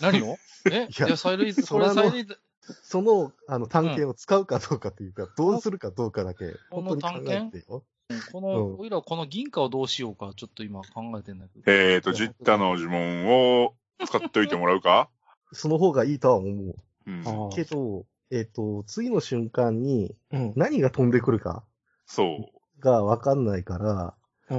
S1: 何をえ
S5: い
S1: い
S5: や
S1: や、催涙、
S5: そ
S1: こ
S5: れ
S1: れ
S5: は
S1: 催涙、
S5: その、あの、探検を使うかどうかというか、どうするかどうかだけ、
S1: この
S5: 本当に考
S1: 探
S5: え
S1: 検
S5: てよ。
S1: こ
S5: うん
S1: の、おいらこの銀貨をどうしようか、ちょっと今考えてんだけど。
S4: えっ、ー、と、ジッタの呪文を使っておいてもらうか
S5: その方がいいとは思
S4: うん。
S5: う。けど、えっ、と、次の瞬間に
S3: うん。
S5: 何が飛んでくるか
S4: そ
S5: がわかんないから、
S3: う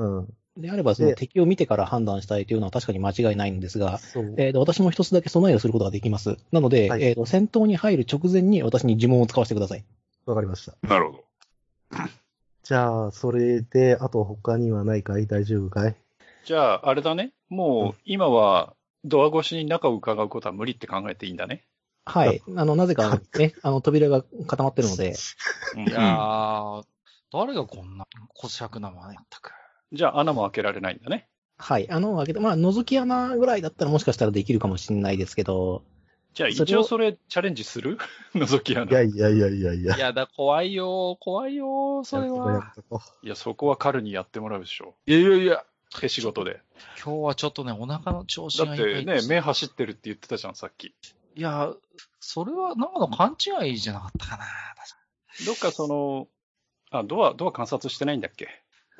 S3: ん。
S5: うん。
S3: であれば、その
S5: で
S3: 敵を見てから判断したいというのは確かに間違いないんですが、
S5: そう。
S3: えーと私も一つだけ備えをすることができます。なので、
S5: はい
S3: えーと戦闘に入る直前に私に呪文を使わせてください。
S5: わかりました。
S4: う。なるほど。
S5: じゃあ、それで、あと他にはないかい大丈夫かい
S2: じゃあ、あれだね。もう、今は、ドア越しに中を伺うことは無理って考えていいんだね。
S3: はい。あの、なぜか、ね、あの、扉が固まってるので、
S2: うん
S1: いやー、誰がこんな、小尺なまね、全く。
S2: じゃあ、穴も開けられないんだね。
S3: はい。穴を開けて、まあ、覗き穴ぐらいだったらもしかしたらできるかもしれないですけど、
S2: じゃあ、
S3: それを
S2: 一応それ、チャレンジする 覗き穴。
S5: いやいやいやいやいや
S1: い。やだ、怖いよー、怖いよー、それ
S5: やっ
S1: は。
S5: とこやっとこ
S2: いや、そこはカルにやってもらうでしょ。
S1: いやいやいや。
S2: 手仕事で。
S1: 今日はちょっとね、お腹の調子
S2: だっ
S1: が痛
S2: て
S1: い
S2: ね
S1: で、す。
S2: 目走ってるって言ってたじゃん、さっき。
S1: いや、それはなんかの勘違いじゃなかったかな。
S2: どっかその、あ、ドア、ドア観察してないんだっけ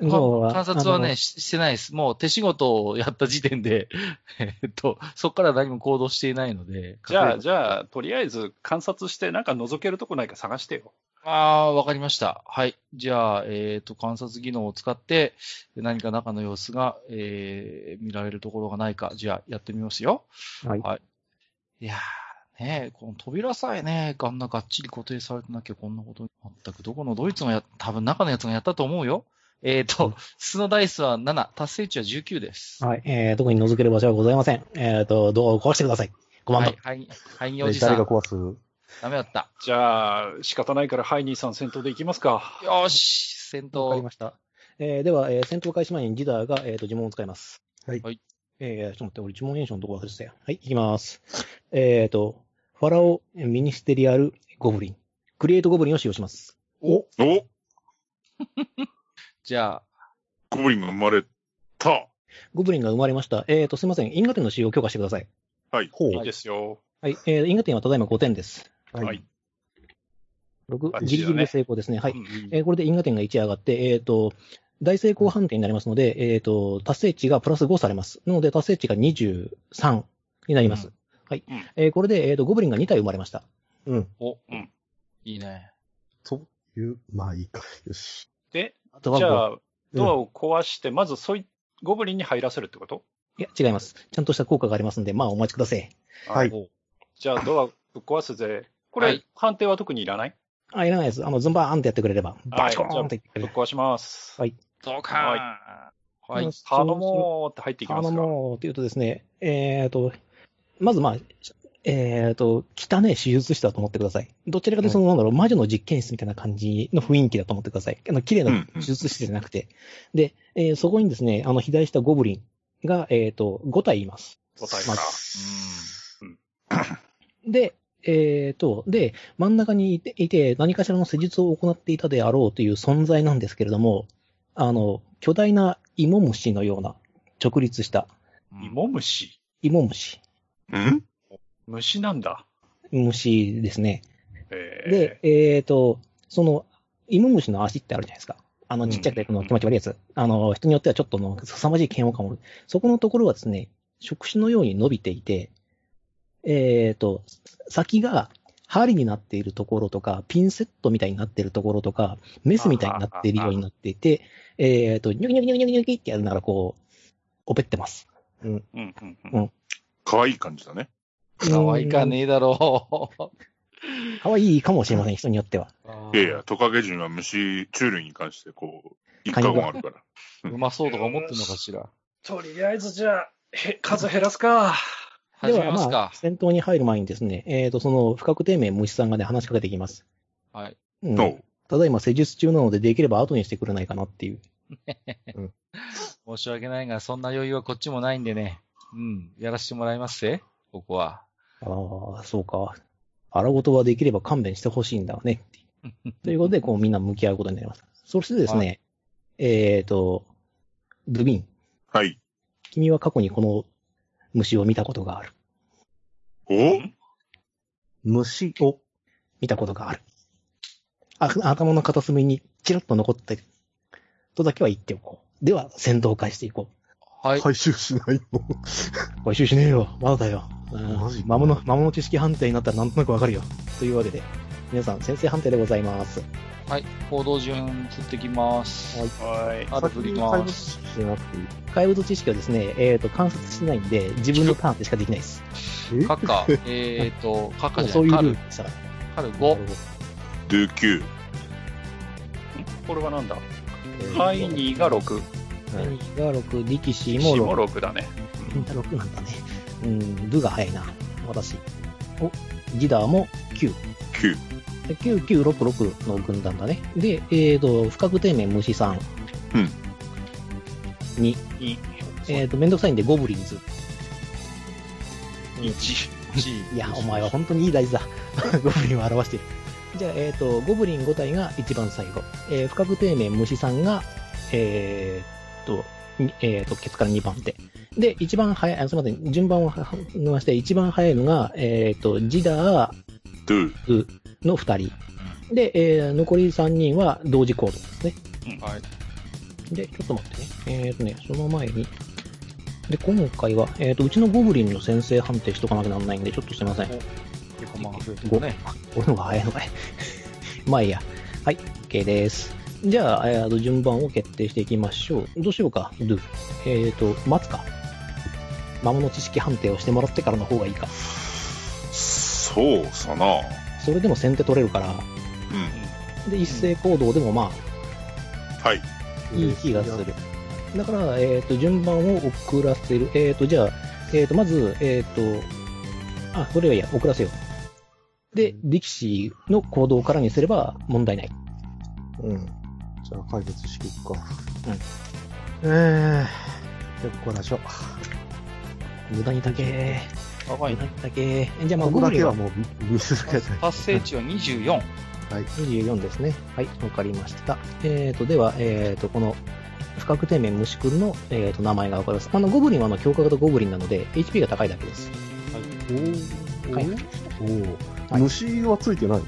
S1: 確か
S3: 要
S1: 観察は
S3: あの
S1: ね、ししてないです。もう手仕事をやった時点で、 えっと、そこから何も行動していないので。
S2: じゃ
S1: 隠
S2: あ、
S1: れ
S2: じゃあ、とりあえず観察して、なんか覗けるとこないか探してよ。
S1: ああ、わかりました。はい。じゃあ、えっ、と、観察技能を使って、何か中の様子が、えー、見られるところがないか、じゃあ、やってみますよ。
S3: はい
S1: いやー、ねえこの扉さえね、あんながっちり固定されてなきゃこんなことに。全くどこのドイツがや、多分中のやつがやったと思うよ。えっ、と、素のダイスは7、達成値は19です。
S3: はい。えー特に覗ける場所はございません。えっ、と、ドアを壊してください。コマン
S1: は
S3: ド。
S1: い、はい、はい、お
S5: う。
S1: じさ
S5: 誰が
S1: ん。
S5: 壊す
S1: ダメだった。
S2: じゃあ、仕方ないから、ハイニーさん先頭で行きますか。
S1: よーし、戦
S3: わ、かり
S1: 闘。
S3: ました。えーでは、えー戦闘開始前にジダーが、えーと、呪文を使います。
S5: はい
S1: はい。
S3: えーちょっと待って、俺呪文演習のとこ忘れてたよ。はい、行きます。えっ、と、ファラオ・ミニステリアル・ゴブリン。クリエイト・ゴブリンを使用します。
S5: お
S4: お
S1: じゃあ、
S4: ゴブリンが生まれた。
S3: ゴブリンが生まれました。えっ、と、すいません。因果点の使用を許可してください。
S4: はい。
S5: ほう
S2: いいですよ。
S3: はい。えー因果点はただいま5点です。
S2: は
S5: はいい。。
S3: 6、
S2: バッチ
S3: ギ
S2: リ
S3: リ
S2: だね
S3: ギリで成功ですね。はい。
S2: うん
S3: えーこれで因果点が1上がって、えっ、と、大成功判定になりますので、えっ、と、達成値がプラス5されます。なので、達成値が23になります。
S1: う
S3: はい、
S2: うん
S3: えーこれで、えっ、と、ゴブリンが2体生まれました。
S5: うん。
S1: お、
S2: うん
S1: いいね。
S5: という、まあいいか。よし。
S2: で、
S3: あとは
S2: じゃ
S3: 5。
S2: あ、ドアを壊して、まずそい、ゴブリンに入らせるってこと
S3: いや、違います。ちゃんとした効果がありますので、まあ、お待ちください。
S5: はい。
S1: お
S2: じゃあ、ドアぶっ壊すぜ。これ、
S1: はい
S2: 判定は特にいらない
S3: あ、いらないです。あの、ズンバーンってやってくれれば、バチコーンって言ってくれ
S2: ぶっ
S3: る。
S2: 壊します。
S3: はい
S1: ドカーンはい。
S2: 頼もうって入っていき
S3: あ
S2: ま
S3: の
S2: すか。
S3: もう、って言うとですね、えっ、と、まずまあ、えっ、と、汚ね手術室だと思ってください。どちらかというと、その、なんだろう、魔女の実験室みたいな感じの雰囲気だと思ってください。あの、綺麗
S4: う
S3: なん手術室じゃなくて。で、えーそこにですね、あの、肥大したゴブリンが、えっ、と、5体います。
S2: 答えから。
S3: で、えっ、と、で、真ん中にいて、いて何かしらの施術を行っていたであろうという存在なんですけれども、あの、巨大な芋虫のような、直立した
S1: うん。
S2: 芋虫
S3: 芋虫、
S4: ん
S2: 虫なんだ。
S3: 虫ですね。
S2: えー
S3: で、えっ、と、その、芋虫の足ってあるじゃないですか。あの、
S4: ん
S3: ちっちゃくて、この気持ち悪いやつ。あの、人によってはちょっとの、凄まじい嫌悪感を。そこのところはですね、触手のように伸びていて、えっ、と、先が針になっているところとか、ピンセットみたいになっているところとか、メスみたいになっているようになっていて、えっ、と、ニョキニョキニョキニョキニョキってやるならこう、おぺってます。
S2: うんうんうん
S4: 可愛い感じだね。
S1: 可愛いかねえだろう。
S3: かわいいかもしれません、人によっては。
S4: いやいや、トカゲ人は虫、虫類に関して、こう、一
S3: カ
S4: 過
S3: ニが
S4: 言あるから。
S1: うまそうとか思ってんのかしら。
S6: とりあえずじゃあ、へ数減らすか。
S3: で
S1: 始め
S3: は、
S1: ます
S3: まあ
S1: か、。
S3: 戦闘に入る前にですね、えっ、と、その、不確定名虫さんがね、話しかけてきます。
S1: はい。
S3: うん。
S4: どう
S3: ただいま施術中なので、できれば後にしてくれないかなっていう。
S1: 申し訳ないが、そんな余裕はこっちもないんでね。うん。やらせてもらいますぜ。ここは。
S3: ああ、そうか。荒事はできれば勘弁してほしいんだわ ね。ということで、こう、みんな向き合うことになります。そしてですね、
S1: は
S3: えっ、と、ドゥビン、
S4: はい。
S3: 君は過去にこの虫を見たことがある。
S4: お
S5: 虫を、
S3: 見たことがある。あ頭の片隅にチラッと残ってる。とだけは言っておこう。では、戦闘を開始していこう。
S1: はい。
S5: 回収しないの。
S3: 回収しねえよ。まだだよ。うん
S5: マジ
S3: 魔物、魔物知識判定になったらなんとなくわかるよ。というわけで、皆さん、先生判定でございます。
S1: はい。行動順移ってきます。
S3: はい
S2: はい。
S1: あと振ります。
S5: 先に怪物しなくていい。
S3: 怪物知識はですね、えっ、と、観察してないんで、自分のターンでしかできないです。
S5: え
S1: カカ、えっと、カカじゃ
S3: そう
S1: ないいうカ
S3: ルー
S1: ル
S3: ル、でしたら。
S1: カル5。
S4: ドゥキュー。
S2: これはなんだハ
S3: は
S2: イ
S3: い
S2: ニーが6。
S3: ハイニーが6、力
S2: シ
S3: 士も
S2: も
S3: 6。
S2: 6だね。
S3: 6なんだね。うん、部が早いな。私。お、ギダーも9。
S4: キュー。
S3: 9966の軍団だね。で、えっ、と、不確定名虫さん。
S4: うん。
S3: 2。
S2: 2。
S3: えっ、と、めんどくさいんでゴブリンズ。
S1: 1。
S3: いや、お前は本当にいい大事だ。ゴブリンを表してる。じゃあ、えっ、と、ゴブリン5体が一番最後。えー、不確定名虫さんが、えーっと、にえーっと、ケツから2番手。で、一番早い、あすみません、順番をは伸ばして、一番早いのが、えーっと、ジダー
S4: ドゥ。
S3: の2人。で、えー残り3人は同時行動ですね。
S1: はい。
S3: で、ちょっと待ってね。えーっとね、その前に。で、今回は、えーっと、うちのゴブリンの先生判定しとかなきゃなんないんで、ちょっとすいません。
S1: 結構まあ増えて
S3: ご
S1: るね。
S3: 俺の方が早い のかい。まあいいや。はい、OK です。じゃあ、えーと順番を決定していきましょう。どうしようか、ドゥ。えっ、と、待つか。魔物知識判定をしてもらってからの方がいいか。
S4: そうさな。うん。
S3: それでも先手取れるから。で、一斉行動でもま
S4: はい。
S3: あ、いい気がする。だから、えっ、と、順番を遅らせる。えっ、と、じゃあ、えっ、と、まず、えっ、と、あ、それはいいや、遅らせよう。で、力士の行動からにすれば問題ない。
S5: うん。じゃあ、解決していくか。
S3: うん。
S5: えー、よっこらしょ。
S3: 無駄にだけ
S1: 高い
S3: 無駄
S1: ね。
S3: にだけじゃあ、まあ、
S5: こ
S3: ゴ
S5: こだ
S3: ブリン
S5: け
S3: は
S5: はもう見、見せるけじゃない。
S1: 達成値は24。
S3: 24ですね。はい、わかりました。えーと、では、えーと、この、不確定面虫クルの、えーと、名前がわかります。あの、ゴブリンはあの、強化型ゴブリンなので、HP が高いだけです。はい
S5: おー
S3: はい
S5: 虫はついてない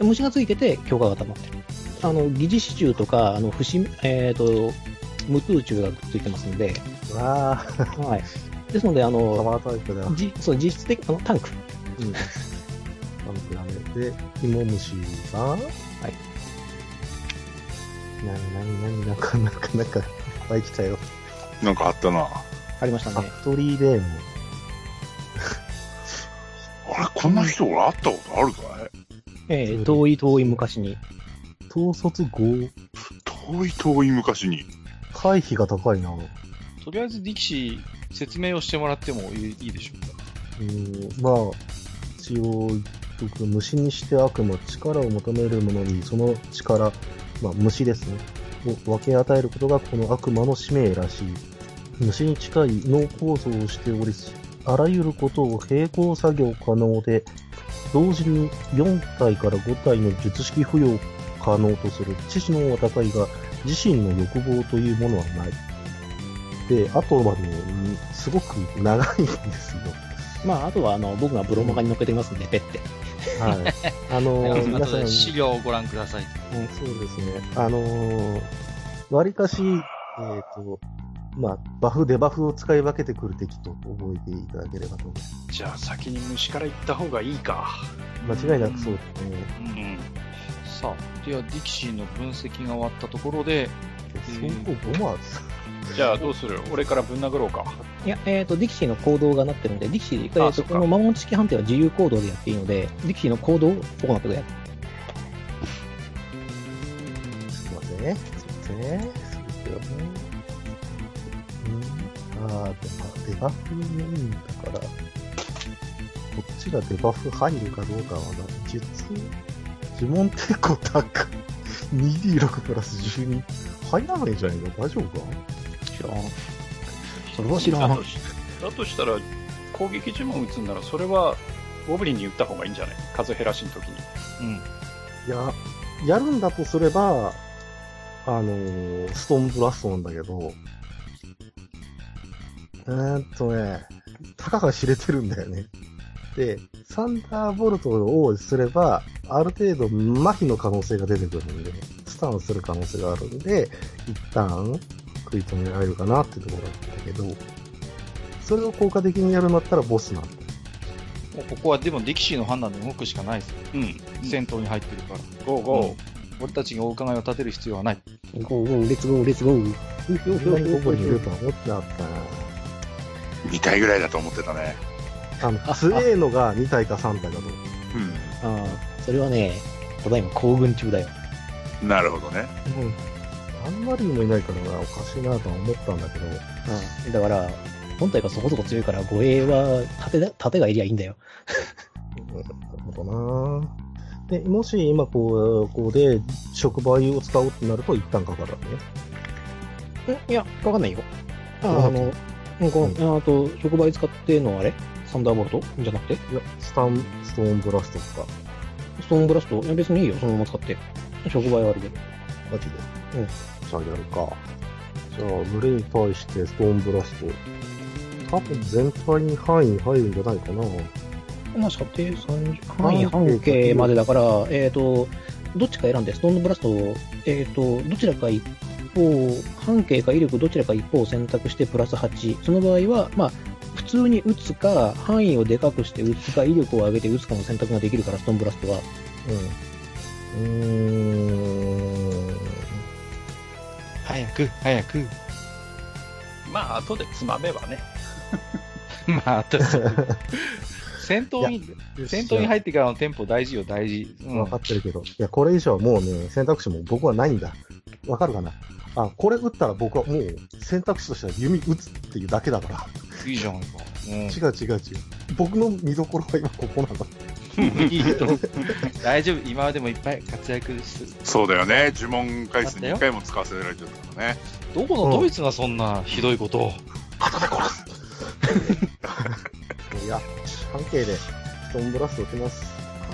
S3: 虫がついてて、強化型持ってる。あの、疑似支柱とか、あの、不死、えーと、無痛中がくっついてますの で、
S5: わあ、
S3: はい。ですので、あ
S5: パ
S3: の、
S5: ワータイプだ。
S3: じそう実質的、あの、タンク。。
S5: うん。寒くダメで、芋虫が、はいなになになになんか、なんか、なんか、いっぱい来たよ。
S4: なんかあったな。
S3: ありまし
S5: フ
S3: たね。
S5: ァクトリーレーンも。
S4: あれ、こんな人俺会ったことあるかい
S3: えー遠い遠い昔に。
S5: 統率5、
S4: 遠い遠い昔に。
S5: 回避が高いな。う
S1: とりあえず力士、説明をしてもらってもいいいいでしょうか。
S5: ーん、まあ、一応言っとく、虫にして悪魔、力を求めるものに、その力、まあ、虫ですね。を分け与えることがこの悪魔の使命らしい。虫に近い脳構造をしており、あらゆることを並行作業可能で、同時に4体から5体の術式付与を可能とする知識の方は高いが、自身の欲望というものはない。で、あとはね、すごく長いんですよ。
S3: まあ、あとは、あの、僕がブロマガに乗っけてますんで、ペッて。
S5: はい。 あのー、皆
S1: 後
S5: さん、
S1: で
S5: うんそ
S1: 資料をご覧ください。
S5: うですね。あのー、わりかし、えっ、と、まあ、バフ、デバフを使い分けてくる敵と覚えていただければと思います。
S2: じゃあ先に虫から行った方がいいか。
S5: 間違いなくそうですね。
S2: うん。
S1: さあ、では、ディキシーの分析が終わったところで、
S5: そう5マーズ。
S2: じゃあどうする俺からぶん殴ろうか。
S3: いや、えっ、と、ディキシーの行動がなってるので、ディキシー、えーと
S2: そっか
S3: この魔物知識判定は自由行動でやっていいので、ディキシーの行動を行ってください。
S5: すいません。すいません。そうですよね。うん。ああ、でも、デバフメインだから、こっちがデバフ入るかどうかはな、術、呪文抵抗高。2D6 プラス12。入らないんじゃないの大丈夫か
S3: 知らん。それは知ら
S2: だ
S3: ん
S2: と。しだとしたら、攻撃呪文打つんなら、それは、ゴブリンに打った方がいいんじゃない数減らしの時に。
S5: いや、やるんだとすれば、あのーストーンブラストなんだけど、えー、っとね、たかが知れてるんだよね。で、サンダーボルトをすれば、ある程度麻痺の可能性が出てくるんで、スタンする可能性があるんで、一旦食い止められるかなってところなんだけど、それを効果的にやるんだったらボスなんだ。
S1: もうここはでもディキシーの判断で動くしかないです。
S2: うん。
S1: 戦闘に入ってるから。
S2: ゴーゴー。
S1: 俺たちにお伺いを立てる必要はない。
S3: ゴーゴー、レッツゴー、レッツゴー。
S5: こんなにここにいるとは思ってなかったな。
S4: 2体ぐらいだと思ってたね。
S5: あの、強えのが2体か3体だと思う。
S4: う
S3: ああ、それはね、ただいま行軍中だよ。
S4: ん。なるほどね。
S5: うん。あんまりにもいないからな、おかしいなとは思ったんだけど、
S3: だから、本体がそこそこ強いから、護衛は盾だ、盾がいりゃいいんだよ。
S5: うん、なるほどなで、もし今こう、こうで、触媒を使おうってなると一旦かかるわけね。
S3: んいや、わかんないよ。
S5: あ
S3: あの、なんか、あと、触媒使ってのあれサンダーボルトじゃなくて
S5: いや、スタン、ストーンブラストとか、
S3: ストーンブラストいや、別にいいよ、そのまま使って。触媒はあるけど。
S5: マジで。
S3: うん
S5: じゃあやるか。じゃあ、群れに対してストーンブラスト。多分全体に範囲入るんじゃないかな。
S3: まあ、射程30
S5: 範
S3: 範
S5: 囲
S3: 囲半径までだから、えっ、と、どっちか選んで、ストーンブラストを、えっ、と、どちらか一方、半径か威力どちらか一方を選択してプラス8。その場合は、まあ、普通に打つか、範囲をでかくして打つか、威力を上げて打つかの選択ができるから、ストーンブラストは。
S5: うん。うーん。
S1: 早く、早く。
S2: まあ、後でつまめばね。
S1: ま あ、とにかく戦闘に、戦闘に入ってからのテンポ大事よ、大事。うん
S5: 分かってるけど、いや、これ以上はもうね、選択肢も僕はないんだ。わかるかなあ、これ打ったら僕はもう選択肢としては弓打つっていうだけだから。
S1: いいじゃんか。うん
S5: 違う違う違う。僕の見どころは今ここなんだ。
S1: いいと思う大丈夫、今までもいっぱい活躍する。
S4: そうだよね。呪文回数2回も使わせられちゃったからね。
S1: どこのドイツがそんなひどいことを。
S5: いや、半径で、ストーンブラスト打ちます。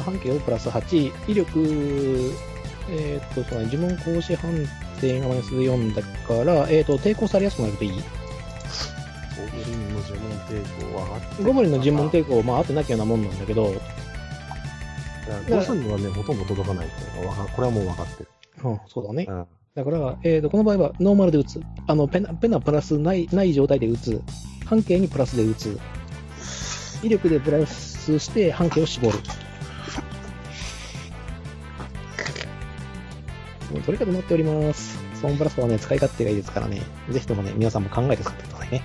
S3: 半径をプラス8、威力、えっ、と、その呪文行使判定がマイナス4だから、えっ、と、抵抗されやすくなるといい。
S5: ゴブリンの呪文抵抗は上がって
S3: ゴブリンの呪文
S5: 抗。
S3: 抵抗、まあ、合ってなきゃようなもんなんだけど、
S5: ボスにはね、ほとんど届かないっていうのがわかこれはもう分かってる。
S3: うん、そうだね。
S5: うん。
S3: だから、えー、とこの場合はノーマルで打つ。あのペナペナプラスないない状態で打つ。半径にプラスで打つ。威力でプラスして半径を絞る。もう取り方なっております。ストーンブラストはね、使い勝手がいいですからね。ぜひともね、皆さんも考えて使ってくださいね。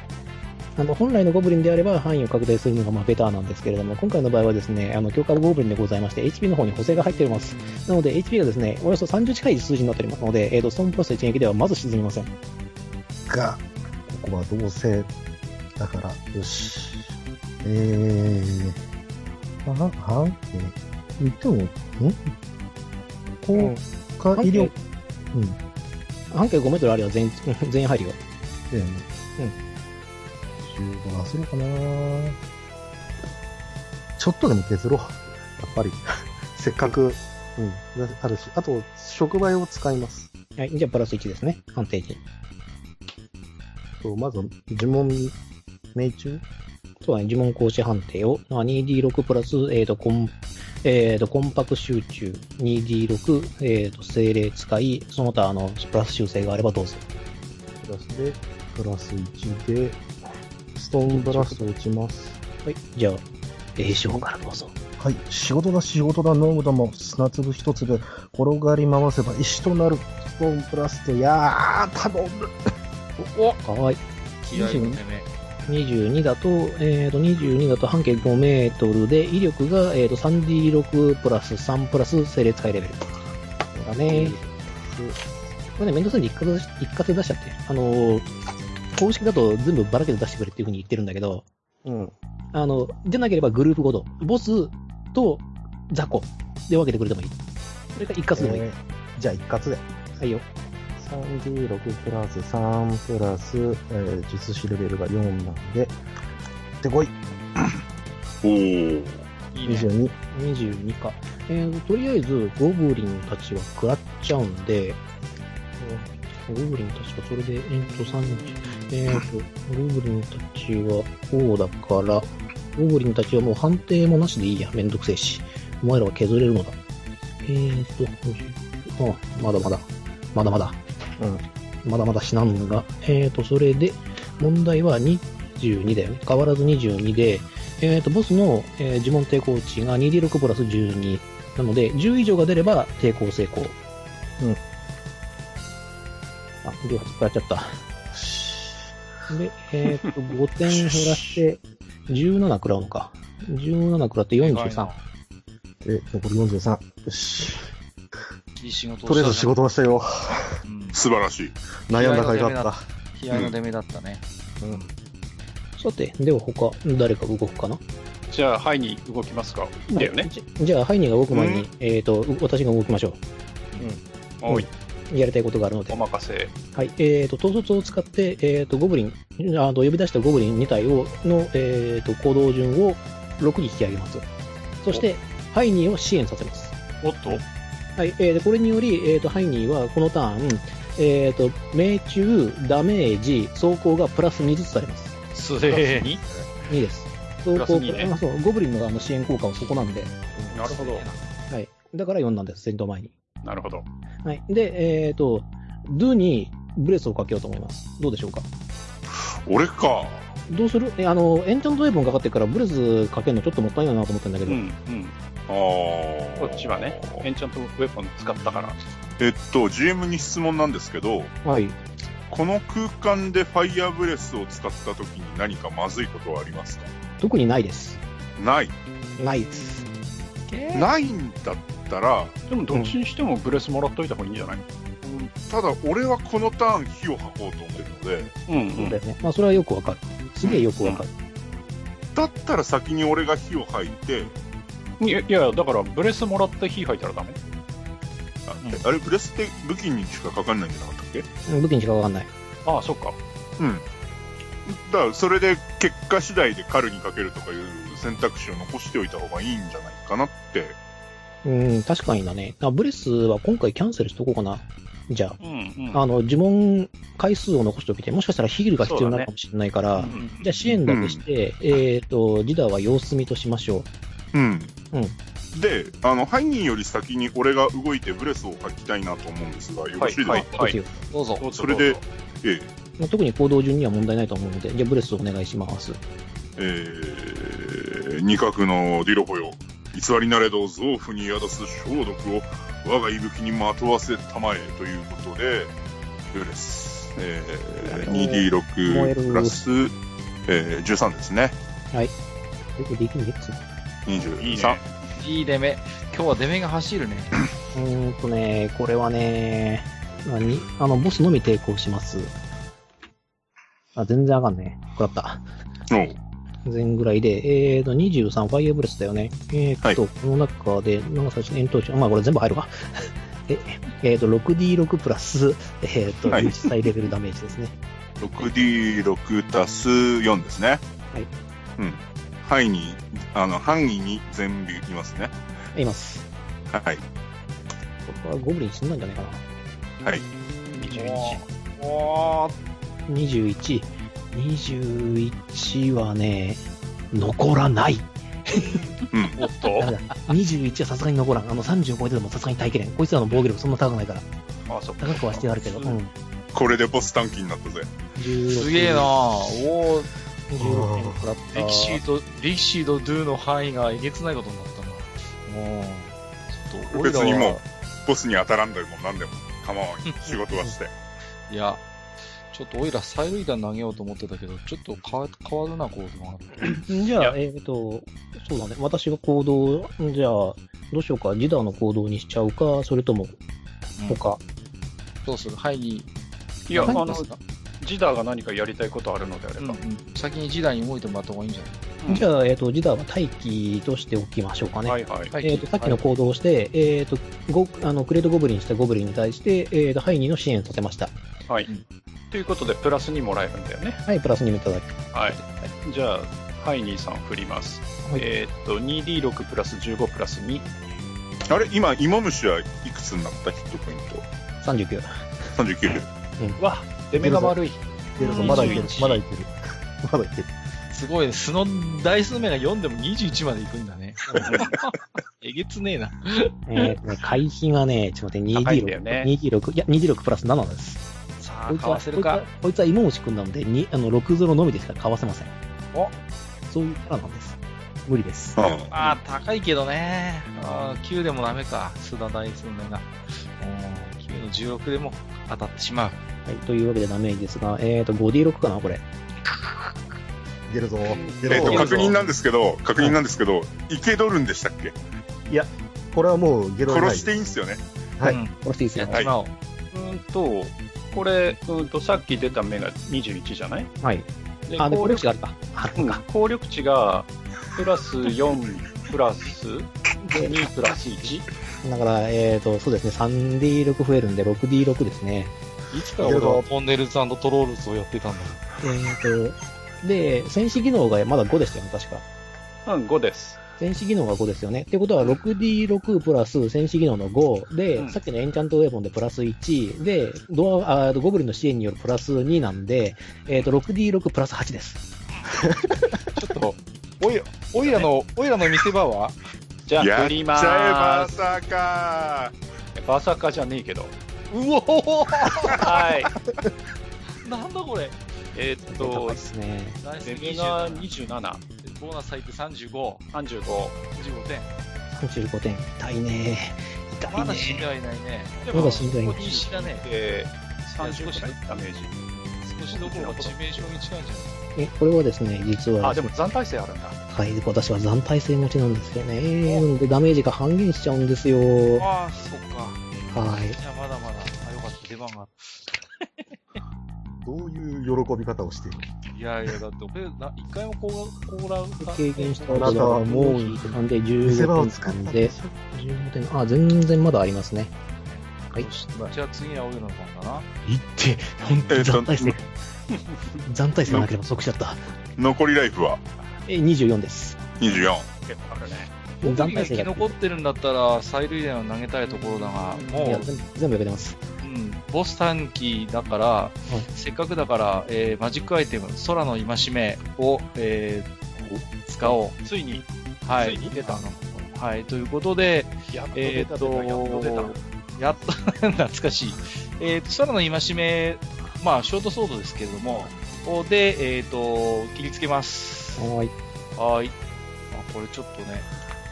S3: あの、本来のゴブリンであれば範囲を拡大するのがまあベターなんですけれども、今回の場合はですね、あの、強化ゴブリンでございまして、HP の方に補正が入っております。なので HP がですね、およそ30近い数字になっておりますので、えー、とストーンプラス一撃ではまず沈みません。
S5: が、ここは同性だから、よし。えー、あ、はん言っても、ん効果威力、うん、だ
S3: 半径5メートルあれば全員 全員入るよ。
S5: よね。うん。15出せるかなちょっとでも削ろう。やっぱり。 せっかく、うん、あるし。あと、触媒を使います。
S3: はい、じゃあプラス1ですね、判定値。
S5: とまず、呪文、命中
S3: そうだね、呪文行使判定をまあ 2D6 プラス、えー、とコンえーと、コンパク集中、2D6、えーと、精霊使い、その他、あの、プラス修正があればどうぞ。
S5: プラスで、プラス1で、ストーンブラスト落ちます。
S3: はい。じゃあ、えー、章からどうぞ。
S7: はい、仕事だ仕事だ、農具だも砂粒一粒、転がり回せば石となる、ストーンプラスト、やー、頼む。
S1: お
S3: はい。
S1: 気合いの攻め。
S3: 22だと、えー、と、22だと半径5メートルで、威力が、えー、と、3D6 プラス3プラス精霊使いレベル。だね。これね、面倒さいんで一括一括で出しちゃって。あのー、公式だと全部ばらけて出してくれっていうふうに言ってるんだけど、
S5: うん。
S3: あの、でなければグループごと、ボスと雑魚で分けてくれてもいい。それか一括でもいい。
S5: えーじゃあ一括で。
S3: はいよ。
S5: 36プラス3プラス、えー、術師レベルが4なんで、でこい、
S4: おー。
S1: いいね。
S5: 22。
S3: 22か。えー、とりあえず、ゴブリンたちは食らっちゃうんで、うんゴブリンたちはそれで、えー、と、30、えー、と、ゴブリンたちはこうだから、ゴブリンたちはもう判定もなしでいいや。めんどくせえし。お前らは削れるのだ。えー、と、50あ、まだまだ。まだまだ。うん。まだまだ死なんが。えー、と、それで、問題は22だよね。変わらず22で、えー、と、ボスの、えー呪文抵抗値が 2D6 プラス12。なので、10以上が出れば抵抗成功。
S5: うん
S3: あ、18食らっちゃった。で、えー、と、5点減らして、17食らうのか。17食らって43。
S5: え、残り43。よし。
S1: いい仕事をした
S5: とりあえず仕事はしたよ。
S1: うん
S4: 素晴らしい。
S5: 悩んだ甲斐があっ
S1: 気合いの出目だったね。
S5: た。うん。
S3: さて、では他、誰か動くかな
S2: じゃあ、ハイに動きますか。だよね。
S3: じゃじゃあ、ハイニーが動く前
S4: う
S3: に、えっ、と、う私が動きましょ
S2: おい、
S3: う。やりたいことがあるので
S2: お。任せ。
S3: はい。えっ、と、統率を使って、えっ、と、ゴブリン、あの、呼び出したゴブリン2体を、の、えっ、と、行動順を6に引き上げます。そして、ハイニーを支援させます。
S2: おっと、
S3: はい。えー、でこれにより、えっ、と、ハイニーはこのターン、えっ、と、命中、ダメージ、走行がプラス2ずつされます。
S1: す
S2: プラス
S1: げえ。
S2: 2。
S3: 2です。
S2: プ
S3: 走
S2: ラス
S3: 行、
S2: 2ね
S3: あそう、ゴブリンのあの支援効果はそこなんで。
S2: なるほど。
S3: はい。だから4なんです、戦闘前に。
S2: なるほど。
S3: はい。で、えっ、と、ドゥにブレスをかけようと思います。どうでしょうか
S4: 俺か。
S3: どうするえ、あの、エンチャントウェブンかかってるから、ブレスかけるのちょっともったいないなと思ったんだけ
S2: うん、
S3: ど、
S2: うん。
S4: あー
S2: こっちはね、エンチャントウェポン使ったから。
S4: えっと、GM に質問なんですけど、
S3: はい。
S4: この空間でファイヤーブレスを使った時に何かまずいことはありますか
S3: 特にないです。
S4: ない。
S3: ないです。
S4: ないんだったら、
S2: でも、どっちにしてもブレスもらっといた方がいいんじゃない
S4: うんただ俺はこのターン火を吐こうと思ってるので、
S2: うん、
S3: そううんだ。よね。まあ、それはよくわかる。すげえよくわかる。
S4: だったら先に俺が火を吐いて、
S2: いや、いやだから、ブレスもらって火吐いたらダメ。
S4: ああれ、ブレスって武器にしかかかんないんじゃなかったっけだ
S3: 武器にしかわかんない。
S2: ああ、そっか。
S4: からそれで結果次第で狩るにかけるとかいう選択肢を残しておいた方がいいんじゃないかなって。
S3: うん、確かにだね。あブレスは今回キャンセルしとこうかな。じゃ
S2: うん、うん。
S3: あ、あの、呪文回数を残しておきて、もしかしたらヒールが必要になるかもしれないから、
S2: うんうん
S3: じゃあ支援だけして、えっ、と、ジダは様子見としましょう。
S4: うん。
S3: う
S4: で、あの、犯人より先に俺が動いてブレスを吐きたいなと思うんですが、よろしいですか、
S2: はい
S3: 一つよ
S1: どうぞ。
S2: どうぞ
S4: それで
S2: どうぞ
S4: え
S3: まあ特に行動順には問題ないと思うので、じゃあブレスお願いします。
S4: えー二角のディロホよ。偽りなれど臓腑に宿す消毒を我が息吹にまとわせたまえということで、ブレス。えー、
S3: 燃え
S4: 2D6
S3: る
S4: プラス、えー、13ですね。
S3: よくできるね。
S4: 23。
S2: いいね
S1: いい出目。今日は出目が走るね。
S3: うーんとね、これはね、何あの、ボスのみ抵抗します。あ、全然あかんね。食らった。
S4: おう
S3: 全ぐらいで、えーと、23、ファイアブレスだよね。えーと、この中で、なんか最初の遠投値、あまあこれ全部入るわ。 え、えーと、6D6 プラス、えーと、
S4: はい
S3: 実際レベルダメージですね。
S4: 6D6 足す4ですね。
S3: はい。
S4: うん。範囲に、あの、範囲に全部いますね。
S3: います。
S4: はい。
S3: ここはゴブリン死んだんじゃないかな。
S1: おお
S3: 21。21はね、残らない。
S4: うん。
S2: おっと
S3: 21はさすがに残らん。あの、30超えててもさすがに耐えきれん。こいつらの防御力そんな高くないから。
S2: あ、そっか
S3: 高くはしてあるけど。うん。
S4: これでボス短期になったぜ。
S1: すげえなおお
S3: 16点食らった。
S1: リキシーと、リキシーとドゥの範囲がえげつないことになったな。もう、ちょっと、俺らは
S4: 別にもボスに当たらんでも何でも構わん。仕事はして。
S1: いや、ちょっとオイラ催涙弾投げようと思ってたけど、ちょっと変わ変わるな、こうとなって。
S3: じゃあ、えっ、と、そうだね。私が行動、じゃあ、どうしようか。ジダーの行動にしちゃうか、それとも、他。
S1: どうするはいに。
S2: いや、あ
S1: はい
S2: の
S1: どうす、る
S2: ジダーが何かやりたいことあるのであれ
S1: うん
S2: ば。
S1: 先に時代に動いてもらった方がいいんじゃない
S2: うん
S3: じゃあ、えっ、と、ジダーは待機としておきましょうかね。
S2: はいはい。
S1: はい
S3: えっ、と、さっきの行動をして、えっ、と、ゴあの、クレードゴブリンしたゴブリンに対して、えっ、と、ハイニーの支援させました。
S2: はい
S1: うん。
S2: ということで、プラスにもらえるんだよね。
S3: はい、プラス2もいただき。
S2: はい。じゃあ、ハイニーさん振ります。
S3: はい
S2: えーっと、2D6 プラス15プラス2。
S4: あれ今、芋虫はいくつになったヒットポイン
S3: 39。
S4: ト。39。
S2: わ、出目が悪い。
S7: 出るぞまだいける
S1: 21。
S7: まだいける。まだいける。
S1: すごいね。素の台数目が4でも21までいくんだ ね。えげつねえな。
S3: えっ、とね、回避がね、ちょっと待って、
S2: 高いん
S3: 2D6。
S2: だよね
S3: 2D6。いや、2D6 プラス7です。
S1: さ
S3: こ
S1: あ、
S3: いつ
S1: か
S3: は、
S1: わ
S3: こ
S1: せ
S3: い
S1: る
S3: つは
S1: か。、
S3: こいつは芋虫君なので、にあの、6ゾロのみでしか買わせません。
S1: お
S3: そういうキャラなんです。無理です。
S4: うん。
S1: ああ、高いけどね。ああ、9でもダメか。素の台数目が。うん9の16でも当たってしまう。
S3: はい、というわけでダメージですが、えっ、と、5D6 かな、これ。
S7: 出るぞ。出
S4: え
S7: る
S4: っ
S7: ぞ
S4: と、。確認なんですけど、確認なんですけど、生け取るんでしたっけ
S7: これはもうゲロにな
S4: 殺
S7: い
S4: していいんですよね。
S7: はい
S1: うん
S3: 殺していいです
S1: や
S3: よ
S1: っ。ちまおう。
S2: うーんと、これ、うーんと、さっき出た目が21じゃない
S3: はい。
S2: で
S3: あ、で、
S2: 効
S3: 攻
S2: 力
S3: 力値があるか。ある
S2: う
S3: の
S2: ん
S3: か。
S2: 効力値が、プラス4、プラス2、プラス1。
S3: だから、えっ、と、そうですね、3D6 増えるんで、6D6 ですね。
S1: いつから俺はトンネルズトロールズをやってたんだろう。
S3: えーと、で、戦士技能がまだ5でしたよね、確か。
S2: うん、5です。
S3: 戦士技能が5ですよね。ってことは、6D6 プラス戦士技能の5で、
S2: うん
S3: さっきのエンチャントウェポンでプラス1で、ドア、あゴブリンの支援によるプラス2なんで、えっ、と、6D6 プラス8です。
S1: ちょっと、おい、おいらの、おいらの見せ場は
S2: じゃあ、
S4: や
S2: 振
S4: っちゃえ
S2: りま
S4: ば
S2: ーす。
S4: さか
S2: バーサーカーじゃねえけど。
S1: うおー
S2: はい。
S1: なんだこれ
S2: えーっ
S3: 高い
S2: と
S3: で、すね。
S1: ナイス
S2: レベルが
S1: 27
S2: 27、
S1: ボーナス入って35、
S2: 35。
S1: 15点。
S3: 35点。痛いね。痛いね。
S1: まだ死んではいないね。
S3: まだ死んではい
S1: こ
S3: ない
S1: こに石がね、
S2: で、30くらいダメージ。
S1: 少しどころか致命傷に近いんじゃない
S3: え、これはですね、実は、
S2: あ、でも残体性あるんだ。
S3: はい、私は残体性持ちなんですよね。なので、ダメージが半減しちゃうんですよ。は
S1: ああ、そっか。
S3: い。
S1: じゃあまだまだ、あ、よかった、出番があっ
S7: どういう喜び方をしている
S1: た。いやいや、だって俺、な一回もこう、こうらうか
S3: 軽減した
S7: あなたはもう
S3: なんで
S7: 見せ場を
S3: 15
S7: 使ったん
S3: 点
S7: で
S3: で
S7: し、
S3: 15点、あ、全然まだありますね。はい。
S1: じゃあ次はおいらの番かな。
S3: いって、本当
S4: え
S3: に
S4: ーと
S3: 残体性。残体性なければ即死だった。
S4: 残りライフは
S3: え、24です。
S4: 24。
S2: 結構あるね。
S1: 僕が
S3: 残
S1: 生
S3: 体
S1: き
S3: 性が。
S1: 残ってるんだったら、催涙弾を投げたいところだが、
S3: い
S1: も
S3: や、
S1: う、
S3: 全部全部やけてます。
S1: うん、ボス短期だから、せっかくだから、えーマジックアイテム、空の戒めを、えー使おう。
S2: ついに、
S1: は
S2: つ
S1: い
S2: いに。出た
S1: あのはい、ということで、
S2: やっと出
S1: え
S2: た
S1: ーっ
S2: 出た、やっと出た。
S1: と、やっと、 懐かしい。えーっと、空の戒め、まあ、ショートソードですけれども、をで、えーっと、切りつけます。
S3: はーい。
S1: はい。あ、これちょっとね、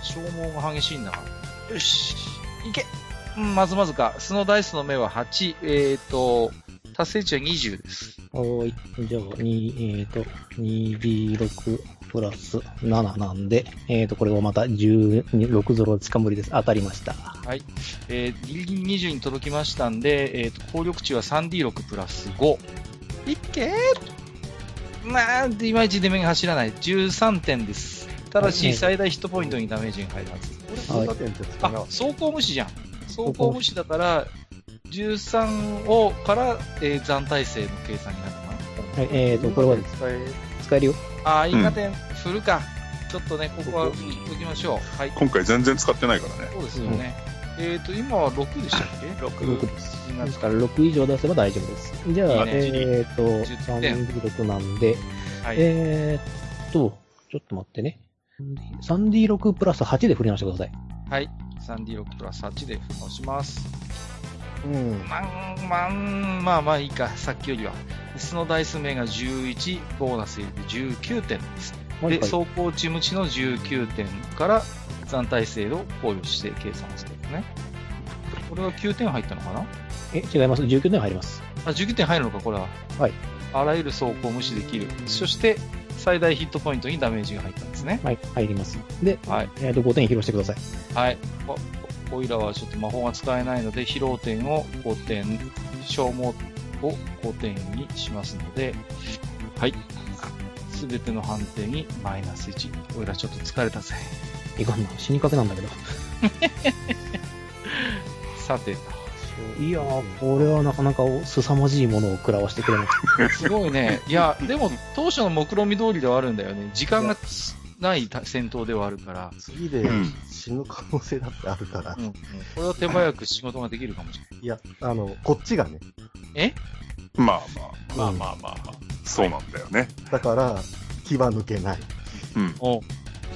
S1: 消耗が激しいんだな。よし、いけうん、まずまずか。スノーダイスの目は8、えーっと、達成値は20です。
S3: はーい。じゃあ、2、えっ、と、2D6 プラス7なんで、えっ、と、これをまた16ゾロ近無理です。当たりました。
S1: えーギリギリ20に届きましたんで、えーと効力値は 3D6 プラス5。いっけーまあ、いまいち出目が走らない。13点です。ただ
S3: は
S1: し、
S3: い
S1: 最大ヒットポイントにダメージが入るはず。
S7: これ、交差点って使うな
S1: あ、走行無視じゃん。走行無視だから、13を、から、えー残体制の計算になるのか
S3: はい、えっ、と、これはです
S7: 使え
S3: 使えるよ。
S1: な。あー、インカ点、振るか。ちょっとね、ここは振っときましょう。はい。
S4: 今回全然使ってないからね。
S1: そうですよね。えっ、と、今は6でしたっけ ?6
S3: 6です。ですから6以上出せば大丈夫です。じゃあ、
S1: いい
S2: ね
S3: えっ、と、
S1: 10点
S3: 3D6 なんで、
S1: はい。
S3: えーっと、ちょっと待ってね。 3D6 プラス8で振り直してください。
S1: はい。3D6 プラス8で振り直します。
S7: うん。
S1: まん、まん、まあまあいいか、さっきよりは。そのダイス名が11、ボーナス入れて19点です。
S3: はい
S1: で、
S3: はい
S1: 走行値無知の19点から暫定制度を考慮して計算してるね。これは9点入ったのかな
S3: え、違います。19点入ります。
S1: あ、19点入るのか、これは。
S3: はい。
S1: あらゆる走行を無視できる。そして、最大ヒットポイントにダメージが入ったんですね。
S3: はい、入ります。で、
S1: はい。
S3: えっ、と、5点拾してください。
S1: はい。おおおいらはちょっと魔法が使えないので、疲労点を5点、消耗を5点にしますので、はい。すべての判定にマイナス1。おいらちょっと疲れたぜ。
S3: いかんな。死にかけなんだけど。
S1: さて、
S3: いやー、これはなかなかお凄まじいものを食らわしてくれます。
S1: すごいね。いや、でも当初の目論見通りではあるんだよね。時間がない戦闘ではあるから、
S5: 次で
S4: うん
S5: 死ぬ可能性だってあるから
S1: う。んうん、これは手早く仕事ができるかもしれない。
S5: いや、あの、こっちがね。
S4: まあまあ、
S2: まあまあまあまあ。
S4: そうなんだよね。
S5: だから、気は抜けない。
S4: うん。
S1: おそ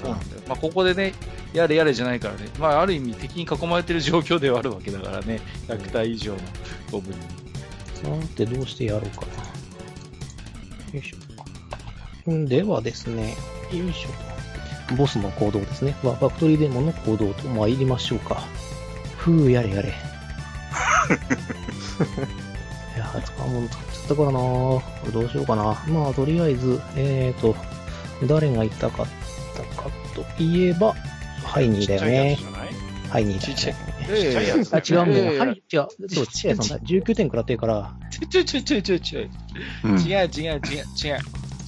S1: うなんだよ。まあ、ここでね、やれやれじゃないからね。まあ、ある意味敵に囲まれてる状況ではあるわけだからね。100体以上のゴブリン。
S3: さて、どうしてやろうかな。よいしょ。んではですね、よいしょ。ボスの行動ですね。ファファクトリーデーモンの行動と参りましょうか。ふう、やれ やれ。いやー、使うもの使っちゃったからなこれどうしようかな。まあ、とりあえず、えーと、誰が痛かったかといえば、ハイニーだよね
S2: ちっちゃいやつ。じゃない
S3: ハイニー
S1: ち
S3: だ
S1: っちゃいえ
S2: ちっちゃいやつ
S3: よね。あ、違うんだ
S1: いやい
S3: よ。
S1: や
S3: ハイ、違う。そう、ちっちゃいや つなんだ。19点食らってるから、
S1: ちょちょちょちょちょ。違う
S4: うん
S1: 違う違う違う。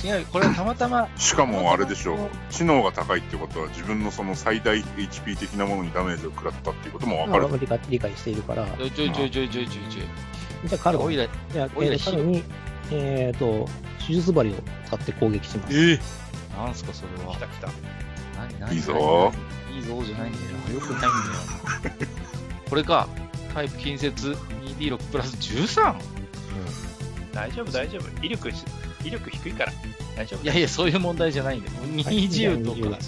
S1: 違う、これはたまたま、
S4: しかもあれでしょう、知能が高いってことは自分のその最大 HP 的なものにダメージを食らったっていうこともわ
S3: ま
S4: か
S3: あ、
S4: る。
S3: 理解理解しているから、
S1: ちょちょちょちょちょちょち
S3: じゃあ彼
S1: ょ。お
S3: を、
S1: いら、
S3: じゃあ
S1: おいら
S3: えー彼に、えっ、と、手術針を使って攻撃します。
S4: え
S1: なんすかそれは
S2: 来。た来た。
S1: 何何
S4: いいぞ
S1: 何いいぞじゃないんだよ。よくないんだよ。これか。タイプ近接 2D6 プラス 13?
S2: 大丈夫大丈夫。威力し、威力低いから。大丈夫。
S1: いやいや、そういう問題じゃないんだよ。20とか。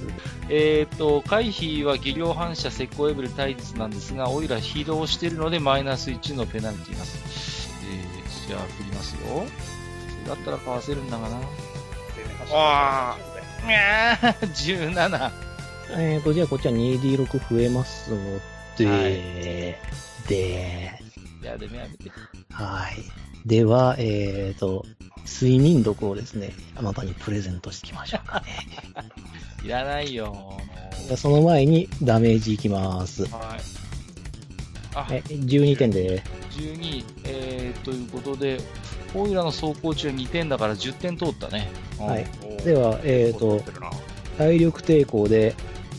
S1: えーっと、回避は技量反射、石膏エブル対立なんですが、オイラ疲労しているので、マイナス1のペナルティが。えー、じゃあ、振りますよ。 それだったらかわせるんだがな。あにゃー、17。
S3: えっ、と、じゃあこっちは 2D6 増えますので、
S1: はい
S3: で、
S1: やめてやめて。
S3: はい。では、えっ、と、睡眠毒をですね、あなたにプレゼントしてきましょ うかね。
S1: いらないよ。も
S3: じゃあその前にダメージいきます。
S1: うはい。あ、
S3: え、12点で、
S1: 12、えー、ということで、オイラの走行中は2点だから10点通ったね。うん
S3: はい。
S2: お
S3: で
S2: ー。
S3: は、えっ、
S2: 怒
S3: と
S2: って、るな
S3: 体力抵抗で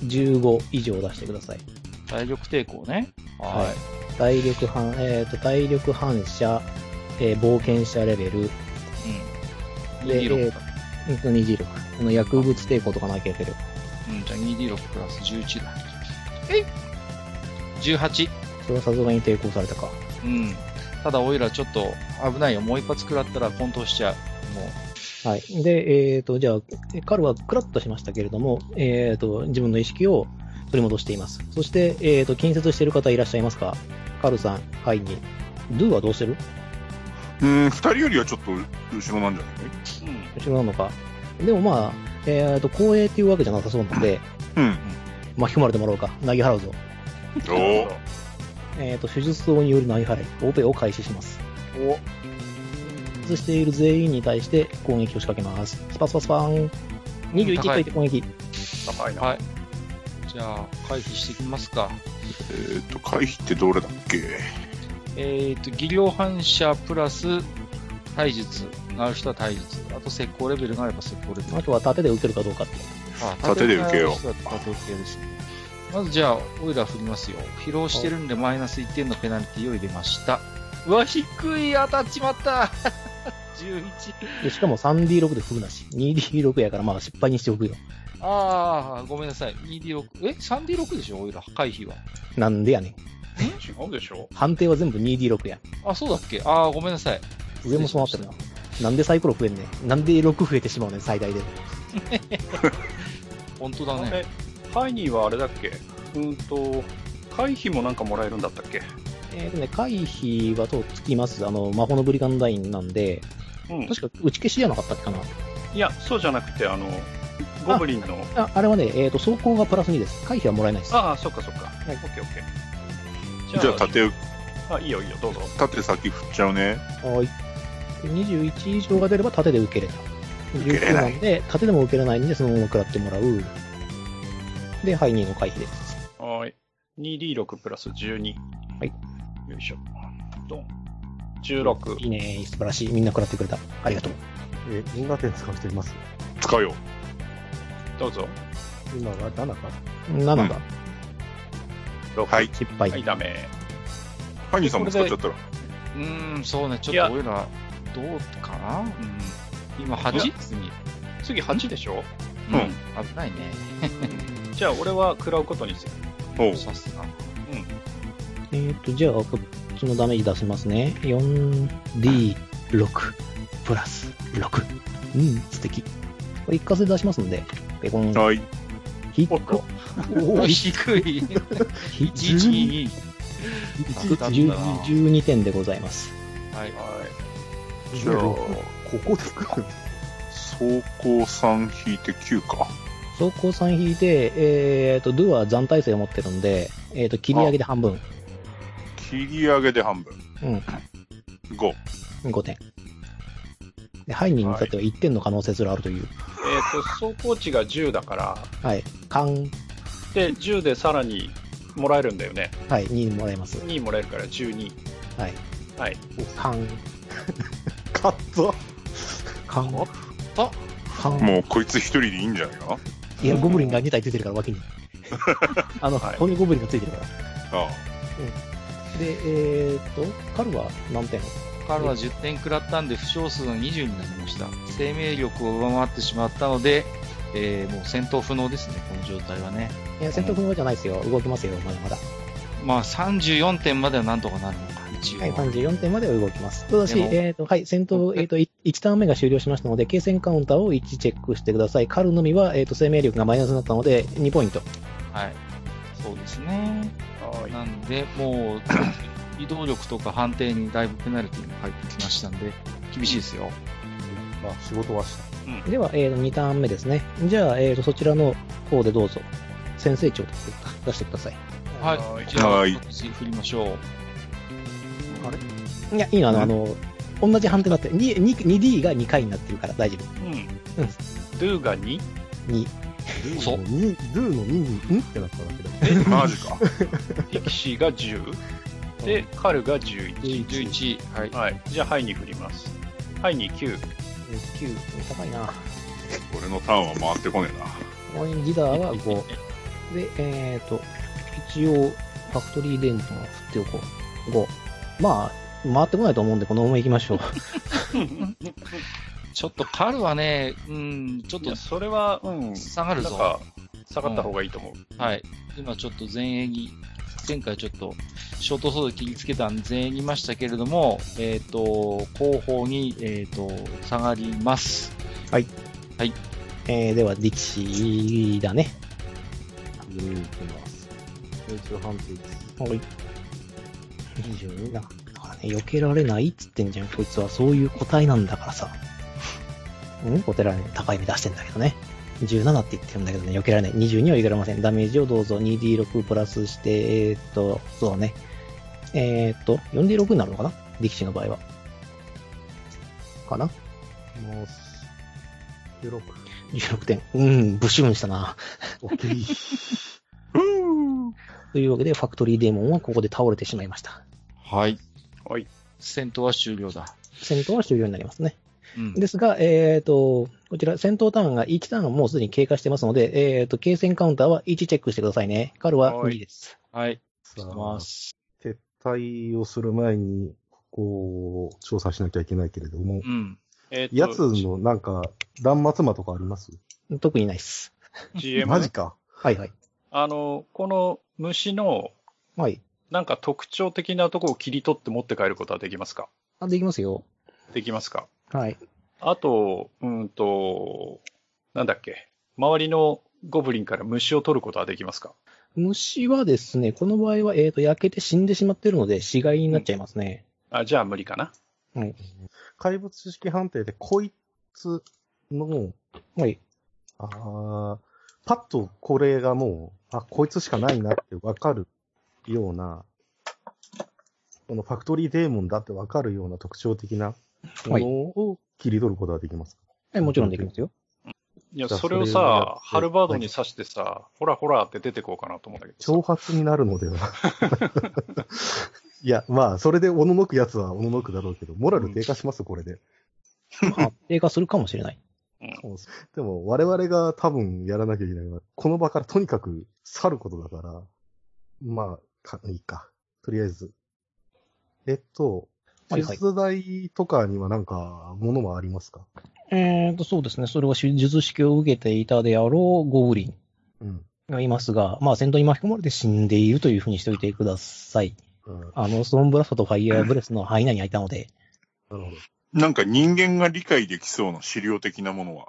S3: 15以上出してください。
S1: 体力抵抗ね。
S3: はい
S1: はい。
S3: 体力反、えっ、と、体力反射、えー冒険者レベル、
S1: うん。
S3: でえ
S1: 2D6
S3: ーうんと26。この薬物抵抗とかなきゃいけない。
S1: うん、じゃあ 2D6 プラス11だ。え ?18。
S3: それはさすがに抵抗されたか。
S1: うん。ただ、オイラちょっと危ないよ。もう一発食らったら混沌しちゃう。も
S3: はい。で、えっ、と、じゃあ、カルはクラッとしましたけれども、えっ、と、自分の意識を取り戻しています。そして、えっ、と、近接している方いらっしゃいますかカルさん、ハイに。ドゥはどうしてる
S4: うーん、二人よりはちょっと後ろなんじゃな
S3: 後ろなのか。でもまあ、えっ、と、光栄っていうわけじゃなさそうなので、
S4: い
S3: 巻き込まれてもらおうか。投げ払うぞ。
S4: うん。おー
S3: えっ、と、手術等による投げ払い、オペを開始します。
S1: う。お
S3: 手術している全員に対して攻撃を仕掛けます。スパスパスパーン。21といて攻撃。
S2: 高いな。
S1: はい。じゃあ、回避していきますか。
S4: えーっと、回避ってどれだっけ
S1: えっ、と、技量反射プラス体術がある人は体術。あと、石膏レベルがあれば石膏レベル
S3: あ。とは縦で受けるかどうかっていう。
S1: あ
S4: 縦で受けよう
S1: 縦受けですね。まずじゃあ、オイラ振りますよ。疲労してるんでマイナス1点のペナルティを入れました。うわ、低い当たっちまった !11。
S3: でしかも 3D6 で振るなし。2D6 やからまあ失敗にしておくよ。
S1: ああ、ごめんなさい。2D6。え ?3D6 でしょオイラ。回避は。
S3: なんでやねん。
S2: 違うでしょ
S3: 判定は全部 2D6 や。
S1: あ、そうだっけああ、ごめんなさい。
S3: 上もそうなってるな。なんでサイコロ増えんねん。なんで6増えてしまうねん、最大で。
S1: 本当だ
S2: あ
S1: ね。
S2: れ、ハイニーはあれだっけうーんと、回避もなんかもらえるんだったっけ
S3: えーとね、回避はとつきます。あの、魔法のブリガンダインなんで、
S2: うん。
S3: 確か打ち消しじゃなかったっけかな。
S2: いや、そうじゃなくて、あの、ゴブリンの、
S3: ああれはね、えーと、走行がプラス2です。回避はもらえないです。
S2: ああ、そっかそっか。
S3: い
S2: オッケーオッケー。
S4: じゃあ、縦、
S2: あ、いいよいいよ、どうぞ。
S4: 縦先振っちゃうね。
S3: はい。で21以上が出れば縦で受けれた。
S4: 受けれな
S3: 19
S4: い
S3: なんで、縦でも受けれないんで、そのまま食らってもらう。で、ハイニーの回避です。
S2: はーい。2D6 プラス12。
S3: はい。
S2: よいしょ。ドン。16。
S3: いいね素晴らしい。みんな食らってくれた。ありがとう。
S5: え、銀河点使う人います
S4: 使うよ。
S2: どうぞ。
S5: 今は7か。
S3: 7が、
S2: 6。
S4: はい。
S3: 失敗。
S2: はい、ダメ。
S4: ハイニーさんも使っちゃったら。
S1: うーん、そうね。ち
S2: い
S1: ょっ
S2: や
S1: と多いのは、どうかなうん。今
S2: い
S1: 8?
S2: や
S1: 次。
S2: 次8でしょ
S1: うん。危ないね。
S2: じゃあ、俺は食らうことにする。
S4: おう。
S1: さすが。
S3: えーと、じゃあ、こっちのダメージ出しますね。4D6 プラス6。うん、素敵。これ一括で出しますんで、ペコン、
S4: はい。
S3: 引っ
S2: おっと
S3: こ、お い、
S1: 低い。
S3: 引っ
S1: 112。
S3: 12点でございます。
S1: はい。
S2: はい。
S4: じゃあ、
S5: ここで来る
S4: 走行3引いて9か。
S3: 走行3引いて、えーと、ドゥは残体制を持ってるんで、えーと、切り上げで半分、
S4: 切り上げで半分。
S3: うん、
S4: 5。
S3: 5点。で、ハイニーに至っては1点の可能性すらあるとい
S2: えっ、
S3: う。
S2: と、走行値が10だから、
S3: はい。カン、
S2: で、10でさらにもらえるんだよね。
S3: はい、2もらえます。
S2: 2もらえるから12。
S3: はい。
S2: はい。
S3: カン、
S5: カット
S3: カン、
S1: あ
S3: カン、
S4: もうこいつ一人でいいんじゃないかない
S3: や、ゴブリンが2体ついてるから、 脇に。あの、
S2: はい
S3: ここにゴブリンがついてるから。
S4: あ
S3: で、えー、っと、カルは何点
S1: 彼は10点食らったんで、負傷数の20になりました。生命力を上回ってしまったので、えーもう戦闘不能ですね、この状態はね。
S3: いや、戦闘不能じゃないですよ。動きますよ、まだまだ。
S1: まあ、34点まではなんとかなるのか、一応
S3: は
S1: は。
S3: い、34点までは動きます。ただし、
S1: でも
S3: えー、っと、はい、戦闘、えー、っと、1ターン目が終了しましたので、継戦カウンターを1チェックしてください。カルのみは、えー、っと、生命力がマイナスになったので、2ポイント。
S1: はいそうですね。
S2: はい。
S1: なんで、もう、移動力とか判定にだいぶペナルティが入ってきましたんで、厳しいですよ。
S5: まあ、仕事はした。
S3: では、えー、2ターン目ですね。じゃあ、えー、っと、そちらの方でどうぞ、先生長というか出してください。
S1: はい。
S2: はい
S1: じゃあ、
S4: はい
S1: 私振りましょう。
S3: いや、いいの、あの、あの、同じ判定だって、2、2 2D が2回になってるから大丈
S2: うん。
S3: うん
S2: ドゥが 2?
S3: 夫。2。
S1: 嘘
S5: ルーの2に、んってなったんだけど。
S4: あ。マジか。
S2: ピクシーが10。で、カルが11。
S1: 11。はい。
S2: はい。じゃあ、ハイに振ります。ハイに9。
S3: 9、高いな。
S4: 俺のターンは回ってこねえな。
S3: 応援ギダーは5。で、えっ、と、一応、ファクトリー電灯は振っておこう。5。まあ、回ってこないと思うんで、このまま行きましょう。
S1: ちょっとカルはね、うん、ちょっ
S2: い
S1: と
S2: や、それは、うん。
S1: 下がる
S2: なん
S1: ぞ
S2: か。、下がった方がいいと思う。
S1: はい。今ちょっと前衛に、前回ちょっとショートソード切りつけたんで前衛にいましたけれども、えっ、と、後方に、えっ、と、下がります。
S3: えー、では、ディキシーだね。
S5: うん、行きます。一応判定です。
S3: はい。22だ。だからね、避けられないっつってんじゃん、こいつは。そういう個体なんだからさ。うんお寺に高い目出してんだけどね。17って言ってるんだけどね、避けられない。22は避けられません。ダメージをどうぞ 2D6 プラスして、えー、っと、そうだね。えー、っと、4D6 になるのかな力士の場合は。かな
S5: もう、16。
S3: ?16 点。うん、ブシューンしたな。
S5: オッケー。
S3: というわけで、ファクトリーデーモンはここで倒れてしまいました。
S1: はい。
S2: はい。
S1: 戦闘は終了だ。
S3: 戦闘は終了になりますね。
S1: うん。
S3: ですが、えっ、と、こちら戦闘ターンが1ターンはもうすでに経過してますので、えっ、と、継戦カウンターは1チェックしてくださいね。カルは
S2: はい
S3: 2です。
S1: はい。
S5: さ
S1: ま
S5: あ
S1: あ、、 す
S5: 撤退をする前に、ここを調査しなきゃいけないけれども
S1: う、ん。
S2: えっと
S5: やつのなんか、断末魔とかあります
S3: 特にないっす。
S2: GM
S5: マジか。
S3: はいはい。
S2: あの、この虫の
S3: はい。
S2: なんか特徴的なとこを切り取って持って帰ることはできますか
S3: あ、できますよ。
S2: できますか
S3: はい。
S2: あと、うーんと、なんだっけ、周りのゴブリンから虫を取ることはできますか
S3: 虫はですね、この場合は、えっ、と、焼けて死んでしまってるので、死骸になっちゃいますね。
S2: あじゃあ無理かな。
S5: 怪物知識判定で、こいつの、
S3: はい。
S5: あーパッとこれがもう、あ、こいつしかないなってわかるような、このファクトリーデーモンだってわかるような特徴的なも
S3: はい
S5: のを切り取ることができますか。
S3: はい、もちろんできますよ。
S2: いや、
S5: じゃあ
S2: それを
S5: それをやっ
S2: さ
S5: て、
S2: ハルバードに刺してさ、ほらほらって出てこうかなと思うんだけどさ。
S5: 挑発になるのでは。いや、まあ、それでおののくやつはおののくだろうけど、モラル低下します、これで。
S3: まあ、低下するかもしれない。
S5: でも、我々が多分やらなきゃいけないのは、この場からとにかく去ることだから、まあ、かいいか。とりあえず。えっと、
S3: はい
S5: 手
S3: はい
S5: 伝いとかにはなんか、ものはありますか
S3: えっ、と、そうですね。それは手術式を受けていたであろうゴブリン
S5: うん。
S3: がいますが、まあ、戦闘に巻き込まれて死んでいるというふうにしておいてください。
S5: うん、なる
S3: あの、ストーンブラストとファイヤーブレスの範囲内に入ったので、
S5: ほど。
S4: なんか人間が理解できそうな資料的なものは。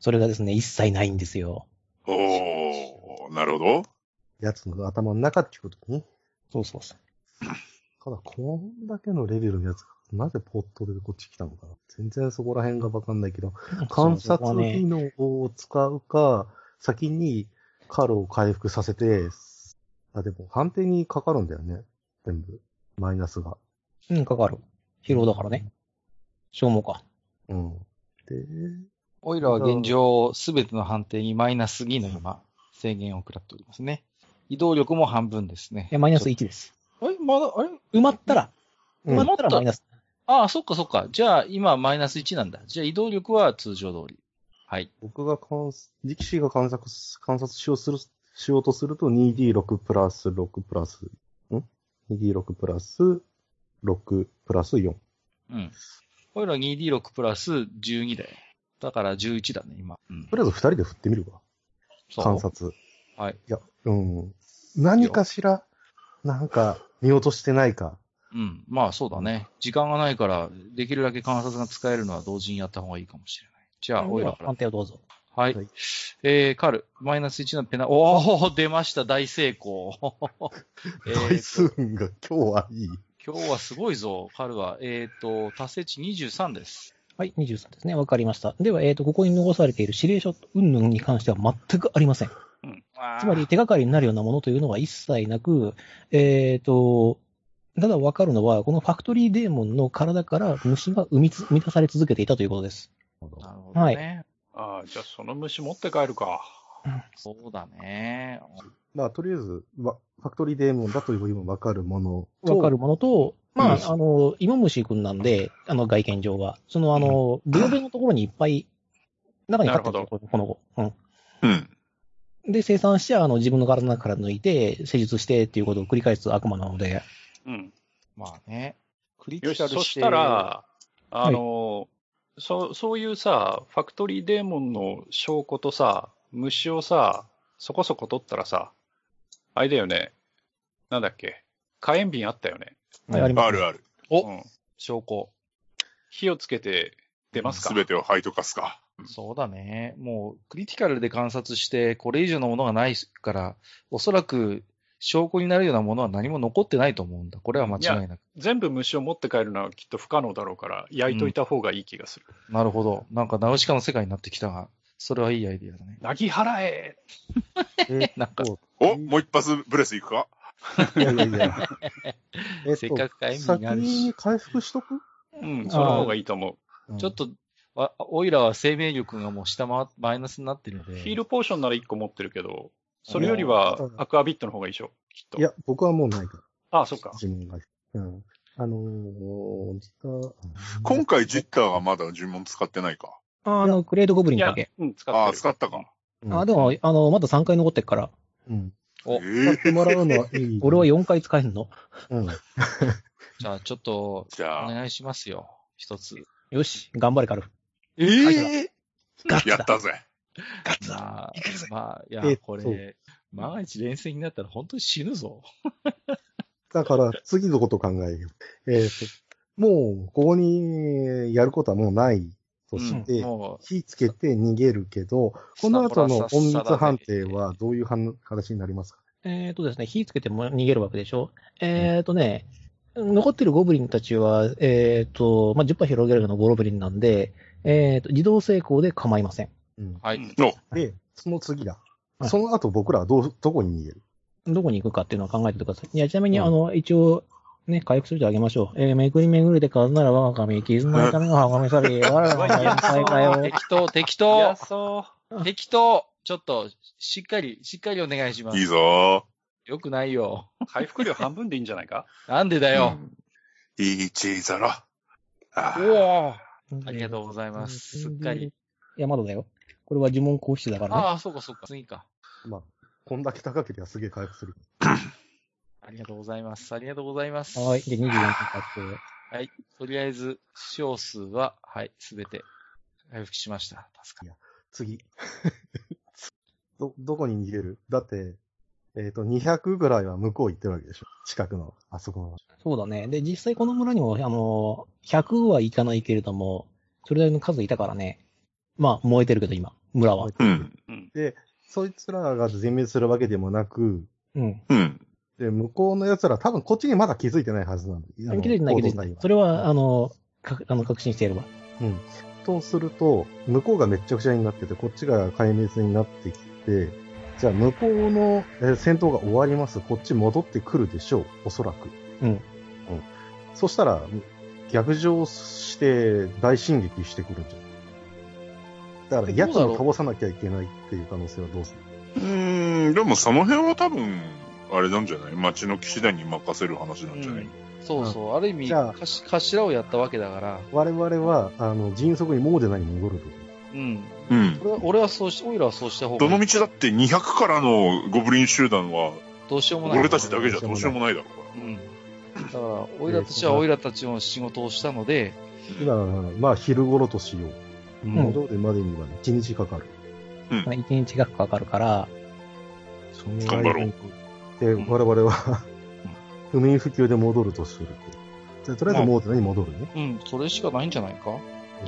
S3: それがですね、一切ないんですよ。
S4: おー、なるほど。
S5: 奴の頭の中っていうことね。
S3: そうそうそう。
S5: ただ、こんだけのレベルのやつが、なぜポットでこっち来たのかな全然そこら辺がわかんないけど、観
S3: そうそこは
S5: 察技
S3: ね、
S5: 能を使うか、先にカロを回復させて、あ、でも判定にかかるんだよね。全部。マイナスが。
S3: うん、かかる。疲労だからね。消耗か。
S5: うん。で、
S1: オイラは現状、すべての判定にマイナス2の今、制限を食らっておりますね。移動力も半分ですね
S3: い。や、マイナス1です。
S1: あれまだ、あれ
S3: 埋まったら、
S5: う
S3: 埋
S5: ん
S3: まったらマイナス。
S1: ああ、そっかそっか。じゃあ、今マイナス1なんだ。じゃあ、移動力は通常通り。はい。
S5: 僕が観察、力士が観察、観察しようする、しようとすると 2D6 プラス6プラス、ん ?2D6 プラス6プラス4。
S1: うん。オイラ 2D6 プラス12だよ。だから11だね、今。うん
S5: と。りあえず2人で振ってみるか。
S1: そう
S5: 観察。
S1: はい。
S5: いや、うん。何かしら、なんか、見落としてないか。
S1: うん。まあ、そうだね。時間がないから、できるだけ観察が使えるのは同時にやった方がいいかもしれない。じゃあ、オイ
S3: で
S1: ラ
S3: は
S1: から
S3: 判。定をどうぞ。
S1: はい。
S5: はい
S1: えー、カル、マイナス1のペナ、おー、出ました、大成 功。えーと
S5: 台数が今日はいい。
S1: 今日はすごいぞ、カルは。えっ、と、達成値23です。
S3: はい、23ですね。わかりました。では、えっ、と、ここに残されている指令書、云々に関しては全くありません。
S1: あー
S3: つまり、手がかりになるようなものというのは一切なく、えっ、と、ただわかるのは、このファクトリーデーモンの体から虫が生みつ生み出され続けていたということです。
S1: なるほどね。
S2: ああ、じゃあその虫持って帰るか。
S1: そうだね。
S5: まあ、とりあえず、わファクトリーデーモンだという今わかるものと。
S3: わかるものと、ま
S5: うん
S3: あ、あの、芋虫くんなんで、あの、外見上は。その、あの、ブロベのところにいっぱい、中に入ってるんですよこの子。うん。
S4: うん。
S3: で、生産して、あの、自分の体の中から抜いて、施術してっていうことを繰り返す悪魔なので、
S2: うん。
S1: まあね。クリテ
S2: よ
S1: ィ
S2: し、
S1: カル
S2: そ
S1: し。
S2: してた、ら、あの、そそういうさ、ファクトリーデーモンの証拠とさ、虫をさ、そこそこ取ったらさ、あれだよね。なんだっけ。火炎瓶あったよね。
S3: はい、あります。
S4: あるある。
S1: お
S2: うん、
S1: 証拠。
S2: 火をつけて出ますか。
S4: すべてを灰と化すか。
S1: そうだね。もう、クリティカルで観察して、これ以上のものがないから、おそらく、証拠になるようなものは何も残ってないと思うんだ。これは間違いなく。
S2: 全部虫を持って帰るのはきっと不可能だろうから、焼いといた方がいい気がする。
S1: なるほど。なんか、ナウシカの世界になってきたが、それはいいアイディアだね。
S2: なぎ払え
S5: え
S1: なんか
S5: っと
S4: お、もう一発ブレスいくか
S5: いやいやいや。えっ
S1: せっかく火炎瓶
S5: 先
S1: があるし
S5: に回復しとく
S2: うん、その方がいいと思
S1: ちょっと、わオイラは生命力がもう下回っマイナスになってるの
S2: う。
S1: で。
S2: ヒールポーションなら1個持ってるけど、それよりは
S5: うん
S2: アクアビットの方がいいでしょ、きっと。
S5: いや、僕はもうないから。
S2: ああ、そっか。
S5: 自分が。うん。あのー、実は、
S4: 今回ジッターがまだ呪文使ってないか。
S3: ああの、クレードゴブ
S2: い
S3: リンだ
S2: や
S3: け。、
S2: うん、使ってる。
S4: ああ、使ったか。
S5: うん
S3: あ、でも、あの、まだ3回残ってっから、
S5: うん。
S1: お
S4: え
S5: 使っ
S4: え。
S5: てもらうのはいい。
S3: 俺は4回使えんの。
S5: うん。
S1: じゃあ、ちょっと、
S4: じ
S1: お
S4: ゃあ、
S1: 願いしますよ。一つ。
S3: よし、頑張れ、カルフ。
S1: え
S3: えガッツ
S4: や
S3: だ。
S4: ったぜ。
S3: ガッツだ。
S1: まあ、まあ、いや
S5: えっ、と
S1: これ、万が一連戦になったら本当に死ぬぞ。
S5: だから、次のこと考えよう。えっ、と、もう、ここにやることはもうないとして、
S1: も
S5: 火つけて逃げるけど、この後の隠密判定はどういう形になりますか
S3: えっ、とですね、火つけても逃げるわけでしょ。えっ、とね、残ってるゴブリンたちは、えっ、と、まあ、10羽広げるのがゴブリンなんで、えっ、と、自動成功で構いません。
S5: うん
S1: う、はい。
S4: の、
S5: で、その次だ。
S3: はい
S5: その後僕らはどう、どこに逃げる
S3: どこに行くかっていうのは考えておいてください。いや、ちなみに、
S5: うん
S3: あの、一応、ね、回復するとあげましょう。えー、めぐりめぐるで数なら我が神、絆のためがはがめさ び、我らが神の再会を。
S1: 適当、適
S2: いや
S1: 当、
S2: そ
S1: 適当。ちょっと、しっかり、しっかりお願いしま
S4: いい
S1: す。
S4: ぞ
S1: よくないよ。
S2: う。回復量半分でいいんじゃないか
S1: なんでだよ。
S4: ー。1-0。ああ
S1: うおーあ
S3: あ
S1: りがとうございます。すっかり。。
S3: いや、まだだよ。これは呪文講師だからね。
S1: ああ、そうかそうか。次か。
S5: まあ、こんだけ高ければすげえ回復する。
S1: ありがとうございます。ありがとうございます。
S3: はーい。で、24分経って。
S1: とりあえず、死傷数は、はい、すべて回復しました。助か
S5: 次。ど、どこに逃げるだって、えっ、と、200ぐらいは向こう行ってるわけでしょ。近くの、あそこの。
S3: そうだね。で、実際この村にも、あの、100はいかないけれども、それなりの数いたからね。まあ、燃えてるけど、今、村は。
S4: うん。
S5: そいつらが全滅するわけでもなく、
S3: うん。
S4: うん。
S5: で、向こうの奴ら多分こっちにまだ気づいてないはずなんだ。気
S3: 気づいてないけど、それは、あの、かあの確信していれば。
S5: うん。とすると、向こうがめっちゃくちゃになってて、こっちが壊滅になってきて、じゃあ向こうのえー戦闘が終わります。こっち戻ってくるでしょう。おそらく。
S3: うん
S5: うん。そしたら、逆上して大進撃してくるんじゃないだから、
S1: え
S5: 奴
S1: どうだろ
S5: を
S1: う
S5: 倒さなきゃいけないっていう可能性はどうする
S4: うーん、でもその辺は多分、あれなんじゃない町の騎士団に任せる話なん
S1: る。
S4: じゃない、
S1: そうそう。ある意味、
S5: じゃあ
S1: かし頭をやったわけだから、
S5: 我々は、あの、迅速にモーデナに戻ると。
S1: うん。
S4: うん。
S1: 俺は、俺はそうし、オイラはそうした方が
S4: ど
S1: いい
S4: の道だって200からのゴブリン集団は、
S1: どうしようもない。
S4: 俺たちだけじゃどうしようもないだろうから。
S1: うん。だから、オイラたちはオイラたちの仕事をしたので、
S5: 今は、まあ、昼頃としよう。
S1: うん
S5: 戻るまでにはね、1日かかる。
S3: 1日がかかるから、
S5: その
S4: 頑張ろう
S5: で、
S1: うん
S5: 我々は、不眠不休で戻るとすると。でとりあえずモーデナに戻るね。
S1: うん、それしかないんじゃないか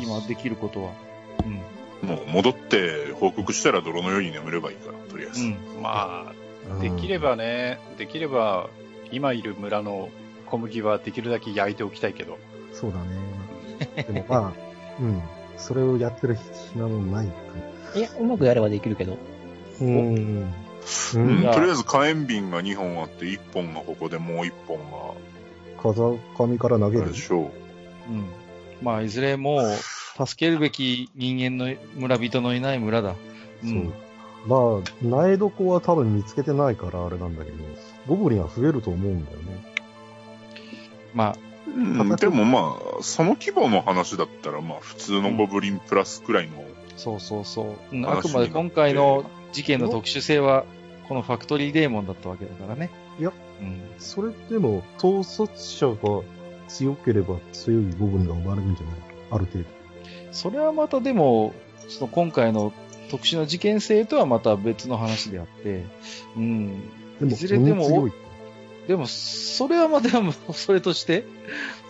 S1: 今できることは。うん。
S4: もう戻って報告したら泥のように眠ればいいから、とりあえず。
S1: うん。
S2: ま
S5: うん
S2: あ、できれ。ばね、できれば、今いる村の小麦はできるだけ焼いておきたいけど。
S5: そうだね。でもまあ、うん。それをやってる暇もないか
S3: いや、うまくやればできるけど。
S5: ら。うん。
S4: う
S5: う
S4: ん
S5: ん。
S4: とりあえず火炎瓶が2本あって、1本がここでもう1本
S5: 風上から投げ
S4: が、あれ
S5: る
S4: で。しょう。
S1: うん。まあ、いずれもう、助けるべき人間の村人のいない村だ。うん。
S5: そう。まあ、苗床は多分見つけてないからあれなんだけど、ゴブリンは増えると思うんだよね。
S1: まあ、
S4: うん、でもまあ、その規模の話だったら、まあ、普通のゴブリンプラスくらいの、
S1: そうそうそう。うん、
S4: 話
S1: あくまで今回の事件の特殊性は、このファクトリーデーモンだったわけだからね。
S5: いや。
S1: うん。
S5: それでも、統率者が強ければ強いゴブリンが生まれるんじゃないある程度。
S1: それはまたでも、その今回の特殊な事件性とはまた別の話であって、うん。
S5: でも、
S1: いずれでも
S5: 鬼強い
S1: でも、それはまあ、でも、それとして、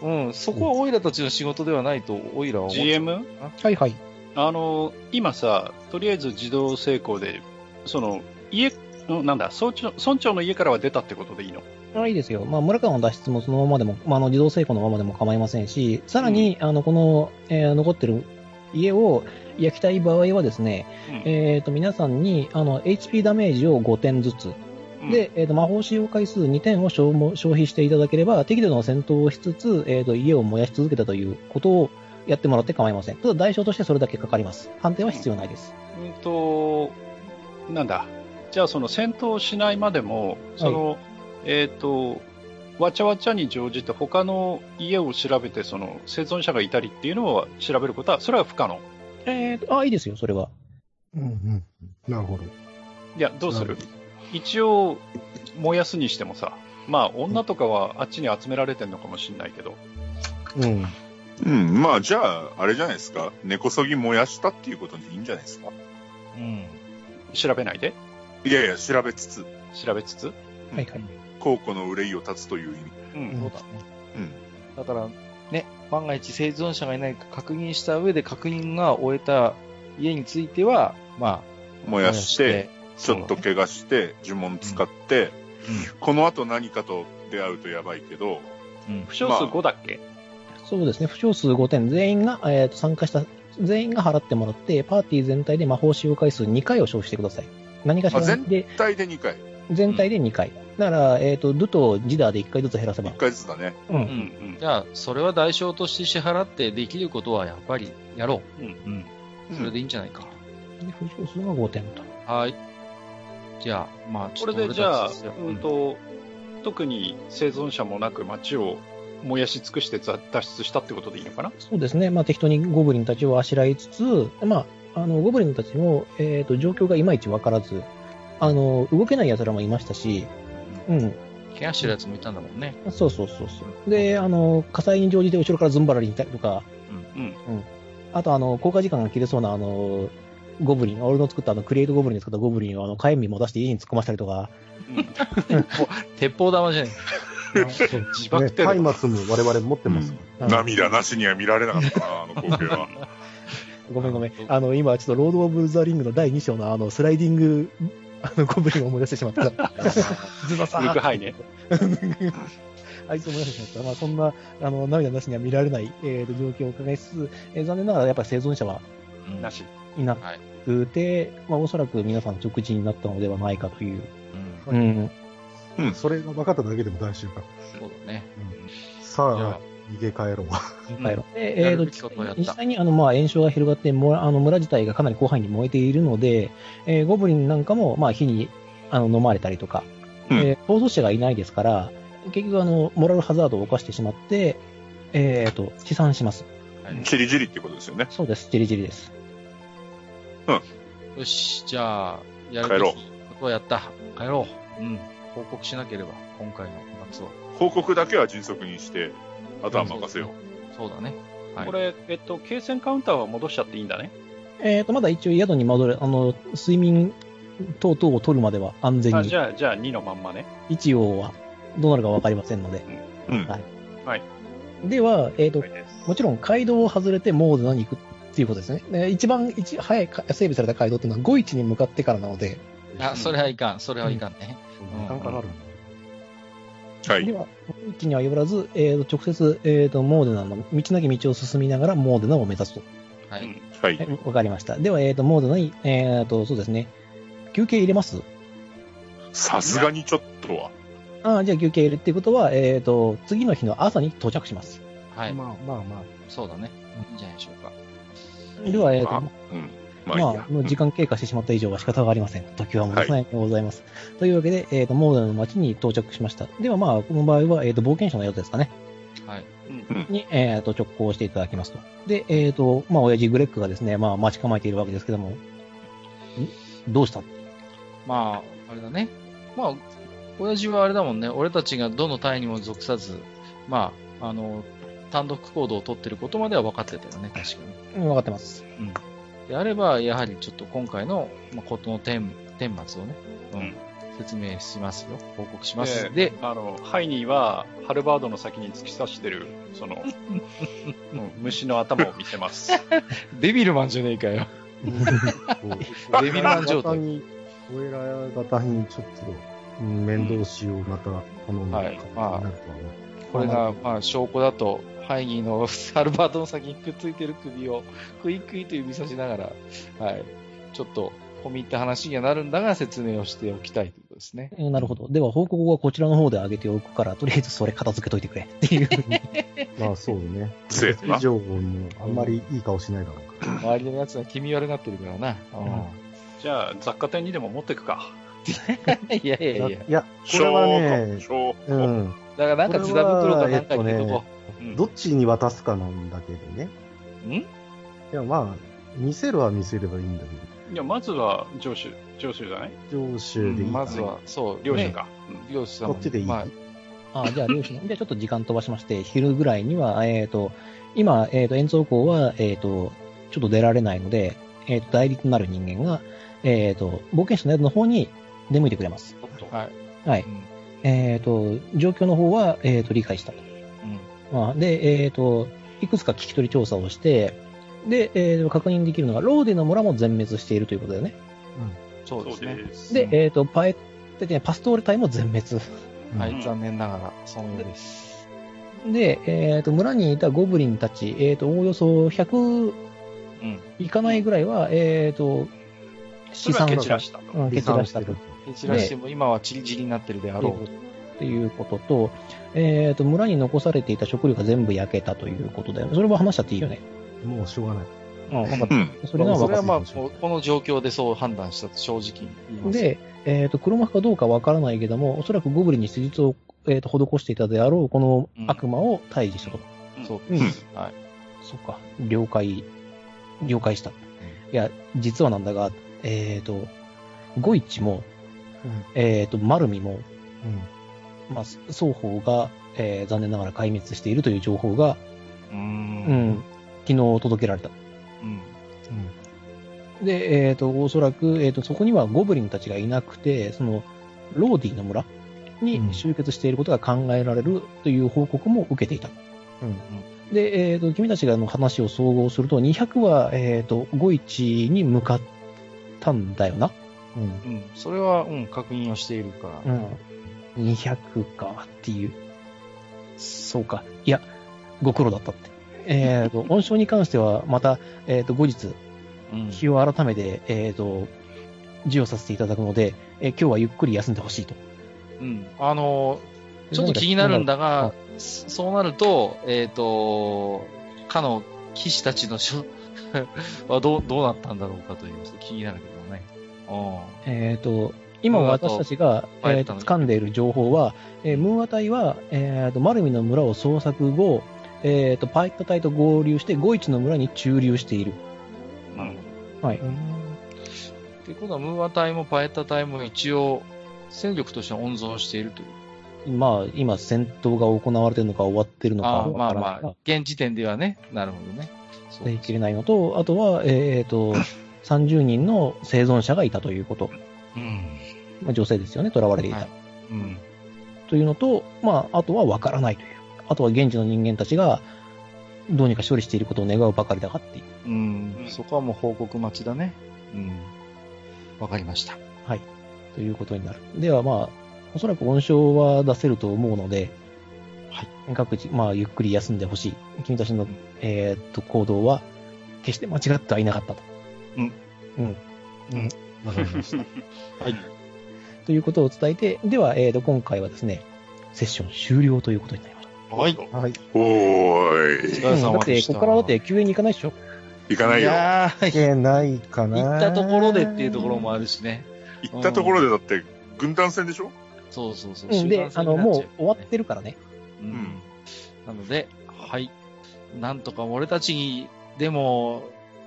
S1: うん、そこはオイラたちの仕事ではないと、オイラは思っちゃう
S2: GM?
S3: はいはい。
S2: あの、今さ、とりあえず自動成功で、その、家、のなんだ村長、村長の家からは出たってことでいいの
S3: あいいですよ。まあ、村からの脱出もそのままでも、まあ、あの、自動成功のままでも構いませんし、さらに、あの、この、えー残ってる家を焼きたい場合はですね、
S2: うん
S3: えっ、と、皆さんに、あの、HP ダメージを5点ずつ、
S2: うん
S3: で、えっ、と、魔法使用回数2点を消耗消費していただければ、適度な戦闘をしつつ、えっ、と、家を燃やし続けたということをやってもらって構いません。ただ、代償としてそれだけかかります。判定は必要ないです。
S2: うんと、なんだ、じゃあその戦闘しないまでも、その、えっ、と、わちゃわちゃに乗じて他の家を調べて、その生存者がいたりっていうのを調べることは、それは不可能。
S3: えっ、と、あ、いいですよ、それは。
S5: うんうん。なるほど。
S2: いや、どうする一応、燃やすにしてもさ、まあ女とかはあっちに集められてるのかもしれないけど、
S5: うん。
S4: うん、まあ、じゃあ、あれじゃないですか、根こそぎ燃やしたっていうことでいいんじゃないですか。
S1: うん。
S2: 調べないで、
S4: いやいや、調べつつ、
S2: 調べつつ。
S3: はいはい。
S4: 高庫の憂いを断つという意味。
S2: うん
S1: そうだね。
S4: うん。
S1: だから、ね、万が一生存者がいないか確認した上で確認が終えた家については、まあ、
S4: 燃やして、、ちょっと怪我して、呪文使って、この後何かと出会うとやばいけど、
S1: うん
S2: 不祥数5だっけ、
S3: そうですね、不祥数5点、全員が、えーと参加した、全員が払ってもらって、パーティー全体で魔法使用回数2回を消費してください。何かしら
S4: あ全
S3: で、
S4: 一体で2回、
S3: 全体で2回。だから、えっ、と、ドゥとジダーで1回ずつ減らせば
S4: 1。回ずつだね。
S3: う。
S1: うん
S2: うん
S1: じゃあ、それは代償として支払ってできることはやっぱりやろう。
S2: うん
S1: ん。それでいいんじゃないか。
S3: で不祥数が5点と。
S1: はい。じゃあ、まあ、
S2: これでじゃあ、
S1: 俺たちですよ
S2: うん、と特に生存者もなく街を燃やし尽くしてざ脱出したってことでいいのかな
S3: そうですね、まあ適当にゴブリンたちをあしらいつつ、まあ、あの、ゴブリンたちも、えっ、と、状況がいまいちわからず、あの、動けない奴らもいましたし、うん、
S1: 怪我してるやつもいたんだもんね。
S3: そうそうそうそう。で、あの、火災に乗じて後ろからズンバラリンいたりとか、
S2: うん
S3: あと、あの、効果時間が切れそうな、あの、ゴブリン、俺の作ったあの、クリエイトゴブリンで作ったゴブリンを、あの、火炎瓶も出して家に突っ込ませたりとか、
S1: 鉄砲玉じゃね
S2: 自爆テロ、
S5: ね松明も我々持ってますから。
S3: うん
S4: 涙なしには見られなかったな、あの光景は。
S3: ごめんごめん。あの、今、ちょっと、ロード・オブ・ザ・リングの第2章の、あの、スライディング、あの、ゴブリンを思い出してし まった。ズバサー
S2: 抜く範囲ね。
S3: あいつを思い出してしまった。まあ、そんな、あの、涙なしには見られない、えーと、状況を伺いつつ、えー残念ながら、やっぱり生存者は
S1: え
S2: な
S1: か。
S2: し
S3: いな
S1: はい
S3: くて、まあ、おそらく皆さん直人になったのではないかという。
S1: うん。
S3: うん。
S5: それが分かっただけでも大丈夫だ。
S1: そうだね。じゃ
S5: さ
S1: あ
S5: あ、逃げ帰ろう。
S3: 帰ろう。で
S1: や
S3: え
S1: る
S3: ー
S1: べきことをやっ
S3: と、
S1: た
S3: 実際に、あの、まあ、炎症が広がって、もらあの、村自体がかなり広範囲に燃えているので、えーゴブリンなんかも、まあ、火に、あの、飲まれたりとか、
S4: うん
S3: えー逃走者がいないですから、結局、あの、モラルハザードを犯してしまって、えーと、持参します。
S1: はい
S4: チリチリってことですよね。
S3: そうです。ジリジリです。
S1: よし、じゃあ、やるべきことはやった。帰ろう。うん。報告しなければ、今回の夏を。
S4: 報告だけは迅速にして、あとは任せよ
S1: そうだね。はい
S2: これ、えっと、継戦カウンターは戻しちゃっていいんだね。
S3: えーと、まだ一応宿に戻る、あの、睡眠等々を取るまでは安全
S2: あ
S3: に
S2: じ。ゃあ、じゃあ2のまんまね。
S3: 一応はどうなるかわかりませんので。
S4: う。うん。
S3: では、えっ、と
S2: は、いです
S3: もちろん街道を外れてモーズナに行くっていうことですね。で一番一早いか整備された街道っていうのは五市に向かってからなので、
S1: あ、それはいかん。それはいかんね。うん
S5: なんかなる
S4: は
S3: で
S4: い。
S3: は、五市には寄らず、えーと直接、えーとモーデナの道なき道を進みながらモーデナを目指すと。
S1: は
S2: う
S1: い。
S2: ん
S4: は。
S3: はいい、わかりました。では、えーとモーデナに、えーと、そうですね、休憩入れます
S4: さすがにちょっとは。
S3: ああ、じゃあ休憩入れっていうことは、えーと、次の日の朝に到着します。
S1: はい。
S5: まあまあまあ。
S1: そうだね。いいんじゃないでしょうか。
S3: では、えーと、
S4: まあうん。まあいい
S3: ま
S4: や
S3: あ、。もう時間経過してしまった以上は仕方がありません。時は戻さないでございます。というわけで、えっ、と、モーダの町に到着しました。ではまあ、この場合は、えっ、と、冒険者の宿ですかね。
S1: はい。
S3: に、えっ、と、直行していただきますと。で、えっ、と、まあ、親父グレッグがですね、まあ、待ち構えているわけですけども、んどうした
S1: まあ、あれだね。まあ、親父はあれだもんね。俺たちがどの隊にも属さず、まあ、あの、単独行動を取ってることまでは分かってたよね、確かに。
S3: うんわかってます。
S1: であれば、やはりちょっと今回の、まあ、ことの天、天末をね、うん、
S2: うん
S1: 説明しますよ。報告します。
S2: ええ
S1: で、
S2: あの、ハイニーは、ハルバードの先に突き刺してる、そ の、うん虫の頭を見せます。
S1: デビルマンじゃねえかよ。 デビルマン状態
S5: に、お偉方にちょっと、面倒しをまた頼む
S1: はい
S5: 形に
S1: まあ
S5: なるとは思う
S1: これが、まあ、証拠だと、ハイギーの アルバートの先にくっついてる首を、クイクイと指さしながら、はい。ちょっと、込み入った話にはなるんだが、説明をしておきたいということです ね。
S3: えーなるほど。では、報告はこちらの方で上げておくから、とりあえずそれ片付けといてくれ。っていう。
S5: まあそうね。
S4: せー
S5: 以
S4: な。
S5: 上もあんまりいい顔しないだろうか。
S1: 周りの奴は気味悪がってるからな。
S2: じゃあ、雑貨店にでも持ってくか。
S1: うん。いやいやいや
S5: い。や、こ
S4: 証
S5: れは
S4: 拠、
S5: ね、
S4: 証
S5: う
S4: 拠。
S5: ん。
S1: だからなんか津田袋かなんかに
S5: これ
S1: 入
S5: は
S1: れとこ
S2: うん
S5: どっちに渡すかなんだけどね。
S1: う。ん
S5: いや、まあ、見せるは見せればいいんだけ
S2: いや、まずは上州、上州じゃない
S5: ど、上州でいいかな
S1: まずは、そう、
S2: 領主
S1: ね。
S2: か。
S1: 漁師さん
S5: こっちでいい。
S1: まあ、
S3: ああ、じゃあ、両親。じゃあ、ちょっと時間飛ばしまして、昼ぐらいには、えっ、と、今、えっ、と、遠走校は、えっ、と、ちょっと出られないので、えっ、と、代理となる人間が、えっ、と、冒険者の宿の方に出向いてくれます。
S1: はい。
S3: はい。えっ、と、状況の方は、えっ、と、理解したと。
S1: うん。
S3: まあ、で、えっ、と、いくつか聞き取り調査をして、で、えー確認できるのが、ローデの村も全滅しているということだよね。
S1: そうですね。
S4: す
S3: で
S7: う、ん
S3: えっ、と、パエでね、パストール隊も全滅。
S7: うん
S1: はい、残念ながら、そういうです。
S3: で、えっ、と、村にいたゴブリンたち、えっ、と、おおよそ100
S1: うん。
S3: いかないぐらいは、えっ、と、
S2: そ
S3: 資
S2: れは
S3: 産
S2: 蹴
S3: を
S2: 散らしたと。
S3: うん蹴散らしたと。
S1: 蹴散らしても今はチリチリになってるであろう。
S3: っていうことと、えっ、と、村に残されていた食料が全部焼けたということだよね。それは話しちゃっていいよね。
S5: もうしょうがない。
S3: うん、分かっ
S4: うん。
S3: た。それは分か
S1: そ
S3: っ
S1: れ
S3: た
S1: はまあ、ここの状況でそう判断したと正直に言います。
S3: で、えっと黒幕かどうかわからないけども、おそらくゴブリンに施術を、えー、と施していたであろう、この悪魔を退治したと。
S1: そう
S3: うん
S4: うん
S1: はい。
S3: そうか、了解、了解した。いや、実はなんだが、えっ、と、ゴイチも、
S5: うん
S3: えっ、と、マルミも、
S5: うん。
S3: まあ、双方が、えー残念ながら壊滅しているという情報が、
S1: う。
S3: うんん、昨日届けられた。
S1: うん。
S3: で、えっ、と、おそらく、えっ、と、そこにはゴブリンたちがいなくて、その、ローディの村
S5: うん
S3: に集結していることが考えられるという報告も受けていた。
S5: うん
S3: で、えっ、と、君たちがあの話を総合すると、200は、えっ、と、ゴイチに向かったんだよな。
S5: うん。
S1: うん。それは、うん、確認をしているから。
S3: うん。200かっていう。そうか。いや、ご苦労だったって。え っ、と、温床に関しては、また、えっ、と、後日、
S1: うん
S3: 日を改めて、えっ、と、授与させていただくので、えー今日はゆっくり休んでほしいと。
S1: うん。あのー、ちょっと気になるんだが、そそうなると、えっ、と、かの騎士たちのしょ はどう、どうなったんだろうかという、ちょっと気になるけどね。う
S3: えっ、と、今私たちが、
S1: あと
S3: えーと掴んでいる情報は、えームーア隊は、えーと、マルミの村を捜索後、えーと、パイット隊と合流して、ゴイチの村に駐留している。
S1: ん。なるほ
S3: はい。
S1: ど。ってことは、ムーア隊もパエタ隊も一応、戦力としては温存しているという。
S3: まあ、今、戦闘が行われているのか終わっているのか
S1: ああ、ま
S3: わ
S1: あ
S3: からない
S1: まあ、現時点ではね。なるほどね。そう
S3: できれないのと、あとは、えっ、と、30人の生存者がいたということ。
S1: うん。
S3: まあ、女性ですよね、囚われていた。
S1: はいうん。
S3: というのと、まあ、あとは分からないという。あとは現地の人間たちが、どうにか処理していることを願うばかりだがってい
S1: う
S3: う。
S1: ん。そこはもう報告待ちだね。うん。わかりました。
S3: はい。ということになる。では、まあ、おそらく音章は出せると思うので、はい。各自、まあ、ゆっくり休んでほしい。君たちの、えーっと、行動は、決して間違ってはいなかったと。
S1: うん。
S3: うん。
S5: わかりました。
S3: ということを伝えて、では、えーっと、今回はですね、セッション終了ということになりました。
S1: はい。
S5: はい。
S4: お
S1: お
S4: ーい。
S1: 疲れ様でした
S3: だって、ここからだって救援に行かないでしょ。
S4: 行かない
S1: い
S4: よ。
S1: やー
S5: いけないかな。
S1: 行ったところでっていうところもあるしね。
S4: 行ったところでだって、軍団戦でしょ
S1: そうそうそう。
S3: うん、
S1: 集
S3: で
S1: 団、
S3: あ
S1: 戦
S3: の、
S1: になっ
S3: も
S1: ちゃ
S3: う終わってるからね。
S1: う。うん。なので、はい。なんとか俺たちに、でも、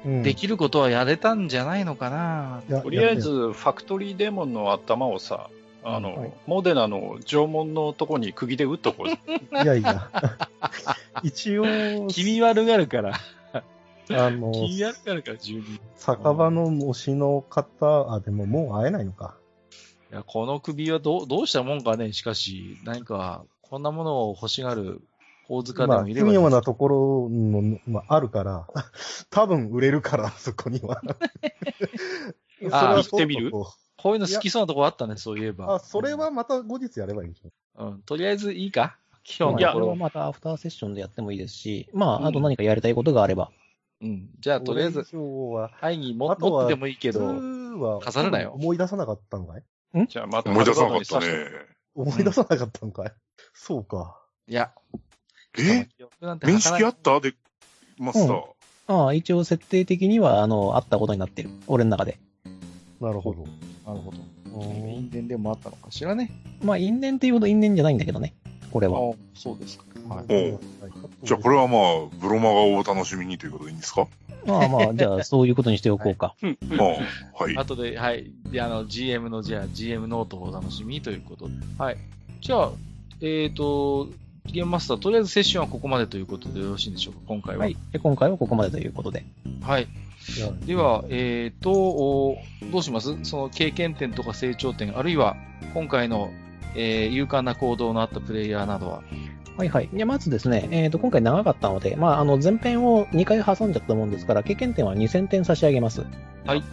S5: うん
S1: できることはやれたんじゃないのかな。
S5: いや
S2: とりあえ
S5: やっ
S2: ず、ファクトリーデーモンの頭をさ、あの、
S5: はい
S2: モデナの縄文のとこに釘で打っ とこうぜ。
S5: てよいやいや。一応、
S1: 君悪がるから。
S5: あの、
S1: 君悪がるから、十分。い
S5: 酒場の推しの方、あ、でももう会えないのか。
S1: や、この首はどう、どうしたもんかね、しかし、何か、こんなものを欲しがる、大塚で
S5: まあ、
S1: もいれば、
S5: 奇妙なところの、まあ、あるから、 多分売れるから、 そこには。それは
S2: 行ってみる
S5: そうとこ
S1: こういうの好きそうなとこあったね、そういえば。
S5: あ、それはまた後日やればいいんじゃ
S1: うん、とりあえずいいか今
S3: 今
S1: 日のとこ
S3: 日のこ
S1: ろ
S3: れはまたアフターセッションでやってもいいですし、まあ、あと何かやりたいことがあれば。
S1: うん。じゃあ、
S5: ない
S1: とりあえず、
S5: 今日は、
S1: 会にも
S5: あとは
S1: 持ってもいいけ
S5: 普
S1: ど、
S5: 通は
S1: 飾るなよ
S5: 思い出さなかったのかい
S2: じゃあ、また
S4: 思い出さなかったね。
S5: 思い出さなかったのかい、そうか。
S1: いや、
S4: え面識あ
S1: っ
S4: ったで、マスター。
S3: ああ、一応設定的には、あの、あったことになってる。俺の中で。
S5: なるほど。
S1: なるほど。因縁でもあったのかしらね。
S3: まあ、因縁っていうほど因縁じゃないんだけどね。これ
S1: あ
S3: は。
S1: そうですか。はい。
S4: おうじゃあこれはまあ、ブロマガをお楽しみにということでいいんですか
S3: まあまあ、じゃあ、そういうことにしておこうか。
S4: まあ、はい。
S1: あとで、はい。で、あの、GM の、じゃあ、GM ノートをお楽しみということで。はい。じゃあ、えっ、と、ゲームマスター、とりあえずセッションはここまでということでよろしいんでしょうか、今回は。
S3: は。い。で今回はここまでということで。
S1: はい。
S5: じゃあ
S1: では、えーと、おどうしますその経験点とか成長点、あるいは今回の、えー勇敢な行動のあったプレイヤーなどは、
S3: はいはい。じゃあまずですね、えっ、と、今回長かったので、まあ、あの、前編を2回挟んじゃったもんですから、経験点は2000点差し上げます。
S1: はい。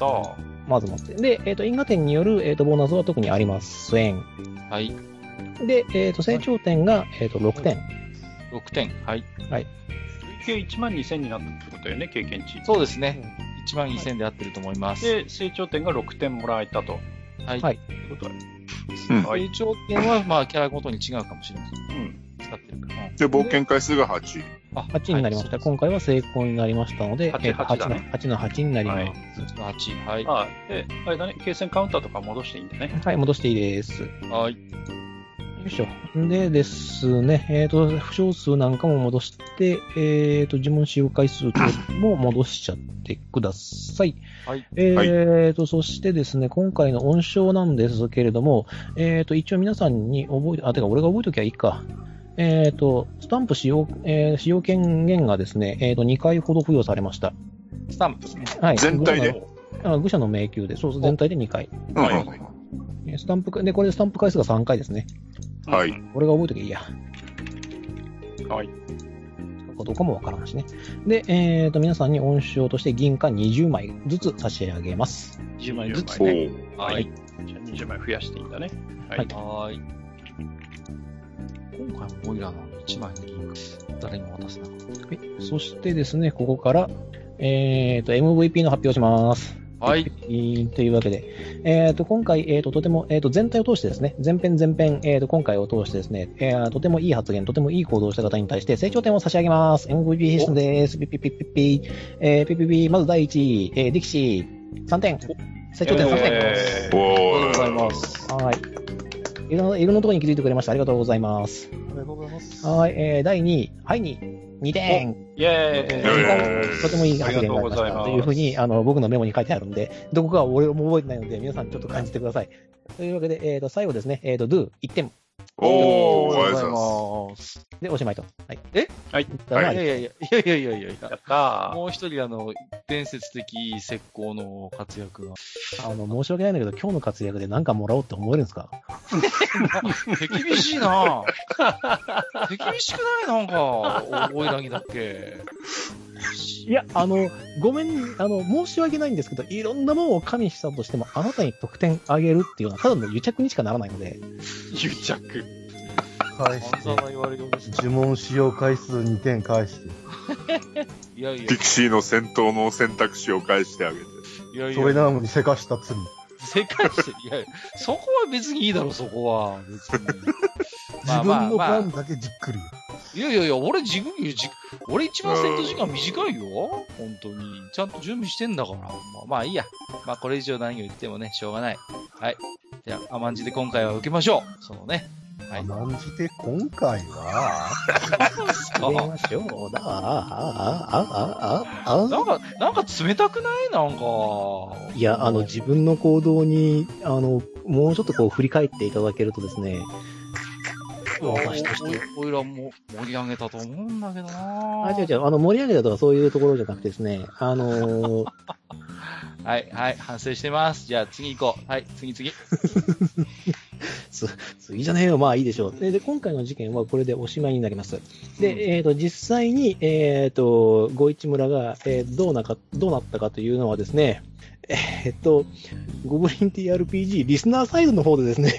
S3: まずもって。で、えっ、と、因果点による、えっ、と、ボーナスは特にありません。
S1: はい。
S3: で、えっ、と、成長点が、えっ、と、6点。
S1: 6点。はい。
S2: 計1万2000になったってことだよね、経験値。
S1: そうですね。1万2000で合ってると思います。
S2: で、成長点が6点もらえたと。
S1: はい。
S3: はい
S2: いうことだね
S4: うん
S2: はい
S1: 成長点は、まあ、キャラごとに違うかもしれません。
S2: うん。
S1: 使ってるから。
S4: で、冒険回数が8。
S1: あ、
S3: 8になりました。
S1: はい
S3: 今回は成功になりましたので、
S2: 8
S3: えーと
S2: 8だね
S3: 8の8になります。
S1: 8。はい。
S2: あで、あれだね、継戦カウンターとか戻していいんだね。
S3: はい、戻していいです。よ
S1: はい。
S3: いしょ。でですね、えっ、と、負傷数なんかも戻して、えっ、と、呪文使用回数とも戻しちゃってください。
S1: はい。
S3: えっ、と、そしてですね、今回の音章なんですけれども、えっ、と、一応皆さんに覚え、あ、てか俺が覚えときゃいいか。えっ、と、スタンプ使用、えー使用権限がですね、えっ、と、2回ほど付与されました。
S1: スタンプですね。
S3: はい。
S4: 全体で
S3: あ愚者の迷宮で、そうそう、全体で2回。
S4: うん
S2: は
S4: はいい。
S3: えースタンプ、で、これでスタンプ回数が3回ですね。
S4: はい
S2: うん。
S3: 俺が覚えときゃいいや。
S2: はい。
S3: どこもわからんしね。で、えっ、と、皆さんに恩賞として銀貨20枚ずつ差し上げます。
S1: 10枚ずつ
S4: お
S1: ね。
S4: ー
S1: はい。
S2: じゃあ20枚増やしていいんだね。
S3: はい
S1: はーい。今回もボイラーなの1枚に銀貨誰にも渡すな。
S3: はいそしてですね、ここから、えっ、と、MVP の発表をします。
S1: はい。
S3: えーというわけで、えー、と今回、えーととても、えー、と全体を通してですね、前編前編、えー、と今回を通してですね、えーとてもいい発言、とてもいい行動をした方に対して成長点を差し上げます。MVP 必須です。ピピピピピ、えー、ピピピ、まず第1位、えー、ディキシー、3点。成長点3点。
S1: あ
S2: えー
S1: り
S4: お
S1: がとうござい
S4: ー
S1: ます。
S3: はい。いろんな、いろんなところに気づいてくれました。ありがとうございます。
S7: ありがとうございます。
S3: はい、えー、第2位、はいに、2点。
S2: イェ
S4: イエ
S2: ーイ
S4: ー
S3: とてもいい発言になりまし
S2: ありがとうござ
S3: た
S2: います
S3: というふうにあの僕のメモに書いてあるんで、どこかは俺も覚えてないので、皆さんちょっと感じてください。というわけで、えー、と最後ですね、えー、と do1 点
S4: おー、おはようございます。
S1: ございます。
S3: でおしまいと。はい、
S1: え
S2: はい
S3: だな
S1: はいいやいやいやいやいやいやい
S2: や
S1: や。
S2: ったー。
S1: もう一人、あの、伝説的石膏の活躍が。
S3: あの申し訳ないんだけど、今日の活躍で何かもらおうって思えるんですか
S1: 手厳しいな 手厳しくないなんか、お、おいらぎだっけ。
S3: いや、あの、ごめん、あの、申し訳ないんですけど、いろんなものを加味したとしても、あなたに得点あげるっていうのは、ただの癒着にしかならないので、
S2: 癒着。
S7: 返
S1: 散
S7: して
S1: 々、な言われようですね。
S7: 呪文使用回数2点返して、
S1: いやいや、
S4: ピクシーの戦闘の選択肢を返してあげて。
S1: いやい
S7: それ
S1: や、
S7: なのにせかした罪。
S1: 世界史、いやいや、そこは別にいいだろ、そこは。別に。ま
S7: 自
S1: あまあ
S7: 分の
S1: まあ
S7: 番だけじっくり。
S1: いやいやいや、俺自分、じ俺一番戦闘時間短いよ。本当に。ちゃんと準備してんだから。まあ、まあいいや。まあこれ以上何を言ってもね、しょうがない。はい。じゃあ、甘んじで今回は受けましょう。その ね。はい。
S7: なんじて今回は、
S3: 入れましょう。だ、あ、あ、あ、あ、あ
S1: なんか、なんか冷たくないなんか。
S3: いや、あの、自分の行動に、あの、もうちょっとこう振り返っていただけるとですね、私として
S1: おおいらも盛り上げたと思うんだけどな
S3: あ、違う違う、あの、盛り上げたとかそういうところじゃなくてですね、あのー
S1: はい、はい、反省してます。じゃあ次行こう。はい、次 次。
S3: 次じゃねえよ、まあいいでしょう。で、で今回の事件はこれでおしまいになります。で、えっ、と、実際に、えっ、と、五一村が、えーどうなか、どうなったかというのはですね、えっ、と、ゴブリン TRPG リスナーサイドの方でですね、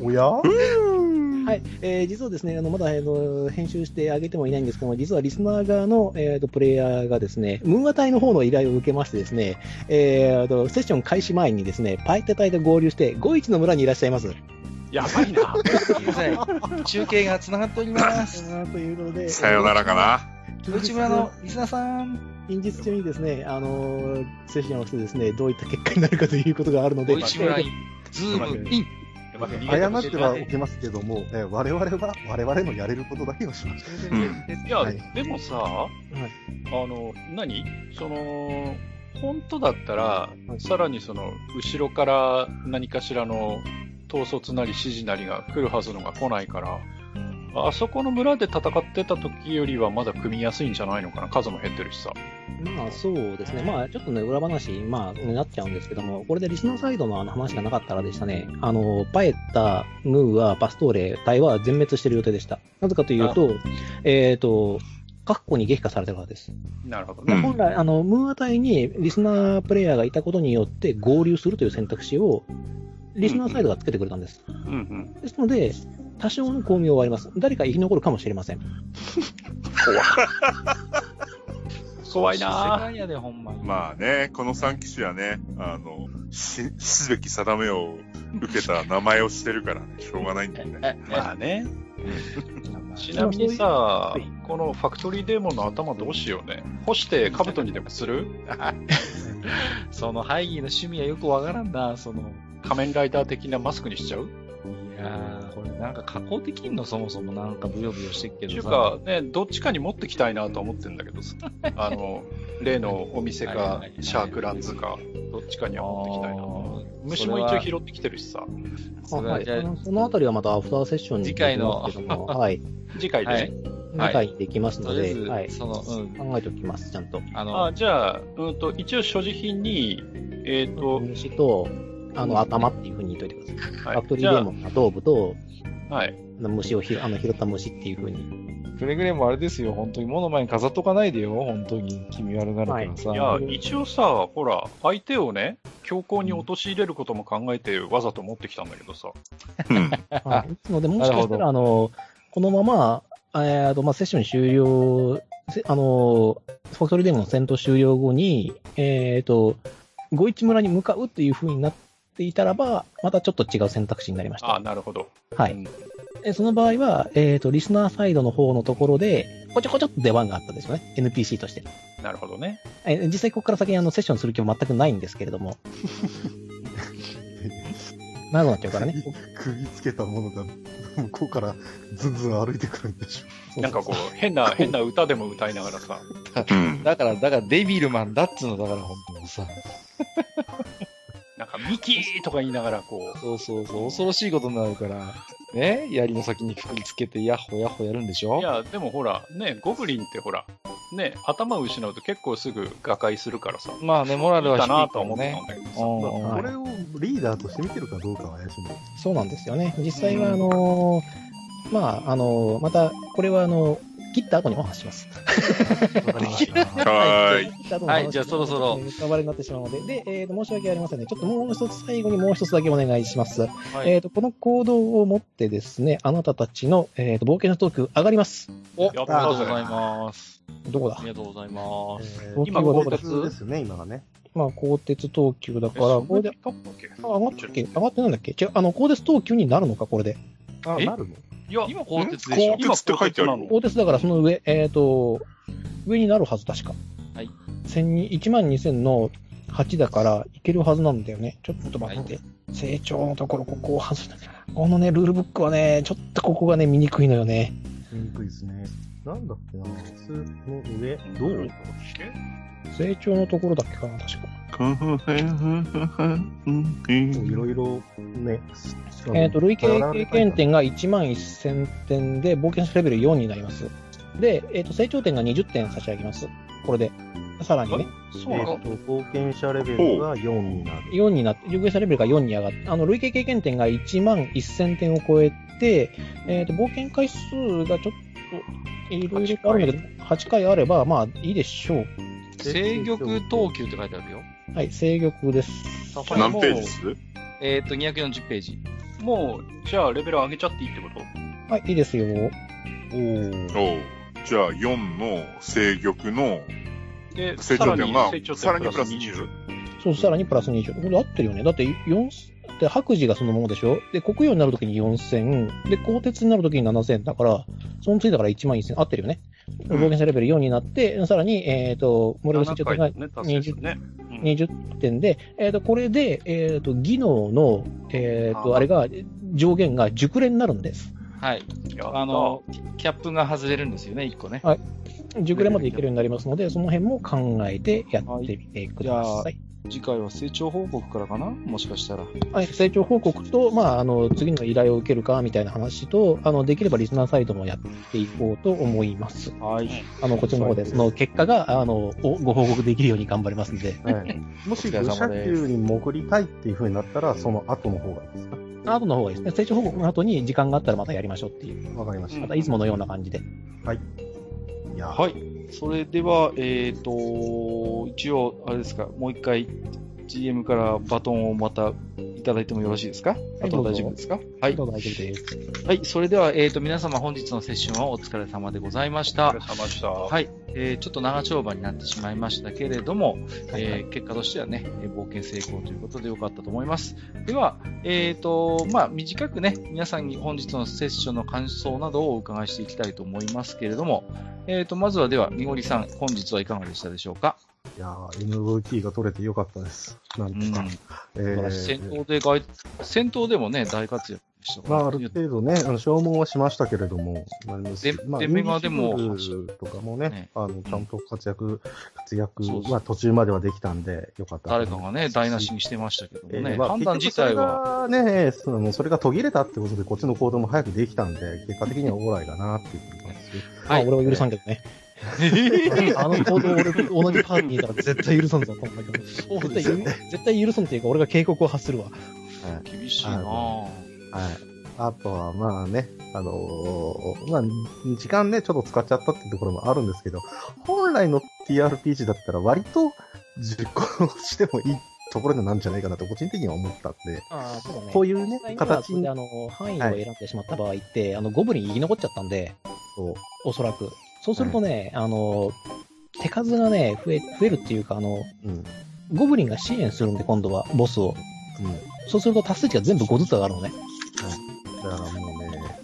S7: おや
S3: はい、えー実はですね、あのまだ、あの編集してあげてもいないんですけども、実はリスナー側の、えー、とプレイヤーがですね、ムーア隊の方の依頼を受けましてですね、えー、とセッション開始前にですね、パイテ隊と合流して、五一の村にいらっしゃいます。
S2: やば いな。
S1: 中継が繋がっております。
S3: ということで、
S4: さよならかな。
S1: 内村のリスナーさん。
S3: 近日中にですね、あのセッションをしてですね、どういった結果になるかということがあるので、
S1: 小市村イン、ズームイン。
S7: 謝ってはおけますけども、えー我々は、我々のやれることだけをしまし
S4: うん。
S2: いや、
S7: はい
S2: でもさ、あの、何その、本当だったら、さらにその、後ろから何かしらの統率なり指示なりが来るはずのが来ないから、あそこの村で戦ってた時よりはまだ組みやすいんじゃないのかな数も減ってるしさ。
S3: まあそうですね、まあちょっとね、裏話、まあ、なっちゃうんですけども、これでリスナーサイドのあの話がなかったらでしたね、あの、パエッタ、ムーア、パストーレ、タイは全滅してる予定でした。なぜかというと、えっ、と、カッコに激化されてるからです。
S2: なるほど
S4: う
S2: ね。
S4: ん
S3: 本来、あの、ムーア隊にリスナープレイヤーがいたことによって合流するという選択肢を、リスナーサイドがつけてくれたんです。
S2: うんうん。
S3: ですので、多少の巧妙はあります。誰か生き残るかもしれません。
S2: 怖い
S1: 世
S2: なぁ。
S1: 界やで、ほんまに。
S4: まあね、この3騎士はね、あの、し、死すべき定めを受けた名前をしてるからね、しょうがないんだよね。
S2: まあね。
S1: あ
S2: ちなみにさ
S3: そういう、
S2: このファクトリーデーモンの頭どうしようね。干して兜にでもする
S1: その、ハイギーの趣味はよくわからんな、その。
S2: 仮面ライダー的なマスクにしちゃう
S1: いやー、これなんか加工できんのそもそもなんかブヨブヨしてっけ
S2: ってい
S1: ど
S2: う
S1: さ。
S2: か、ね、どっちかに持ってきたいなと思ってんだけどさ、あの、例のお店か、シャークランズか、どっちかには持ってきた
S1: あ
S2: いなと。
S1: ー
S2: 虫も一応拾ってきてるしさ、
S3: あ
S1: それは
S3: はい、
S1: じゃあ
S3: あのそのあたりはまたアフターセッションに
S1: 次回の
S3: できますけどもはい、
S2: 次回でね。
S3: 次
S1: はい
S3: 回できますの
S1: とりあえ
S3: で、
S1: ず、
S3: はい、
S1: その、うん、
S3: 考えておきます、ちゃんと。
S1: あの、
S2: あじゃあ、うんと、一応所持品に、えっ、と、
S3: 虫と、あの、頭っていうふうに言っといてください。ファクト
S2: はい、
S3: リ
S2: じ
S3: ーデ
S2: ゃ
S3: ーモンの頭部と、
S2: あ、はい、
S3: あの虫をひあの拾った虫っていうふ うに。
S1: くれぐれもあれですよ、本当に、物前に飾っとかないでよ、本当に、気味悪がるからさ。
S2: いや、一応さ、ほら、相手をね、強行に陥れることも考えて、わざと持ってきたんだけどさ、
S4: うん。
S3: はい。ですので、もし
S1: な
S3: か
S1: るほ
S3: した
S1: ど
S3: ら、あの、このまま、えーと、まあ、セッション終了、せあの、ファクトリーデーモンの戦闘終了後に、えーと、五一村に向かうっていうふうになっていたらば、またちょっと違う選択肢になりました。
S2: あなるほど。
S3: は
S2: う
S3: い
S2: ん。
S3: えその場合は、えっ、と、リスナーサイドの方のところで、こちょこちょっと出番があったんですよね。NPC として。
S2: なるほどね。
S3: え実際ここから先、あの、セッションする気も全くないんですけれ ども。長くなっちゃうからね。
S5: 首つけたものが、向こうからずんずん歩いてくるんでしょ。
S2: なんかこう、変 な、変な歌でも歌いながらさ、
S4: うん。
S1: だから、だから、デビルマンだっつうの、だから、本当にさ。
S2: なんか、ミキーとか言いながら、こう、
S1: そうそうそう、恐ろしいことになるから、ね、槍の先にくくりつけて、ヤッホヤッホやるんでしょ
S2: いや、でもほら、ね、ゴブリンってほら、ね、頭を失うと結構すぐ瓦解するからさ、
S1: まあね、モラルは低
S2: だ
S1: いから
S2: なとは思ったん
S1: ね。
S2: だけどさ、
S1: うん
S5: まあ
S1: うん
S5: これをリーダーとして見てるかどうかは怪しいんだよ
S3: そうなんですよね。実際は、あのーまあ、あのーまた、これは、あの切った後にお話します。
S4: はーい。
S1: はいじゃあそろそろ
S3: ネタバレになってしまうので、で、えーと、申し訳ありませんね。ちょっともう一つ、最後にもう一つだけお願いします。
S1: はい
S3: えっと、この行動をもってですね、あなたたちの、えーと、冒険のトーク上がります。
S1: お、あり
S2: や
S1: が
S2: っ
S1: と
S2: た
S1: うございます。
S3: どこ
S1: あ
S3: だ
S1: りがとうございます。
S5: え
S3: ー
S5: ー
S3: 今
S5: 今、
S3: 鋼
S5: 鋼
S3: 鉄
S5: 鉄ですね、今がね。
S3: まあ、鋼鉄等級だ
S2: え
S3: から、
S2: そん
S3: こ
S2: な
S3: れ
S2: に
S3: で、
S2: 経ったっけ
S3: あ、上がったっけ上がってないんだっけ違う、あの、鋼鉄等級になるのか、これで。
S5: あ、
S1: え
S5: なるの
S2: いや、
S1: 今、鋼鉄でしょ
S4: 鋼鉄って書いてある
S2: 今鋼鉄なの
S3: 鋼鉄だからその上、えっ、と、上になるはず、確か。
S1: はい。
S3: 1万2000の8だから、いけるはずなんだよね。ちょっと待って。成長のところ、ここを外した。このね、ルールブックはね、ちょっとここがね、見にくいのよね。
S5: 見にくいですね。なんだっけな、普通の上、どう
S3: 成長のところだっけかな、確か。
S5: いろいろね、
S3: えっ、と、累計経験点が1万1000点で、冒険者レベル4になります。で、えっ、と、成長点が20点差し上げます。これで。さらにね、
S5: そうなの、えーと貢献者レベルが4になる。
S3: 4になって、受験者レベルが4に上がって、あの、累計経験点が1万1000点を超えて、えっ、と、冒険回数がちょっと、いろいろとあるんだけど、8回あれば、まあ、いいでしょう。
S1: 制玉等級って書いてあるよ。
S3: はい、制御です。
S2: これ
S4: 何
S2: もう
S4: ページっす
S1: えっと、240ページ。
S2: もう、じゃあ、レベル上げちゃっていいってこと
S3: はい、いいですよ。
S5: お
S4: おう
S5: ー
S4: じゃあ、4の制玉の
S2: で、
S4: 成
S2: さら
S4: 長点
S2: に
S4: が
S2: 成長、
S4: さら
S2: 点
S4: にプ
S2: プラ
S4: ラ
S2: ス
S4: ス
S2: 20。
S4: 20。
S3: そう、さらにプラス20。これ合ってるよね。だって、4、で、白磁がそのままでしょで、黒曜になるときに4000、で、鋼鉄になるときに7000だから、その次だから1万1000、合ってるよね。
S4: ん
S3: 冒険者レベル4になって、さらに、えっ、と、モレル成長点が
S2: 7回だね、達成するね。うん
S3: 20点で、えっ、と、これで、えっ、と、技能の、えっ、と、
S2: あー
S3: あれが、上限が熟練になるんです。
S1: はい。
S2: やった
S1: あの、キャップが外れるんですよね、1個ね。
S3: 熟練までいけるようになりますので、その辺も考えてやってみてください。
S1: 次回は成長報告からかなもしかしたら。
S3: はい、成長報告と、まあ、あの、次の依頼を受けるか、みたいな話と、あの、できればリスナーサイドもやっていこうと思います。
S1: はい。
S3: あの、こっちの方で、その結果が、あの、おご報告できるように頑張りますんで。
S5: はい、もし、
S1: お疲れ様
S5: 愚
S1: です
S5: 者級に潜りたいっていう風になったら、その後の方がいいですか
S3: あとの方がいいですね。成長報告の後に時間があったらまたやりましょうっていう。
S5: わかりまし
S3: またいつものような感じで。
S5: た。いや、
S1: はい。それでは、えっ、と、一応、あれですか、もう一回、GM からバトンをまたいただいてもよろしいですかあとは大丈夫ですかはい
S3: ど。うぞ大丈夫です。
S1: はい。それでは、えっ、と、皆様本日のセッションはお疲れ様でございまし
S2: お
S1: た
S2: 疲れ。様でした。
S1: はい、えーちょっと長丁場になってしまいましたけれども、えー結果としてはね、えー冒険成功ということで良かったと思います。では、えっ、と、まあ、短くね、皆さんに本日のセッションの感想などをお伺いしていきたいと思いますけれども、えっ、と、まずはでは、みごりさん、本日はいかがでしたでしょうか、
S5: いやー MVP が取れてよかったです。なんとか。えー
S1: 戦闘で外、戦闘でもね、大活躍でした
S5: ま
S1: から
S5: あ、ある程度ね、あの消耗はしましたけれども、なりますし
S1: で
S5: まあ、
S1: デメがでも
S5: ユニシールとかもね、
S1: ね
S5: あのちゃんと活躍、活躍
S1: そうそう
S5: は途中まではできたんで、よかった。
S1: 誰かがね、台無しにしてましたけどもね、
S5: えーまあ
S1: 判断自体は、
S5: 結局それがね、そのそれが途切れたってことで、こっちの行動も早くできたんで、結果的にはオーライだなっていうふうに思います
S3: まあ、俺は許さんけどね。あの行動俺、同じパーティーにいたら絶対許さんぞ、こんなこと
S1: そうで
S3: 絶
S1: すよ
S3: 対
S1: ね。
S3: 絶対許さんっていうか、俺が警告を発するわ。
S1: 厳しいなぁ。
S5: はい。あとは、まあね、あのーまあ、時間ね、ちょっと使っちゃったってところもあるんですけど、本来の TRPG だったら割と実行してもいいところなんじゃないかなと個人的には思ったんで、
S3: ああ、そうだね
S5: こういう
S3: 実
S5: ね
S3: 際、には
S5: 形
S3: これ
S5: に
S3: であの、範囲を選んでしまった場合って、あの、ゴブリン生き残っちゃったんで、
S5: そう
S3: おそらく。そうするとね、あの、手数がね、増え、増えるっていうか、あの、
S5: うん、うん。
S3: ゴブリンが支援するんで、今度は、ボスを。そうすると達成値が全部5ずつ上がるのね。
S5: だからもうね、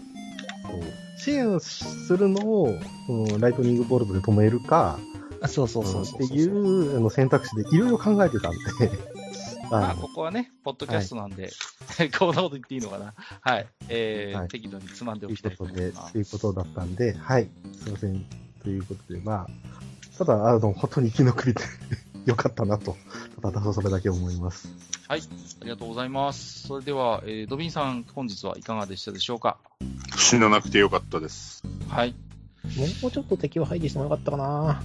S5: こう支援するのを、うんライトニングボルトで止めるか、
S3: あそうそうそう
S5: っ
S3: そう
S5: て
S3: そう。
S5: いうあの選択肢でいろいろ考えてたん で、
S1: まあ、
S5: あの
S1: ここはね、ポッドキャストなんで、 こんなこと言っていいのかな。はい。えー
S5: はい
S1: 適度につまんで
S5: と
S1: お
S5: い
S1: きたいうと
S5: こと
S1: 思
S5: で、
S1: い
S5: と
S1: ます。
S5: いうことだったんで、はい、すいません。ということで、まあ、ただ、あの、本当に生き残 れてよかったなと、ただ、それだけ思います。
S1: ありがとうございます。それでは、えードビンさん、本日はいかがでしたでしょうか
S4: 死ななくてよかったです。
S1: はい。
S3: もうちょっと敵を排除してもよかったかな。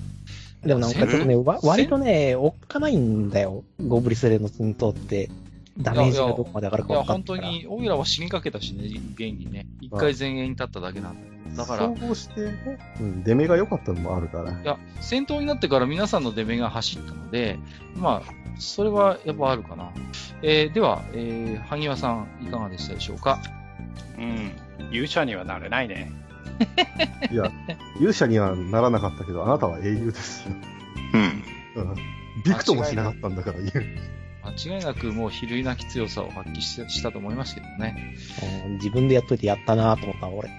S3: でもなんかちょっとね、わ割とね、おっかないんだよ。ゴブリスレのツントって。ダメージがどこまで上がる
S1: い
S3: か
S1: や、
S3: 分かっ
S1: 本
S3: て
S1: 当
S3: ないから。
S1: に、オイラは死にかけたしね、現にね。一回前衛に立っただけなんだ。だから、
S5: 総合してね、うん、出目が良かったのもあるから、
S1: いや、戦闘になってから皆さんの出目が走ったので、まあ、それはやっぱあるかな。えーでは、えー、萩和さん、いかがでしたでしょうか
S2: うん。勇者にはなれないね。
S5: いや、勇者にはならなかったけど、あなたは英雄ですよ。
S4: うん。
S5: うんびくともしなかったんだから、言う。
S1: 間違いなくもう比類なき強さを発揮ししたと思いますけどね。
S3: うん自分でやっといてやったなと思ったの俺。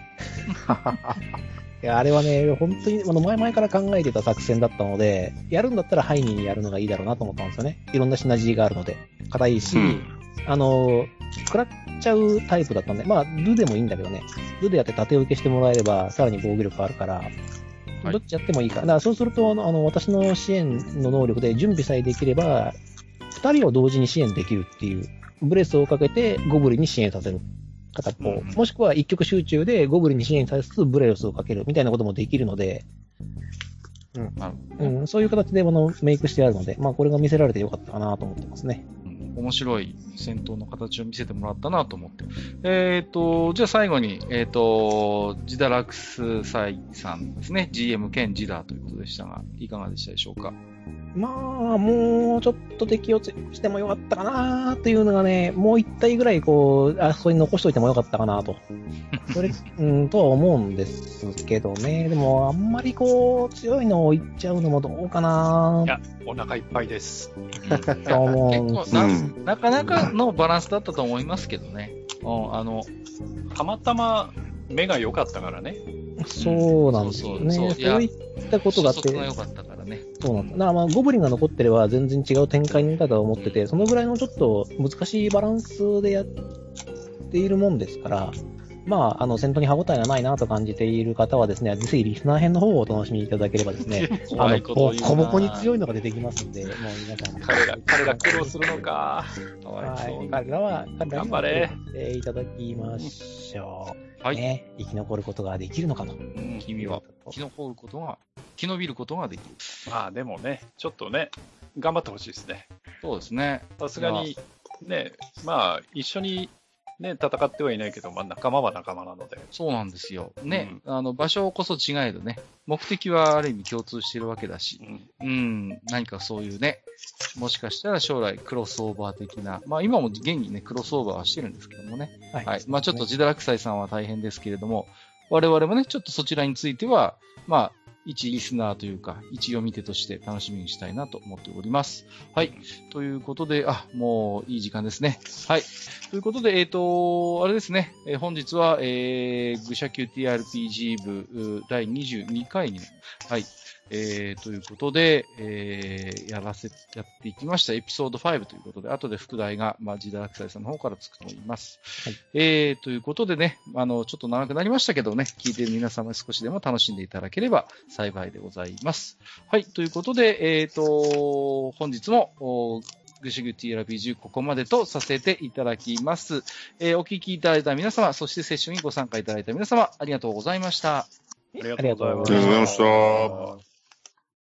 S3: いや、あれはね、本当に、あの、前々から考えてた作戦だったので、やるんだったらハイにやるのがいいだろうなと思ったんですよね。いろんなシナジーがあるので。硬いし、
S4: うん。
S3: あの、食らっちゃうタイプだったんで、まあ、ルでもいいんだけどね。ルでやって縦受けしてもらえれば、さらに防御力あるから、
S1: はい
S3: どっちやってもいいから。だからそうすると、あの、あの私の支援の能力で準備さえできれば、二人を同時に支援できるっていう、ブレスをかけてゴブリンに支援させる。片方、
S1: うんうん
S3: もしくは一極集中でゴブリンに支援させつつブレスをかけるみたいなこともできるので、
S1: なる
S3: うん、そういう形であのメイクしてあるので、まあこれが見せられてよかったかなと思ってますね。
S1: うん面白い戦闘の形を見せてもらったなと思って。えっ、と、じゃあ最後に、えっ、と、ジダラクスサイさんですね。GM 兼ジダということでしたが、いかがでしたでしょうか
S3: まあ、もうちょっと敵を強くしてもよかったかなっていうのがね、もう一体ぐらいこう、あそこに残しといてもよかったかな と。それ、うん、とは思うんですけどね。でも、あんまりこう、強いのをいっちゃうのもどうかない
S2: や、お腹いっぱいです。
S3: と思うんです
S1: 結構な、
S4: うん。
S1: なかなかのバランスだったと思いますけどね。うん、あの、
S2: たまたま目が良かったからね。
S3: そうなんですよね。
S1: そ
S3: そ
S1: そう
S3: うう
S1: そういや
S3: いったことがあっ
S1: 初
S3: て
S1: 速、が良かったからね。
S3: そうなんです。だからまあ、ゴブリンが残ってれば全然違う展開になったとは思ってて、そのぐらいのちょっと難しいバランスでやっているもんですから、まあ、あの、戦闘に歯応えがないなと感じている方はですね、ぜひリスナー編の方をお楽しみいただければですね、あ
S1: 怖
S3: の、
S1: いことを
S3: ボ
S1: 言うな
S3: コボコに強いのが出てきますんで、もう皆さん、
S2: 彼ら、彼ら苦労するのか。
S1: かわい
S3: は
S1: そう
S3: い、
S1: に
S3: 彼らは、彼らに
S2: 頑張れ
S3: えーいただきましょう。
S1: はい
S3: ね、生き残ることができるのかと。
S1: 君は生き残ることが、生き延びることができる。
S2: まあでもね、ちょっとね、頑張ってほしいですね。
S1: そうですね。
S2: さすがに、ね、まあ一緒に、ね、戦ってはいないけど、まあ仲間は仲間なので。
S1: そうなんですよ。ね、あの、場所こそ違えどね、目的はある意味共通してるわけだし
S2: う、ん
S1: うん、何かそういうね、もしかしたら将来クロスオーバー的な、まあ今も現にね、クロスオーバーはしてるんですけどもね、
S3: は
S1: はい。まあちょっと自堕落斎さんは大変ですけれども、我々もね、ちょっとそちらについては、まあ、一リスナーというか、一読み手として楽しみにしたいなと思っております。はい。ということで、あ、もういい時間ですね。はい。ということで、えっ、と、あれですね、えー本日は、えー、愚者級 TRPG 部う第22回に、はい。えー、ということで、えー、やらせ、やっていきました。エピソード5ということで、後で副題が、まあ、自堕落斎さんの方からつくと思います。えー、ということでね、あの、ちょっと長くなりましたけどね、聞いている皆様少しでも楽しんでいただければ幸いでございます。はい、ということで、えー、と、本日も、おぐしぐ TRPG ここまでとさせていただきます。えーお聞きいただいた皆様、そしてセッションにご参加いただいた皆様、ありがとうございました。
S2: ありが。
S3: ありがとうご
S4: ありがとうございました